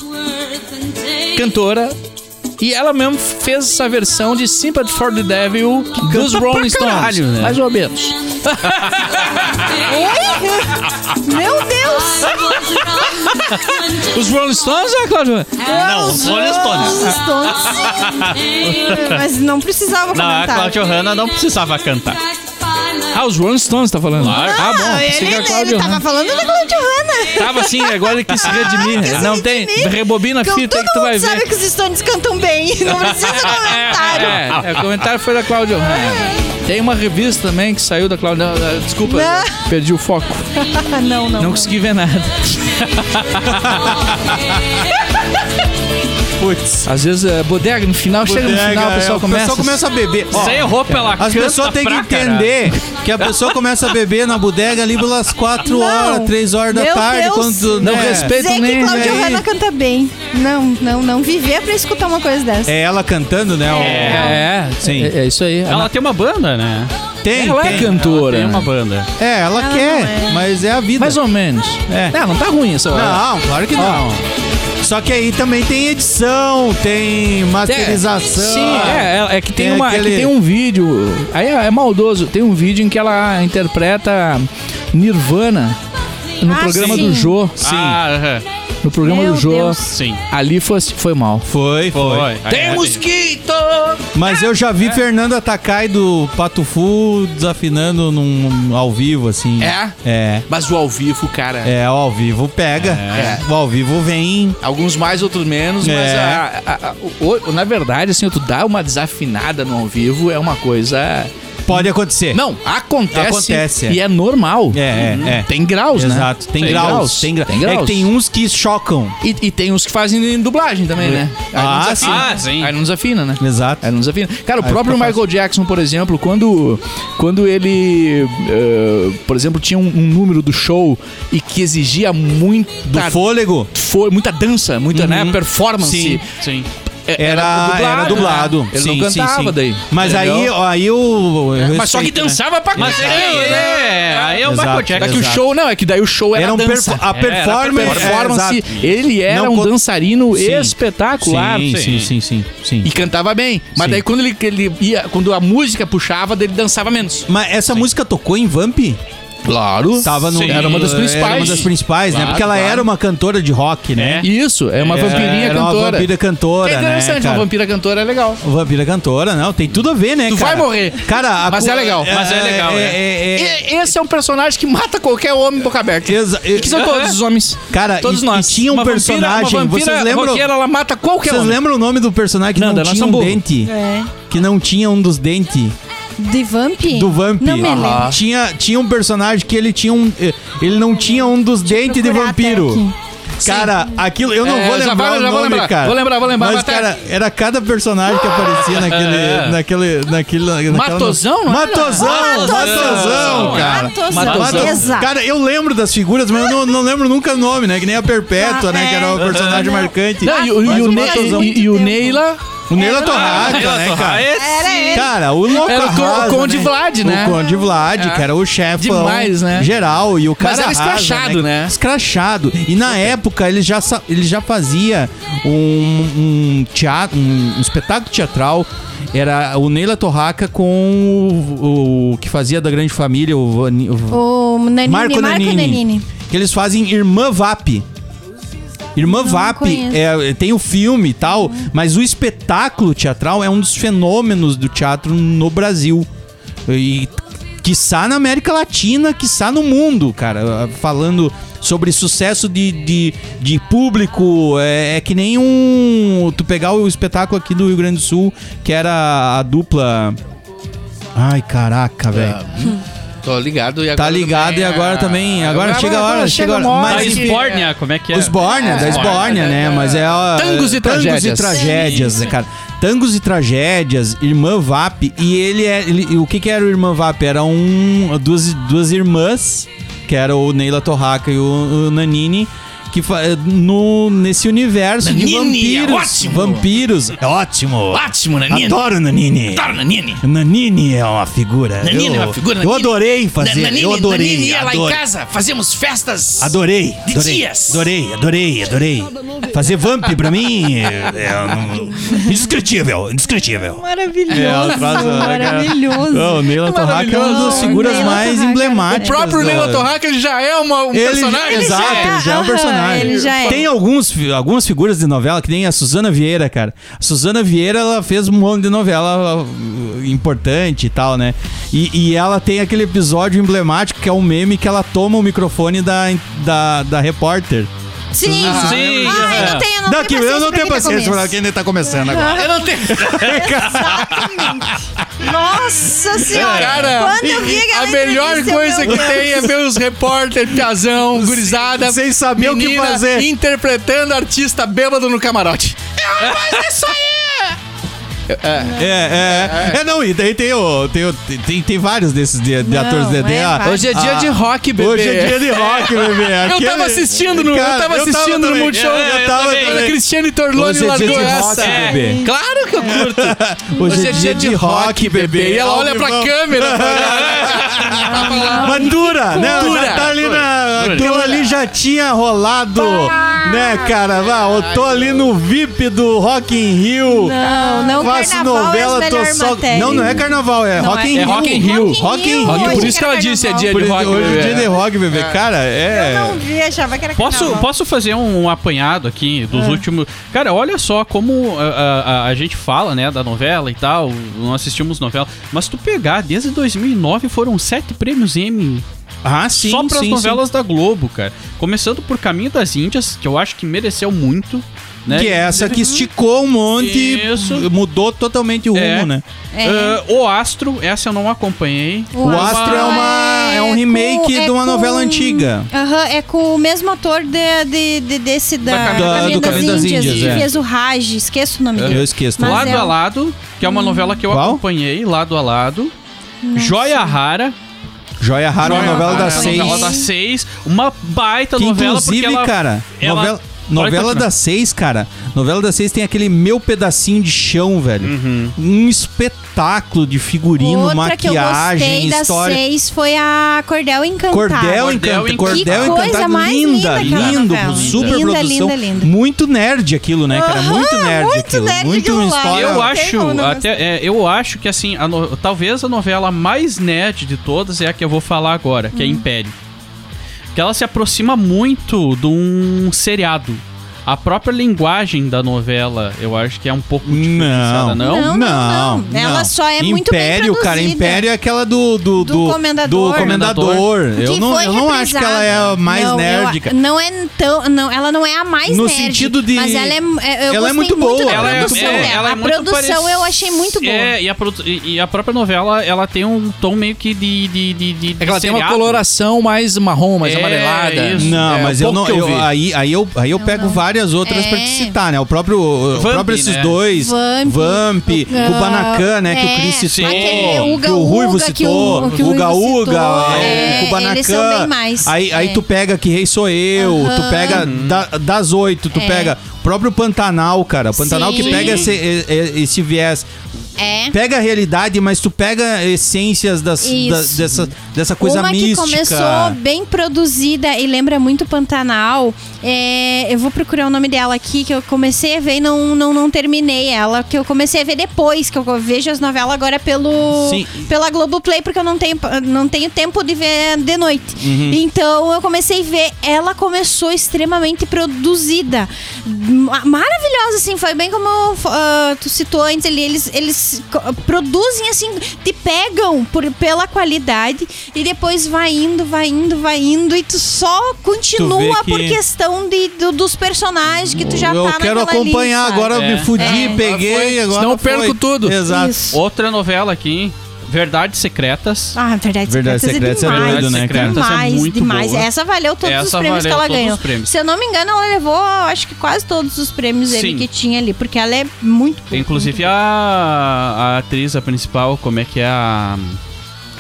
[SPEAKER 1] cantora. E ela mesmo fez essa versão de Sympathy for the Devil dos
[SPEAKER 3] canta pra
[SPEAKER 1] Rolling Stones.
[SPEAKER 3] caralho, né?
[SPEAKER 1] Mais ou menos.
[SPEAKER 4] Meu Deus!
[SPEAKER 1] Os Rolling Stones ou a Cláudia Ohana?
[SPEAKER 3] Não, os Rolling Stones.
[SPEAKER 4] Os Stones. Mas não precisava
[SPEAKER 3] Não,
[SPEAKER 1] é
[SPEAKER 3] a
[SPEAKER 4] comentar.
[SPEAKER 3] Claudio Hanna não precisava cantar.
[SPEAKER 1] Ah, os Rolling Stones, tá falando?
[SPEAKER 3] Claro.
[SPEAKER 1] Ah, bom.
[SPEAKER 4] Não,
[SPEAKER 1] pensei
[SPEAKER 4] ele, tá
[SPEAKER 1] que a
[SPEAKER 4] ele,
[SPEAKER 1] Cláudia
[SPEAKER 4] tava
[SPEAKER 1] Ohana.
[SPEAKER 4] falando da Claudio Hanna.
[SPEAKER 1] Tava assim, agora ele quis se
[SPEAKER 4] Quis
[SPEAKER 1] redimir.
[SPEAKER 4] se
[SPEAKER 1] Não tem.
[SPEAKER 4] redimir.
[SPEAKER 1] Rebobina a
[SPEAKER 4] Então,
[SPEAKER 1] fita aí que tu
[SPEAKER 4] todo
[SPEAKER 1] vai
[SPEAKER 4] mundo
[SPEAKER 1] ver.
[SPEAKER 4] sabe que os Stones cantam bem. [LAUGHS] Não precisa
[SPEAKER 1] [LAUGHS]
[SPEAKER 4] comentário. É.
[SPEAKER 1] É, é, o comentário foi da Cláudia. Hanna. Tem uma revista também que saiu da Cláudia. ah, Desculpa,
[SPEAKER 4] Não.
[SPEAKER 1] perdi o foco.
[SPEAKER 4] Ah, não, não.
[SPEAKER 1] Não consegui ver nada.
[SPEAKER 2] Putz.
[SPEAKER 1] Às vezes, a bodega no final, chega no final, o
[SPEAKER 2] é,
[SPEAKER 1] pessoal começa.
[SPEAKER 2] a beber. Ó,
[SPEAKER 3] Você errou pela
[SPEAKER 2] As pessoas têm que entender que [LAUGHS] a pessoa começa a beber na bodega ali pelas 4
[SPEAKER 4] Não.
[SPEAKER 2] horas, 3 horas da
[SPEAKER 4] Meu
[SPEAKER 2] tarde.
[SPEAKER 4] Deus.
[SPEAKER 2] Quando,
[SPEAKER 1] Não
[SPEAKER 2] né,
[SPEAKER 1] respeita. né?
[SPEAKER 4] Dizer
[SPEAKER 1] nem-
[SPEAKER 4] que Claudio
[SPEAKER 2] nem-
[SPEAKER 4] Hanna canta bem. Não, não, não. Viver pra escutar uma coisa dessa.
[SPEAKER 2] É ela cantando, né? o-
[SPEAKER 1] É,
[SPEAKER 2] Sim.
[SPEAKER 1] É, é isso aí.
[SPEAKER 3] Ela tem uma banda, né?
[SPEAKER 2] Tem,
[SPEAKER 1] Ela é
[SPEAKER 2] tem.
[SPEAKER 1] cantora.
[SPEAKER 3] Tem uma banda.
[SPEAKER 2] É, ela,
[SPEAKER 4] Ela
[SPEAKER 2] quer,
[SPEAKER 4] não é.
[SPEAKER 2] mas é a vida.
[SPEAKER 1] Mais ou menos.
[SPEAKER 2] É.
[SPEAKER 1] É, não tá ruim essa hora.
[SPEAKER 2] Não, claro que não. Só que aí também tem edição, tem masterização.
[SPEAKER 1] Sim, é, é, é que tem,
[SPEAKER 2] Tem
[SPEAKER 1] uma, é
[SPEAKER 2] aquele-
[SPEAKER 1] que tem um vídeo. Aí é, é maldoso. Tem um vídeo em que ela interpreta Nirvana no
[SPEAKER 4] Ah,
[SPEAKER 1] programa
[SPEAKER 4] sim.
[SPEAKER 1] do Jô.
[SPEAKER 3] Ah, aham.
[SPEAKER 1] No programa
[SPEAKER 4] Meu
[SPEAKER 1] do Jô.
[SPEAKER 4] Deus.
[SPEAKER 3] sim.
[SPEAKER 1] Ali foi, foi mal.
[SPEAKER 2] Foi, foi.
[SPEAKER 3] Foi.
[SPEAKER 1] Tem mosquito!
[SPEAKER 2] Mas eu já vi Fernando Atacai do Patufu desafinando num ao vivo, assim.
[SPEAKER 1] É?
[SPEAKER 2] É.
[SPEAKER 1] Mas o ao vivo, cara.
[SPEAKER 2] É, o ao vivo pega.
[SPEAKER 1] É.
[SPEAKER 2] É. O ao vivo vem.
[SPEAKER 1] Alguns mais, outros menos, mas
[SPEAKER 2] É.
[SPEAKER 1] a- a- a- o- o- na verdade, assim, tu dá uma desafinada no ao vivo é uma coisa.
[SPEAKER 2] Pode acontecer.
[SPEAKER 1] Não, acontece,
[SPEAKER 2] Acontece, é.
[SPEAKER 1] e é normal. Uhum.
[SPEAKER 2] É, é, é.
[SPEAKER 1] Tem graus, né?
[SPEAKER 2] Exato, tem, graus, Tem, gra-
[SPEAKER 1] Tem
[SPEAKER 2] É que
[SPEAKER 1] graus.
[SPEAKER 2] tem uns que chocam.
[SPEAKER 1] E, e tem uns que fazem em dublagem também, né? Aí não
[SPEAKER 2] Ah,
[SPEAKER 1] desafina.
[SPEAKER 3] sim. Ah, sim.
[SPEAKER 1] Aí não desafina, né?
[SPEAKER 2] Exato.
[SPEAKER 1] Aí não desafina. Cara, o
[SPEAKER 2] Aí
[SPEAKER 1] próprio
[SPEAKER 2] fica
[SPEAKER 1] Michael Jackson, por exemplo, quando, quando ele, eh, por exemplo, tinha um, um número do show e que exigia
[SPEAKER 2] Do
[SPEAKER 1] muita,
[SPEAKER 2] fôlego
[SPEAKER 1] fo- muita dança, muita né, performance.
[SPEAKER 2] Uhum. Sim.
[SPEAKER 3] Uhum. Sim.
[SPEAKER 1] É-
[SPEAKER 2] era dublado. Era dublado.
[SPEAKER 1] né? Ele não cantava daí.
[SPEAKER 2] Mas aí,
[SPEAKER 1] entendeu? É,
[SPEAKER 2] aí eu, eu
[SPEAKER 1] Mas só que
[SPEAKER 2] respeito, né?
[SPEAKER 1] dançava pra
[SPEAKER 3] Mas é,
[SPEAKER 1] caralho,
[SPEAKER 3] que-
[SPEAKER 1] né?
[SPEAKER 3] é, aí é o
[SPEAKER 2] Exato.
[SPEAKER 3] Michael
[SPEAKER 1] É que
[SPEAKER 3] Jackson.
[SPEAKER 1] o
[SPEAKER 2] Exato.
[SPEAKER 1] show, não, é que daí o show era,
[SPEAKER 2] Era um
[SPEAKER 1] dança.
[SPEAKER 2] perfo- a
[SPEAKER 3] Era
[SPEAKER 2] performance.
[SPEAKER 1] performance,
[SPEAKER 2] é, exato.
[SPEAKER 1] ele era
[SPEAKER 2] Não
[SPEAKER 1] um
[SPEAKER 2] con-
[SPEAKER 1] dançarino
[SPEAKER 2] Sim.
[SPEAKER 1] espetacular.
[SPEAKER 2] Sim,
[SPEAKER 3] sim.
[SPEAKER 2] sim, sim, sim, sim.
[SPEAKER 1] E cantava bem. Mas
[SPEAKER 2] Sim.
[SPEAKER 1] daí quando ele, ele ia, quando a música puxava, daí ele dançava menos.
[SPEAKER 2] Mas essa música tocou em Vamp?
[SPEAKER 1] Claro.
[SPEAKER 2] Tava no,
[SPEAKER 3] Sim.
[SPEAKER 1] Era uma das principais.
[SPEAKER 2] Era uma das principais, né?
[SPEAKER 1] Claro,
[SPEAKER 2] Porque ela
[SPEAKER 1] claro.
[SPEAKER 2] era uma cantora de rock, né?
[SPEAKER 1] Isso, é uma
[SPEAKER 2] É,
[SPEAKER 1] vampirinha
[SPEAKER 2] era
[SPEAKER 1] cantora.
[SPEAKER 2] Uma vampira cantora,
[SPEAKER 1] é
[SPEAKER 2] né,
[SPEAKER 1] interessante,
[SPEAKER 2] cara?
[SPEAKER 1] uma vampira cantora é legal.
[SPEAKER 2] Vampira cantora, não, tem tudo a ver, né,
[SPEAKER 1] Tu
[SPEAKER 2] cara?
[SPEAKER 1] vai morrer.
[SPEAKER 2] Cara, a
[SPEAKER 1] Mas
[SPEAKER 2] co-
[SPEAKER 1] é legal.
[SPEAKER 3] Mas é legal,
[SPEAKER 2] é,
[SPEAKER 3] né?
[SPEAKER 2] é, é-
[SPEAKER 1] E- esse é um personagem que mata qualquer homem boca aberta.
[SPEAKER 2] exa-
[SPEAKER 1] E que são todos os homens.
[SPEAKER 2] Cara,
[SPEAKER 1] todos
[SPEAKER 2] e-
[SPEAKER 1] nós.
[SPEAKER 2] e tinha um
[SPEAKER 1] Uma vampira-
[SPEAKER 2] personagem,
[SPEAKER 1] uma vampira
[SPEAKER 2] vocês lembram-
[SPEAKER 1] roqueira, ela mata qualquer
[SPEAKER 2] Vocês
[SPEAKER 1] homem.
[SPEAKER 2] lembram o nome do personagem que
[SPEAKER 1] Não,
[SPEAKER 2] não,
[SPEAKER 1] da
[SPEAKER 2] tinha
[SPEAKER 1] nossa
[SPEAKER 2] um
[SPEAKER 1] burra.
[SPEAKER 2] dente?
[SPEAKER 4] É.
[SPEAKER 2] Que não tinha um dos dentes
[SPEAKER 4] De Vamp?
[SPEAKER 2] do Vamp.
[SPEAKER 4] Não me lembro.
[SPEAKER 1] Aham.
[SPEAKER 2] Tinha, tinha um personagem que ele tinha um. eh, Ele não tinha um dos dentes de
[SPEAKER 4] procurar até
[SPEAKER 2] vampiro.
[SPEAKER 4] aqui.
[SPEAKER 2] Cara, aquilo. Eu não
[SPEAKER 1] É,
[SPEAKER 2] vou
[SPEAKER 1] já
[SPEAKER 2] lembrar
[SPEAKER 1] vai-
[SPEAKER 2] o
[SPEAKER 1] já
[SPEAKER 2] nome,
[SPEAKER 1] vou lembrar.
[SPEAKER 2] cara.
[SPEAKER 1] Vou lembrar, vou lembrar,
[SPEAKER 2] Mas,
[SPEAKER 1] até- É.
[SPEAKER 2] cara, era cada personagem que aparecia naquele. naquele, naquele naquela-
[SPEAKER 1] Matosão, não era?
[SPEAKER 2] Matosão, Matosão, cara.
[SPEAKER 4] Ah, Matosão. Exato.
[SPEAKER 2] Cara, eu lembro das figuras, mas eu não, não lembro nunca o nome, né? Que nem a Perpétua,
[SPEAKER 4] Ah,
[SPEAKER 2] né? Que era
[SPEAKER 4] é.
[SPEAKER 2] o personagem
[SPEAKER 4] Não.
[SPEAKER 2] marcante.
[SPEAKER 1] Não, e, o-
[SPEAKER 2] Mas
[SPEAKER 1] e o
[SPEAKER 2] o
[SPEAKER 1] Ne-
[SPEAKER 2] Matosão-
[SPEAKER 1] e- e o Neila
[SPEAKER 2] O Neila
[SPEAKER 3] Ela
[SPEAKER 2] Torraca, né,
[SPEAKER 3] torra-
[SPEAKER 2] cara?
[SPEAKER 3] Esse-
[SPEAKER 4] Era ele.
[SPEAKER 2] Cara, o louco
[SPEAKER 1] Era o co-
[SPEAKER 2] arrasa,
[SPEAKER 1] o Conde Vlad, né?
[SPEAKER 2] O Conde Vlad, que era o chefe
[SPEAKER 1] Demais, né?
[SPEAKER 2] geral. E o cara
[SPEAKER 1] Mas era
[SPEAKER 2] arrasa,
[SPEAKER 1] escrachado, né?
[SPEAKER 2] Escrachado. E na época ele já, sa- ele já fazia um, um teatro, um, um espetáculo teatral. Era o Neila Torraca com o, o que fazia da grande família, o, Vani- o
[SPEAKER 4] O Nanini, Marco,
[SPEAKER 2] Marco, Nanini,
[SPEAKER 4] Nanini.
[SPEAKER 2] Que eles fazem Irmã Vap. Irmã Vap
[SPEAKER 4] conheço.
[SPEAKER 2] é, tem o filme e tal, mas o espetáculo teatral é um dos fenômenos do teatro no Brasil. E quiçá na América Latina, quiçá no mundo, cara. Falando sobre sucesso de, de, de público, é, é que nem um. Tu pegar o espetáculo aqui do Rio Grande do Sul, que era a dupla. Ai, caraca, velho.
[SPEAKER 6] Tô ligado e agora.
[SPEAKER 2] Tá ligado
[SPEAKER 6] também
[SPEAKER 2] e agora também- agora chega a hora, chega a hora.
[SPEAKER 6] uma
[SPEAKER 2] Mas
[SPEAKER 1] assim.
[SPEAKER 3] da
[SPEAKER 2] enfim,
[SPEAKER 3] Esbórnia, como é que é?
[SPEAKER 2] Os Bórnia, da Esbórnia, né? Mas é a,
[SPEAKER 6] Tangos e tragédias.
[SPEAKER 2] Tangos e tragédias, né, cara? Tangos e tragédias, Irmã Vap. E ele é. ele- e o que, que era o Irmã Vap? Era um. Duas, duas irmãs, que era o Neila Torraca e o, o Nanini. Que fa- no, nesse universo de
[SPEAKER 7] Nanini, é
[SPEAKER 2] vampiros.
[SPEAKER 7] ótimo!
[SPEAKER 2] Vampiros. É ótimo!
[SPEAKER 1] né?
[SPEAKER 7] Ótimo, Nanini.
[SPEAKER 2] Adoro o Nanini!
[SPEAKER 7] Adoro, Nanini.
[SPEAKER 2] Nanini é uma figura.
[SPEAKER 7] Nanini
[SPEAKER 2] eu,
[SPEAKER 7] é uma figura,
[SPEAKER 2] Eu
[SPEAKER 7] Nanini-
[SPEAKER 2] adorei fazer.
[SPEAKER 7] Nanini,
[SPEAKER 2] eu adorei.
[SPEAKER 7] Nanini ia lá em
[SPEAKER 2] adorei.
[SPEAKER 7] casa, fazemos festas.
[SPEAKER 2] Adorei,
[SPEAKER 7] De
[SPEAKER 2] adorei,
[SPEAKER 7] dias.
[SPEAKER 2] adorei, adorei, adorei. Fazer vamp pra mim é, é um- indescritível, indescritível.
[SPEAKER 4] Maravilhoso,
[SPEAKER 2] É, ela traz a-
[SPEAKER 4] maravilhoso.
[SPEAKER 2] Não, o Neila Torraca é uma das
[SPEAKER 4] Maravilhoso.
[SPEAKER 2] figuras
[SPEAKER 4] Neila
[SPEAKER 2] mais
[SPEAKER 4] Torraca.
[SPEAKER 2] emblemáticas.
[SPEAKER 6] O próprio
[SPEAKER 2] da-
[SPEAKER 6] Neila Torraca ele já é uma, um
[SPEAKER 2] Ele,
[SPEAKER 6] personagem.
[SPEAKER 2] Exato,
[SPEAKER 4] já é,
[SPEAKER 2] ele já é um
[SPEAKER 4] aham,
[SPEAKER 2] personagem.
[SPEAKER 4] ele já é.
[SPEAKER 2] Tem alguns, fi- algumas figuras de novela, que nem a Suzana Vieira, cara. A Suzana Vieira, ela fez um monte de novela uh, importante e tal, né? E, e ela tem aquele episódio emblemático que é um meme que ela toma o microfone da, da, da repórter.
[SPEAKER 4] Sim,
[SPEAKER 3] Ah, sim.
[SPEAKER 4] Ah, eu não tenho, não
[SPEAKER 2] Daqui,
[SPEAKER 4] tenho
[SPEAKER 2] eu
[SPEAKER 4] pra
[SPEAKER 2] não tenho
[SPEAKER 4] quem tá Ah,
[SPEAKER 2] paciência pra
[SPEAKER 4] começo.
[SPEAKER 2] quem tá começando agora.
[SPEAKER 6] É, Eu não
[SPEAKER 2] [LAUGHS]
[SPEAKER 6] tenho.
[SPEAKER 4] Nossa
[SPEAKER 2] É.
[SPEAKER 4] senhora!
[SPEAKER 6] Cara,
[SPEAKER 4] Quando eu vi
[SPEAKER 6] A
[SPEAKER 4] galera
[SPEAKER 6] melhor
[SPEAKER 4] disse, eu
[SPEAKER 6] coisa
[SPEAKER 4] não-
[SPEAKER 6] que tem é ver os repórter, piazão, gurizada.
[SPEAKER 2] sem saber o que
[SPEAKER 6] menina,
[SPEAKER 2] fazer.
[SPEAKER 6] Interpretando artista bêbado no
[SPEAKER 2] [LAUGHS]
[SPEAKER 6] camarote.
[SPEAKER 2] É, é, é. não, e daí tem, o, tem, o- tem, tem vários desses de, de
[SPEAKER 4] Não,
[SPEAKER 2] atores. De, tem
[SPEAKER 4] é
[SPEAKER 2] a-
[SPEAKER 4] vários.
[SPEAKER 6] Hoje é dia
[SPEAKER 2] a-
[SPEAKER 6] de rock, bebê.
[SPEAKER 2] Ah. Hoje é dia de rock, bebê.
[SPEAKER 6] [LAUGHS] Eu tava assistindo no, eu tava assistindo no Multishow.
[SPEAKER 2] É, Eu tava
[SPEAKER 6] Quando a
[SPEAKER 2] também.
[SPEAKER 6] Cristiane Torloni
[SPEAKER 2] Hoje é dia
[SPEAKER 6] largou
[SPEAKER 2] de rock,
[SPEAKER 6] essa.
[SPEAKER 2] bebê.
[SPEAKER 6] Claro que eu curto.
[SPEAKER 2] Hoje é dia de rock, bebê.
[SPEAKER 6] E ela
[SPEAKER 2] Ao
[SPEAKER 6] olha pra
[SPEAKER 2] vivo.
[SPEAKER 6] câmera. Tá falando.
[SPEAKER 2] [LAUGHS] Mas dura, né?
[SPEAKER 6] Dura.
[SPEAKER 2] Já tá ali na, aquilo ali já tinha rolado, né, cara? Vá, eu tô ali no VIP do Rock in Rio.
[SPEAKER 4] Não, não,
[SPEAKER 2] Faço
[SPEAKER 4] carnaval é
[SPEAKER 2] novela,
[SPEAKER 4] as
[SPEAKER 2] tô
[SPEAKER 4] melhor
[SPEAKER 2] só.
[SPEAKER 4] matéria.
[SPEAKER 2] Não, não é carnaval, é
[SPEAKER 4] Não
[SPEAKER 2] Rock in
[SPEAKER 4] é.
[SPEAKER 2] Rio.
[SPEAKER 4] É Rock in Rio.
[SPEAKER 2] Rock in
[SPEAKER 4] Rock in
[SPEAKER 2] Rio.
[SPEAKER 4] Rio.
[SPEAKER 6] Por isso que ela disse é dia de
[SPEAKER 2] Por isso,
[SPEAKER 6] rock,
[SPEAKER 2] Hoje é dia de
[SPEAKER 6] bebê.
[SPEAKER 2] rock, bebê. Cara, é.
[SPEAKER 4] Eu não vi, achava que era
[SPEAKER 3] Posso,
[SPEAKER 4] carnaval.
[SPEAKER 3] posso fazer um apanhado aqui
[SPEAKER 4] É.
[SPEAKER 3] dos últimos. Cara, olha só como a, a- a gente fala, né, da novela e tal. Nós assistimos novela. Mas tu pegar, desde 2009 foram sete prêmios Emmy.
[SPEAKER 2] Ah, sim,
[SPEAKER 3] só pras
[SPEAKER 2] sim,
[SPEAKER 3] novelas da Globo, cara. Começando por Caminho das Índias, que eu acho que mereceu muito. Né?
[SPEAKER 2] sim. Que é essa que esticou um monte
[SPEAKER 3] Isso.
[SPEAKER 2] e mudou totalmente o rumo,
[SPEAKER 3] É.
[SPEAKER 2] né?
[SPEAKER 4] É.
[SPEAKER 3] Ah, o Astro, essa eu não acompanhei.
[SPEAKER 2] O Astro é, uma, é um
[SPEAKER 4] com-
[SPEAKER 2] remake
[SPEAKER 4] é
[SPEAKER 2] de uma
[SPEAKER 4] com-
[SPEAKER 2] novela antiga.
[SPEAKER 4] Aham, é com o mesmo ator de, de- de- desse da,
[SPEAKER 3] Da-
[SPEAKER 2] da- do Caminho das Índias,
[SPEAKER 4] que
[SPEAKER 2] é.
[SPEAKER 4] fez o Raj, esqueço o nome dele.
[SPEAKER 2] Eu esqueço. tá?
[SPEAKER 4] Mas
[SPEAKER 3] lado
[SPEAKER 4] é
[SPEAKER 3] a
[SPEAKER 4] um-
[SPEAKER 3] Lado, que é uma novela que eu
[SPEAKER 2] Qual?
[SPEAKER 3] acompanhei, Lado a Lado. Joia Rara,
[SPEAKER 2] Joia Rara é uma novela da
[SPEAKER 3] Rara,
[SPEAKER 4] Seis.
[SPEAKER 3] novela da
[SPEAKER 2] seis.
[SPEAKER 3] Seis, uma baita
[SPEAKER 2] Que
[SPEAKER 3] novela porque
[SPEAKER 2] inclusive,
[SPEAKER 3] ela
[SPEAKER 2] cara,
[SPEAKER 3] ela-
[SPEAKER 2] novela,
[SPEAKER 3] Pode
[SPEAKER 2] novela
[SPEAKER 3] continuar.
[SPEAKER 2] da seis, cara. Novela da seis tem aquele meu pedacinho de chão, velho.
[SPEAKER 3] Uhum.
[SPEAKER 2] Um espetáculo de figurino,
[SPEAKER 4] Outra que eu
[SPEAKER 2] maquiagem,
[SPEAKER 4] gostei das
[SPEAKER 2] história.
[SPEAKER 4] seis foi a Cordel Encantado.
[SPEAKER 2] Cordel,
[SPEAKER 3] Cordel
[SPEAKER 2] encanta,
[SPEAKER 3] Encantado.
[SPEAKER 2] Cordel
[SPEAKER 4] Que coisa
[SPEAKER 2] encantado,
[SPEAKER 4] mais linda
[SPEAKER 2] linda,
[SPEAKER 4] aquela
[SPEAKER 2] lindo,
[SPEAKER 4] novela.
[SPEAKER 2] super
[SPEAKER 4] Linda,
[SPEAKER 2] produção,
[SPEAKER 4] linda, linda.
[SPEAKER 2] muito nerd aquilo, né, cara?
[SPEAKER 4] Aham,
[SPEAKER 2] Muito nerd
[SPEAKER 4] muito
[SPEAKER 2] aquilo,
[SPEAKER 4] nerd um
[SPEAKER 2] muito
[SPEAKER 4] aquilo lá.
[SPEAKER 2] história.
[SPEAKER 3] Eu
[SPEAKER 4] Não tem como
[SPEAKER 3] acho,
[SPEAKER 4] não
[SPEAKER 3] até, é, eu acho que assim, a no- talvez a novela mais nerd de todas é a que eu vou falar agora,
[SPEAKER 4] Hum.
[SPEAKER 3] que é Império. Que ela se aproxima muito de um seriado. A própria linguagem da novela, eu acho que é um pouco
[SPEAKER 2] Não,
[SPEAKER 3] diferenciada, não?
[SPEAKER 4] Não, não, não. Ela só é muito bem
[SPEAKER 2] Império, cara,
[SPEAKER 4] produzida.
[SPEAKER 2] Império é aquela do do,
[SPEAKER 4] Do
[SPEAKER 2] do,
[SPEAKER 4] Comendador.
[SPEAKER 2] do Comendador. Eu
[SPEAKER 4] Que
[SPEAKER 2] não,
[SPEAKER 4] foi
[SPEAKER 2] eu não acho que
[SPEAKER 4] reprisada.
[SPEAKER 2] ela é a mais
[SPEAKER 4] não, eu
[SPEAKER 2] nerd,
[SPEAKER 4] a-
[SPEAKER 2] cara.
[SPEAKER 4] Não é tão. Não, ela não é a mais
[SPEAKER 2] No
[SPEAKER 4] nerd.
[SPEAKER 2] sentido de-
[SPEAKER 4] Mas ela é. é- eu
[SPEAKER 2] Ela é
[SPEAKER 4] gostei
[SPEAKER 2] muito boa.
[SPEAKER 4] da
[SPEAKER 2] Ela é-
[SPEAKER 4] produção
[SPEAKER 2] é-
[SPEAKER 4] dela.
[SPEAKER 3] ela
[SPEAKER 4] a
[SPEAKER 3] muito
[SPEAKER 4] produção
[SPEAKER 3] parec-
[SPEAKER 4] eu achei muito boa.
[SPEAKER 3] É, e a, produ- e- e a própria novela, ela tem um tom meio que de. de, de, de
[SPEAKER 6] É que ela tem uma
[SPEAKER 3] seriado.
[SPEAKER 6] coloração mais marrom, mais
[SPEAKER 3] É,
[SPEAKER 6] amarelada.
[SPEAKER 3] isso.
[SPEAKER 2] Não,
[SPEAKER 6] É,
[SPEAKER 2] mas
[SPEAKER 6] o
[SPEAKER 2] eu
[SPEAKER 6] pouco
[SPEAKER 2] não.
[SPEAKER 6] que
[SPEAKER 2] eu-
[SPEAKER 6] vi.
[SPEAKER 2] aí, aí eu, aí eu pego várias outras
[SPEAKER 4] É.
[SPEAKER 2] pra te citar, né? O próprio. o
[SPEAKER 3] Vamp,
[SPEAKER 2] próprio esses
[SPEAKER 3] né?
[SPEAKER 2] dois.
[SPEAKER 4] Vamp.
[SPEAKER 2] Vamp.
[SPEAKER 4] Ah,
[SPEAKER 2] Kubanacan, né? Que o Chris
[SPEAKER 4] é,
[SPEAKER 2] citou.
[SPEAKER 4] aquele Uga
[SPEAKER 2] que o Ruivo
[SPEAKER 4] Uga, que o-
[SPEAKER 2] citou.
[SPEAKER 4] que o
[SPEAKER 2] o Uga
[SPEAKER 4] Ruivo
[SPEAKER 2] Uga.
[SPEAKER 4] citou,
[SPEAKER 2] é,
[SPEAKER 4] é,
[SPEAKER 2] O Kubanacan.
[SPEAKER 4] eles são bem mais,
[SPEAKER 2] Aí, aí
[SPEAKER 4] é.
[SPEAKER 2] tu pega Que Rei Sou Eu. Tu
[SPEAKER 4] Aham.
[SPEAKER 2] pega da- das oito. Tu
[SPEAKER 4] É.
[SPEAKER 2] pega o próprio Pantanal, cara. O Pantanal que
[SPEAKER 4] Sim.
[SPEAKER 2] pega esse, e- e- esse viés.
[SPEAKER 4] É.
[SPEAKER 2] Pega a realidade, mas tu pega essências das, da-
[SPEAKER 4] Isso.
[SPEAKER 2] dessa, dessa coisa
[SPEAKER 4] uma
[SPEAKER 2] mística.
[SPEAKER 4] que começou bem produzida e lembra muito Pantanal. É, eu vou procurar o nome dela aqui, que eu comecei a ver e não, não, não terminei ela. Que eu comecei a ver depois, que eu vejo as novelas agora pelo,
[SPEAKER 2] Sim.
[SPEAKER 4] pela Globoplay, porque eu não tenho, não tenho tempo de ver de noite.
[SPEAKER 2] Uhum.
[SPEAKER 4] Então eu comecei a ver. Ela começou extremamente produzida. Ma- Maravilhosa, assim. Foi bem como ah, tu citou antes ali. Eles, eles co- produzem, assim, te pegam por, pela qualidade e depois vai indo, vai indo, vai indo. E tu só continua
[SPEAKER 2] que-
[SPEAKER 4] por questão de, do- dos personagens que tu já
[SPEAKER 2] eu
[SPEAKER 4] tá
[SPEAKER 2] quero
[SPEAKER 4] naquela
[SPEAKER 2] acompanhar
[SPEAKER 4] ali, sabe?
[SPEAKER 2] agora, eu
[SPEAKER 3] É.
[SPEAKER 2] me fudi,
[SPEAKER 4] É.
[SPEAKER 2] peguei,
[SPEAKER 6] Agora foi.
[SPEAKER 2] agora
[SPEAKER 6] Senão eu
[SPEAKER 2] foi.
[SPEAKER 6] perco tudo.
[SPEAKER 2] Exato.
[SPEAKER 4] Isso.
[SPEAKER 3] Outra novela aqui, Verdades Secretas.
[SPEAKER 4] Ah, verdade,
[SPEAKER 2] Verdade
[SPEAKER 4] secreta,
[SPEAKER 2] Secreta é
[SPEAKER 4] demais,
[SPEAKER 2] doido, né, cara?
[SPEAKER 3] Essa é
[SPEAKER 4] Demais,
[SPEAKER 3] muito
[SPEAKER 4] demais.
[SPEAKER 3] boa.
[SPEAKER 4] Essa valeu todos
[SPEAKER 3] Essa
[SPEAKER 4] os prêmios que
[SPEAKER 3] valeu
[SPEAKER 4] ela
[SPEAKER 3] todos
[SPEAKER 4] ganhou.
[SPEAKER 3] os prêmios.
[SPEAKER 4] Se eu não me engano, ela levou, acho que quase todos os prêmios dele
[SPEAKER 3] Sim.
[SPEAKER 4] que tinha ali, porque ela é muito boa.
[SPEAKER 3] Inclusive a, a atriz, a principal, como é que é a.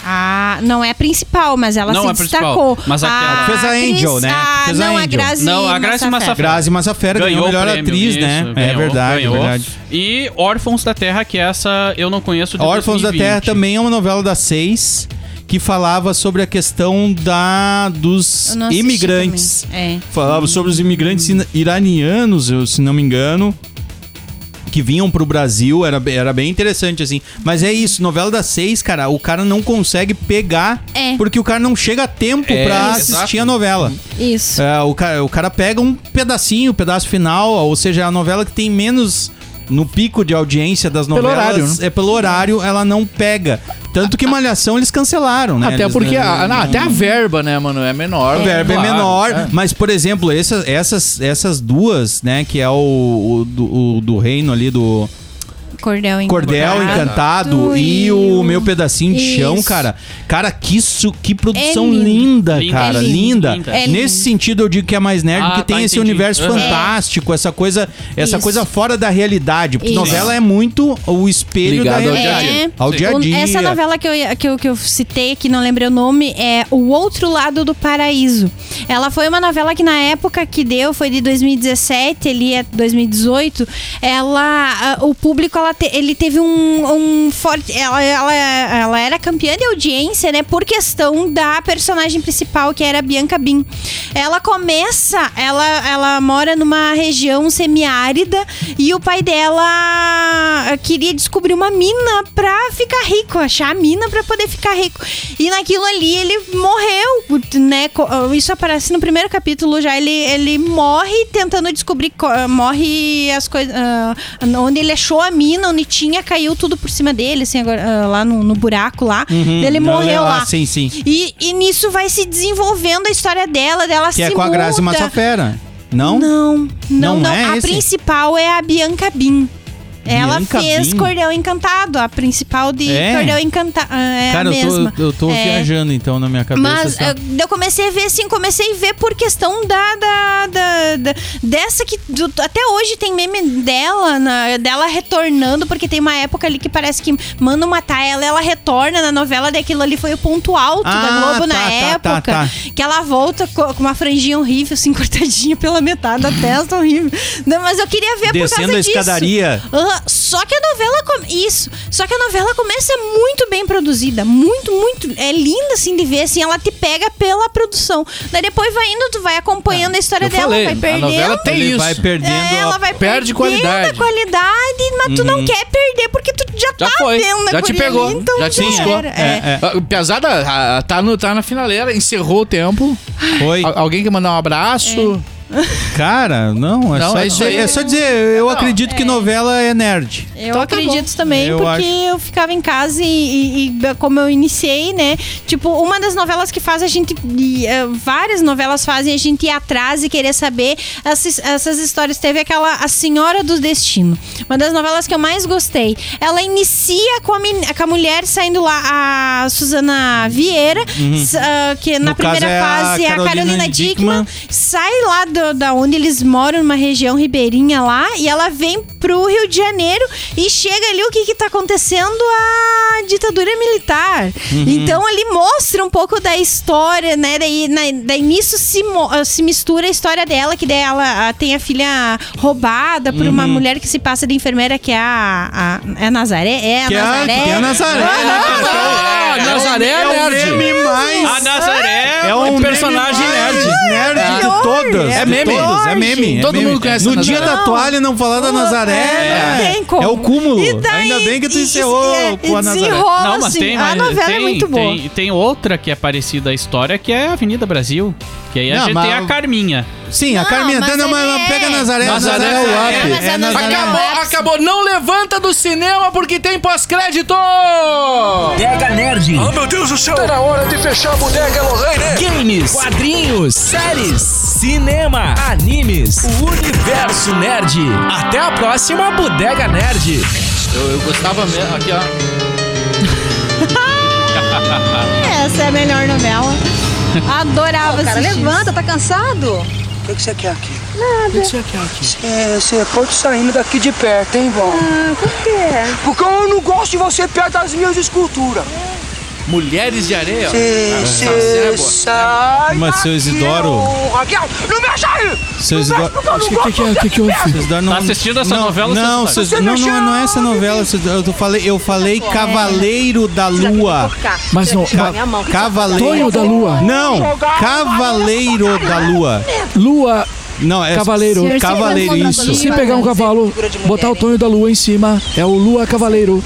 [SPEAKER 4] Ah, não é a principal, mas ela
[SPEAKER 3] Não
[SPEAKER 4] se
[SPEAKER 3] é a principal,
[SPEAKER 4] destacou.
[SPEAKER 3] mas aquela-
[SPEAKER 2] Que fez a
[SPEAKER 4] atriz-
[SPEAKER 2] Angel, né?
[SPEAKER 4] Ah,
[SPEAKER 2] Que fez a
[SPEAKER 4] não, a
[SPEAKER 2] Angel.
[SPEAKER 4] Grazi
[SPEAKER 3] Não, a Grazi
[SPEAKER 4] Massafera.
[SPEAKER 3] Massafera.
[SPEAKER 2] Grazi Massafera ganhou,
[SPEAKER 3] o
[SPEAKER 2] a melhor
[SPEAKER 3] prêmio,
[SPEAKER 2] atriz,
[SPEAKER 3] isso,
[SPEAKER 2] né? é
[SPEAKER 3] ganhou,
[SPEAKER 2] verdade,
[SPEAKER 3] ganhou.
[SPEAKER 2] verdade.
[SPEAKER 3] E Órfãos da Terra, que essa eu não conheço de
[SPEAKER 2] Órfãos da
[SPEAKER 3] 2020.
[SPEAKER 2] Terra também é uma novela da seis que falava sobre a questão da dos
[SPEAKER 4] Eu não assisti
[SPEAKER 2] imigrantes.
[SPEAKER 4] também. É.
[SPEAKER 2] Falava sobre os imigrantes ina- iranianos, eu- se não me engano, que vinham pro Brasil, era, be- era bem interessante assim. Mas é isso, novela da seis, cara, o cara não consegue pegar
[SPEAKER 4] É.
[SPEAKER 2] porque o cara não chega a tempo
[SPEAKER 3] É,
[SPEAKER 2] pra
[SPEAKER 3] exato.
[SPEAKER 2] assistir a novela.
[SPEAKER 4] Isso.
[SPEAKER 2] É, o, cara, o cara pega um pedacinho, o pedaço final, ou seja, é a novela que tem menos no pico de audiência das novelas.
[SPEAKER 6] horário, né?
[SPEAKER 2] É pelo horário, ela não pega. Tanto que Malhação eles cancelaram, né?
[SPEAKER 6] Até
[SPEAKER 2] Eles-
[SPEAKER 6] porque.
[SPEAKER 2] né,
[SPEAKER 6] a- não, até a verba, né, mano? É menor.
[SPEAKER 2] a verba é
[SPEAKER 6] claro.
[SPEAKER 2] menor,
[SPEAKER 6] É.
[SPEAKER 2] mas, por exemplo, essas, essas, essas duas, né, que é o, o do- o do reino ali do,
[SPEAKER 4] Cordel Encantado.
[SPEAKER 2] Cordel Encantado e o meu pedacinho de chão,
[SPEAKER 4] Isso.
[SPEAKER 2] cara. Cara, que, su, que produção
[SPEAKER 4] É lindo.
[SPEAKER 2] linda,
[SPEAKER 3] Linda,
[SPEAKER 2] cara,
[SPEAKER 3] é
[SPEAKER 2] linda.
[SPEAKER 3] lindo, linda. É
[SPEAKER 4] lindo.
[SPEAKER 2] Nesse sentido eu digo que é mais nerd
[SPEAKER 3] Ah,
[SPEAKER 2] porque tem
[SPEAKER 3] tá,
[SPEAKER 2] esse
[SPEAKER 3] entendi.
[SPEAKER 2] universo
[SPEAKER 3] Aham.
[SPEAKER 2] fantástico, essa coisa, essa
[SPEAKER 4] Isso.
[SPEAKER 2] coisa fora da realidade, porque
[SPEAKER 4] Isso.
[SPEAKER 2] novela é muito o espelho
[SPEAKER 6] Ligado
[SPEAKER 2] da
[SPEAKER 6] ao
[SPEAKER 2] realidade,
[SPEAKER 4] É,
[SPEAKER 2] ao dia a
[SPEAKER 4] o-
[SPEAKER 2] dia.
[SPEAKER 4] Essa novela que eu, ia- que, eu, que eu citei, que não lembrei o nome, é O Outro Lado do Paraíso. Ela foi uma novela que na época que deu, foi de 2017, ali é 2018, ela, ah, o público, ela te- ele teve um, um forte... Ela, ela, ela era campeã de audiência, né, por questão da personagem principal, que era a Bianca Bin. Ela começa, ela, ela mora numa região semiárida e o pai dela ah, queria descobrir uma mina pra ficar rico, achar a mina pra poder ficar rico. E naquilo ali ele morreu, né? Co- Isso aparece no primeiro capítulo já. Ele, ele morre tentando descobrir, co- ah, morre as coisas. ah, onde ele achou a mina, onde tinha, caiu tudo por cima dele, assim, agora, ah, lá no, no buraco lá. ele
[SPEAKER 2] Uhum. Não,
[SPEAKER 4] morreu
[SPEAKER 2] lá,
[SPEAKER 4] lá.
[SPEAKER 2] Sim, sim.
[SPEAKER 4] E, e nisso vai se desenvolvendo a história dela, dela
[SPEAKER 2] Que
[SPEAKER 4] se
[SPEAKER 2] é com a
[SPEAKER 4] muda.
[SPEAKER 2] Grazi Massafera. Não?
[SPEAKER 4] Não, não,
[SPEAKER 2] Não
[SPEAKER 4] não.
[SPEAKER 2] é
[SPEAKER 4] a
[SPEAKER 2] esse?
[SPEAKER 4] principal é a Bianca Bin. Ela
[SPEAKER 2] Bianca
[SPEAKER 4] fez
[SPEAKER 2] Bin?
[SPEAKER 4] Cordel Encantado, a principal de
[SPEAKER 2] É?
[SPEAKER 4] Cordel Encantado. É
[SPEAKER 2] Cara,
[SPEAKER 4] a
[SPEAKER 2] eu
[SPEAKER 4] mesma.
[SPEAKER 2] tô, eu tô
[SPEAKER 4] É.
[SPEAKER 2] viajando então na minha cabeça.
[SPEAKER 4] Mas
[SPEAKER 2] só.
[SPEAKER 4] eu, eu comecei a ver, assim, comecei a ver por questão da. da, da- da- dessa que. do- até hoje tem meme dela, na- dela retornando, porque tem uma época ali que parece que mandam matar ela, ela retorna na novela daquilo ali, foi o ponto alto
[SPEAKER 2] Ah,
[SPEAKER 4] da Globo
[SPEAKER 2] tá,
[SPEAKER 4] na
[SPEAKER 2] tá,
[SPEAKER 4] época.
[SPEAKER 2] tá, tá.
[SPEAKER 4] Que ela volta co- com, uma franjinha horrível, assim, [LAUGHS] cortadinha pela metade da testa, horrível. Não, mas eu queria ver por
[SPEAKER 2] Descendo
[SPEAKER 4] causa
[SPEAKER 2] a
[SPEAKER 4] disso.
[SPEAKER 2] escadaria.
[SPEAKER 4] Ah, só que a novela. com- Isso. Só que a novela começa muito bem produzida. Muito, muito. É linda, assim, de ver. Assim, ela te pega pela produção. Daí depois vai indo, tu vai acompanhando a história
[SPEAKER 6] Ah, eu
[SPEAKER 4] dela,
[SPEAKER 6] falei,
[SPEAKER 4] vai
[SPEAKER 6] a
[SPEAKER 4] perdendo.
[SPEAKER 6] novela tem
[SPEAKER 2] Ele
[SPEAKER 6] isso.
[SPEAKER 2] vai perdendo
[SPEAKER 4] É,
[SPEAKER 2] a
[SPEAKER 4] ela vai
[SPEAKER 6] perde
[SPEAKER 4] perdendo
[SPEAKER 6] qualidade. Uhum.
[SPEAKER 4] a qualidade, mas tu não quer perder porque tu já,
[SPEAKER 6] Já
[SPEAKER 4] tá
[SPEAKER 6] foi,
[SPEAKER 4] vendo a
[SPEAKER 6] já te
[SPEAKER 4] guria
[SPEAKER 6] pegou,
[SPEAKER 4] ali, então
[SPEAKER 6] já te
[SPEAKER 2] buscou.
[SPEAKER 4] era.
[SPEAKER 2] É, é.
[SPEAKER 6] Ah, Pesada, ah, tá, no, tá na finaleira, encerrou o tempo.
[SPEAKER 2] Oi.
[SPEAKER 6] Al- alguém quer mandar um abraço?
[SPEAKER 2] Cara, não, é,
[SPEAKER 6] Não,
[SPEAKER 2] só,
[SPEAKER 6] é isso aí.
[SPEAKER 2] é só dizer, eu acredito que novela é nerd.
[SPEAKER 4] Eu acredito também,
[SPEAKER 2] Eu
[SPEAKER 4] porque
[SPEAKER 2] acho.
[SPEAKER 4] eu ficava em casa e, e- e como eu iniciei, né? Tipo, uma das novelas que faz a gente. e, eh, várias novelas fazem a gente ir atrás e querer saber essas, essas histórias. Teve aquela A Senhora do Destino. Uma das novelas que eu mais gostei. Ela inicia com a, men- com a mulher saindo lá, a Suzana Vieira, s- ah, que na
[SPEAKER 2] Uhum. No caso,
[SPEAKER 4] primeira
[SPEAKER 2] é a
[SPEAKER 4] fase é a
[SPEAKER 2] Carolina
[SPEAKER 4] Carolina,
[SPEAKER 2] Dickmann.
[SPEAKER 4] Dickman sai lá do- da onde eles moram, numa região ribeirinha lá, e ela vem pro Rio de Janeiro e chega ali o que que tá acontecendo a ditadura militar.
[SPEAKER 2] Uhum.
[SPEAKER 4] Então ali mostra um pouco da história, né? Daí, na, daí nisso se, mo- se mistura a história dela, que daí ela ah, tem a filha roubada por
[SPEAKER 2] Uhum.
[SPEAKER 4] uma mulher que se passa de enfermeira, que é a, a- é a Nazaré? É a
[SPEAKER 2] Que é a,
[SPEAKER 4] Nazaré.
[SPEAKER 2] que é a Nazaré, né, cara?
[SPEAKER 6] Ah, Nazaré
[SPEAKER 2] É o
[SPEAKER 6] Nerd.
[SPEAKER 2] meme mais.
[SPEAKER 3] A Nazaré
[SPEAKER 2] É um
[SPEAKER 3] personagem
[SPEAKER 2] meme mais
[SPEAKER 3] nerd.
[SPEAKER 2] Nerd de todas.
[SPEAKER 6] É
[SPEAKER 2] de
[SPEAKER 6] meme.
[SPEAKER 2] todas, é meme. é
[SPEAKER 6] Todo
[SPEAKER 2] meme.
[SPEAKER 6] mundo conhece
[SPEAKER 2] No
[SPEAKER 6] a
[SPEAKER 2] dia
[SPEAKER 6] Nazaré.
[SPEAKER 2] da toalha, não falar da Nazaré.
[SPEAKER 4] não
[SPEAKER 2] né?
[SPEAKER 4] tem como.
[SPEAKER 2] É o cúmulo.
[SPEAKER 4] E daí-
[SPEAKER 2] Ainda bem que tu
[SPEAKER 4] e-
[SPEAKER 2] encerrou
[SPEAKER 4] e- é e
[SPEAKER 2] com a Nazaré.
[SPEAKER 4] desenrola,
[SPEAKER 3] Não, mas
[SPEAKER 4] assim.
[SPEAKER 3] tem,
[SPEAKER 4] a
[SPEAKER 3] mas
[SPEAKER 4] novela
[SPEAKER 3] tem,
[SPEAKER 4] é muito boa.
[SPEAKER 3] Tem, tem outra que é parecida à história, que é Avenida Brasil. Que aí é a
[SPEAKER 2] Não,
[SPEAKER 3] gente
[SPEAKER 2] mas-
[SPEAKER 3] tem a Carminha.
[SPEAKER 2] Sim, a
[SPEAKER 4] Não,
[SPEAKER 2] Carmen
[SPEAKER 4] mas
[SPEAKER 2] Tana, mas
[SPEAKER 4] ele
[SPEAKER 2] ela
[SPEAKER 4] é-
[SPEAKER 2] pega a Nazaré. a
[SPEAKER 6] Nazaré
[SPEAKER 2] Nazaré é
[SPEAKER 6] é-
[SPEAKER 2] o up.
[SPEAKER 4] mas a Nazaré-
[SPEAKER 2] É Nazaré.
[SPEAKER 6] Acabou,
[SPEAKER 4] Não, é
[SPEAKER 6] acabou. Não levanta do cinema porque tem pós-crédito!
[SPEAKER 7] Bodega Nerd.
[SPEAKER 8] Oh meu Deus do céu! Tá na hora de fechar a bodega Lorraine!
[SPEAKER 7] Games, quadrinhos, séries, cinema, animes, o universo nerd. Até a próxima Bodega Nerd.
[SPEAKER 6] Eu, eu gostava mesmo. Aqui, ó.
[SPEAKER 4] Essa é a melhor novela. [LAUGHS] Adorava
[SPEAKER 9] cara,
[SPEAKER 4] assistir.
[SPEAKER 9] levanta, tá cansado?
[SPEAKER 8] O que que você quer aqui? Nada. O que que você quer aqui? Você pode saindo daqui de perto, hein, bom?
[SPEAKER 9] Ah, por quê?
[SPEAKER 8] Porque eu não gosto de você perto das minhas esculturas.
[SPEAKER 6] Mulheres de areia?
[SPEAKER 8] Você
[SPEAKER 6] Cê
[SPEAKER 8] sai
[SPEAKER 2] Mas, seu
[SPEAKER 8] daqui,
[SPEAKER 2] Isidoro-
[SPEAKER 8] ô, Raquel, não mexe aí!
[SPEAKER 2] Seu
[SPEAKER 8] não
[SPEAKER 2] Isidoro-
[SPEAKER 8] mexe porque eu não gosto de você perto.
[SPEAKER 2] Vocês dar não-
[SPEAKER 3] Tá assistindo essa
[SPEAKER 2] não,
[SPEAKER 3] novela,
[SPEAKER 2] Não,
[SPEAKER 3] vocês-
[SPEAKER 2] vocês- não, não, não é essa novela. vocês- Eu tô falei, eu falei Cavaleiro da Lua.
[SPEAKER 9] Mas não,
[SPEAKER 2] Ca-
[SPEAKER 9] minha mão.
[SPEAKER 2] Cavaleiro
[SPEAKER 1] Tonho da Lua.
[SPEAKER 2] Não, Cavaleiro da Lua.
[SPEAKER 1] Lua,
[SPEAKER 2] Não, é
[SPEAKER 1] Cavaleiro.
[SPEAKER 2] Cavaleiro isso.
[SPEAKER 1] se pegar um cavalo,
[SPEAKER 9] figura de mulher,
[SPEAKER 1] botar o
[SPEAKER 9] hein?
[SPEAKER 1] Tonho da Lua em cima, é o Lua Cavaleiro.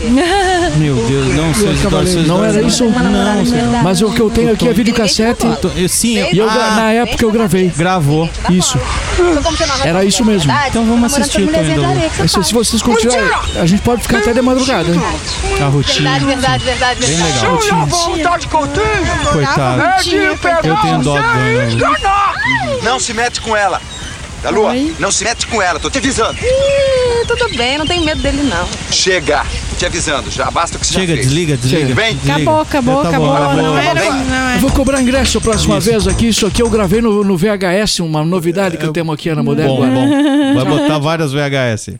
[SPEAKER 2] Meu Deus, não, seu Isidoro, seu
[SPEAKER 1] Cavaleiro. Não
[SPEAKER 2] Isidoro-
[SPEAKER 1] era isso?
[SPEAKER 2] Não, seu
[SPEAKER 1] Mas o que eu tenho aqui é videocassete
[SPEAKER 2] Tô- eu- sim,
[SPEAKER 1] e eu,
[SPEAKER 2] ah,
[SPEAKER 1] na época eu gravei.
[SPEAKER 2] gravou.
[SPEAKER 1] Isso. Era isso mesmo.
[SPEAKER 2] Então vamos assistir o Tonho da Lua.
[SPEAKER 1] Mas se- se vocês continuarem, a gente pode ficar até de madrugada.
[SPEAKER 2] A rotina.
[SPEAKER 9] Verdade, verdade, verdade,
[SPEAKER 2] Bem
[SPEAKER 9] verdade.
[SPEAKER 2] legal.
[SPEAKER 8] Olha a vontade que eu tenho
[SPEAKER 2] Coitado.
[SPEAKER 8] é de pegar
[SPEAKER 2] Eu tenho dó
[SPEAKER 8] você
[SPEAKER 2] do
[SPEAKER 8] e
[SPEAKER 2] Daniel.
[SPEAKER 8] esganar.
[SPEAKER 10] Não se mete com ela. Da Lua, não se mete com ela, tô te avisando.
[SPEAKER 9] Ih, tudo bem, não tem medo dele, não.
[SPEAKER 10] Chega, te avisando, já basta o que você
[SPEAKER 2] Chega,
[SPEAKER 10] já fez.
[SPEAKER 2] desliga, desliga.
[SPEAKER 10] Vem.
[SPEAKER 2] desliga.
[SPEAKER 4] Acabou, acabou,
[SPEAKER 2] Já tá
[SPEAKER 4] acabou.
[SPEAKER 2] bom, acabou.
[SPEAKER 4] Não era,
[SPEAKER 10] Vem.
[SPEAKER 4] não
[SPEAKER 1] Eu
[SPEAKER 4] era.
[SPEAKER 1] vou cobrar ingresso a próxima vez aqui. Isso aqui eu
[SPEAKER 2] tá
[SPEAKER 1] gravei no, no VHS, uma novidade que eu temos aqui na Moderna.
[SPEAKER 2] Bom, bom. Vai botar várias VHS.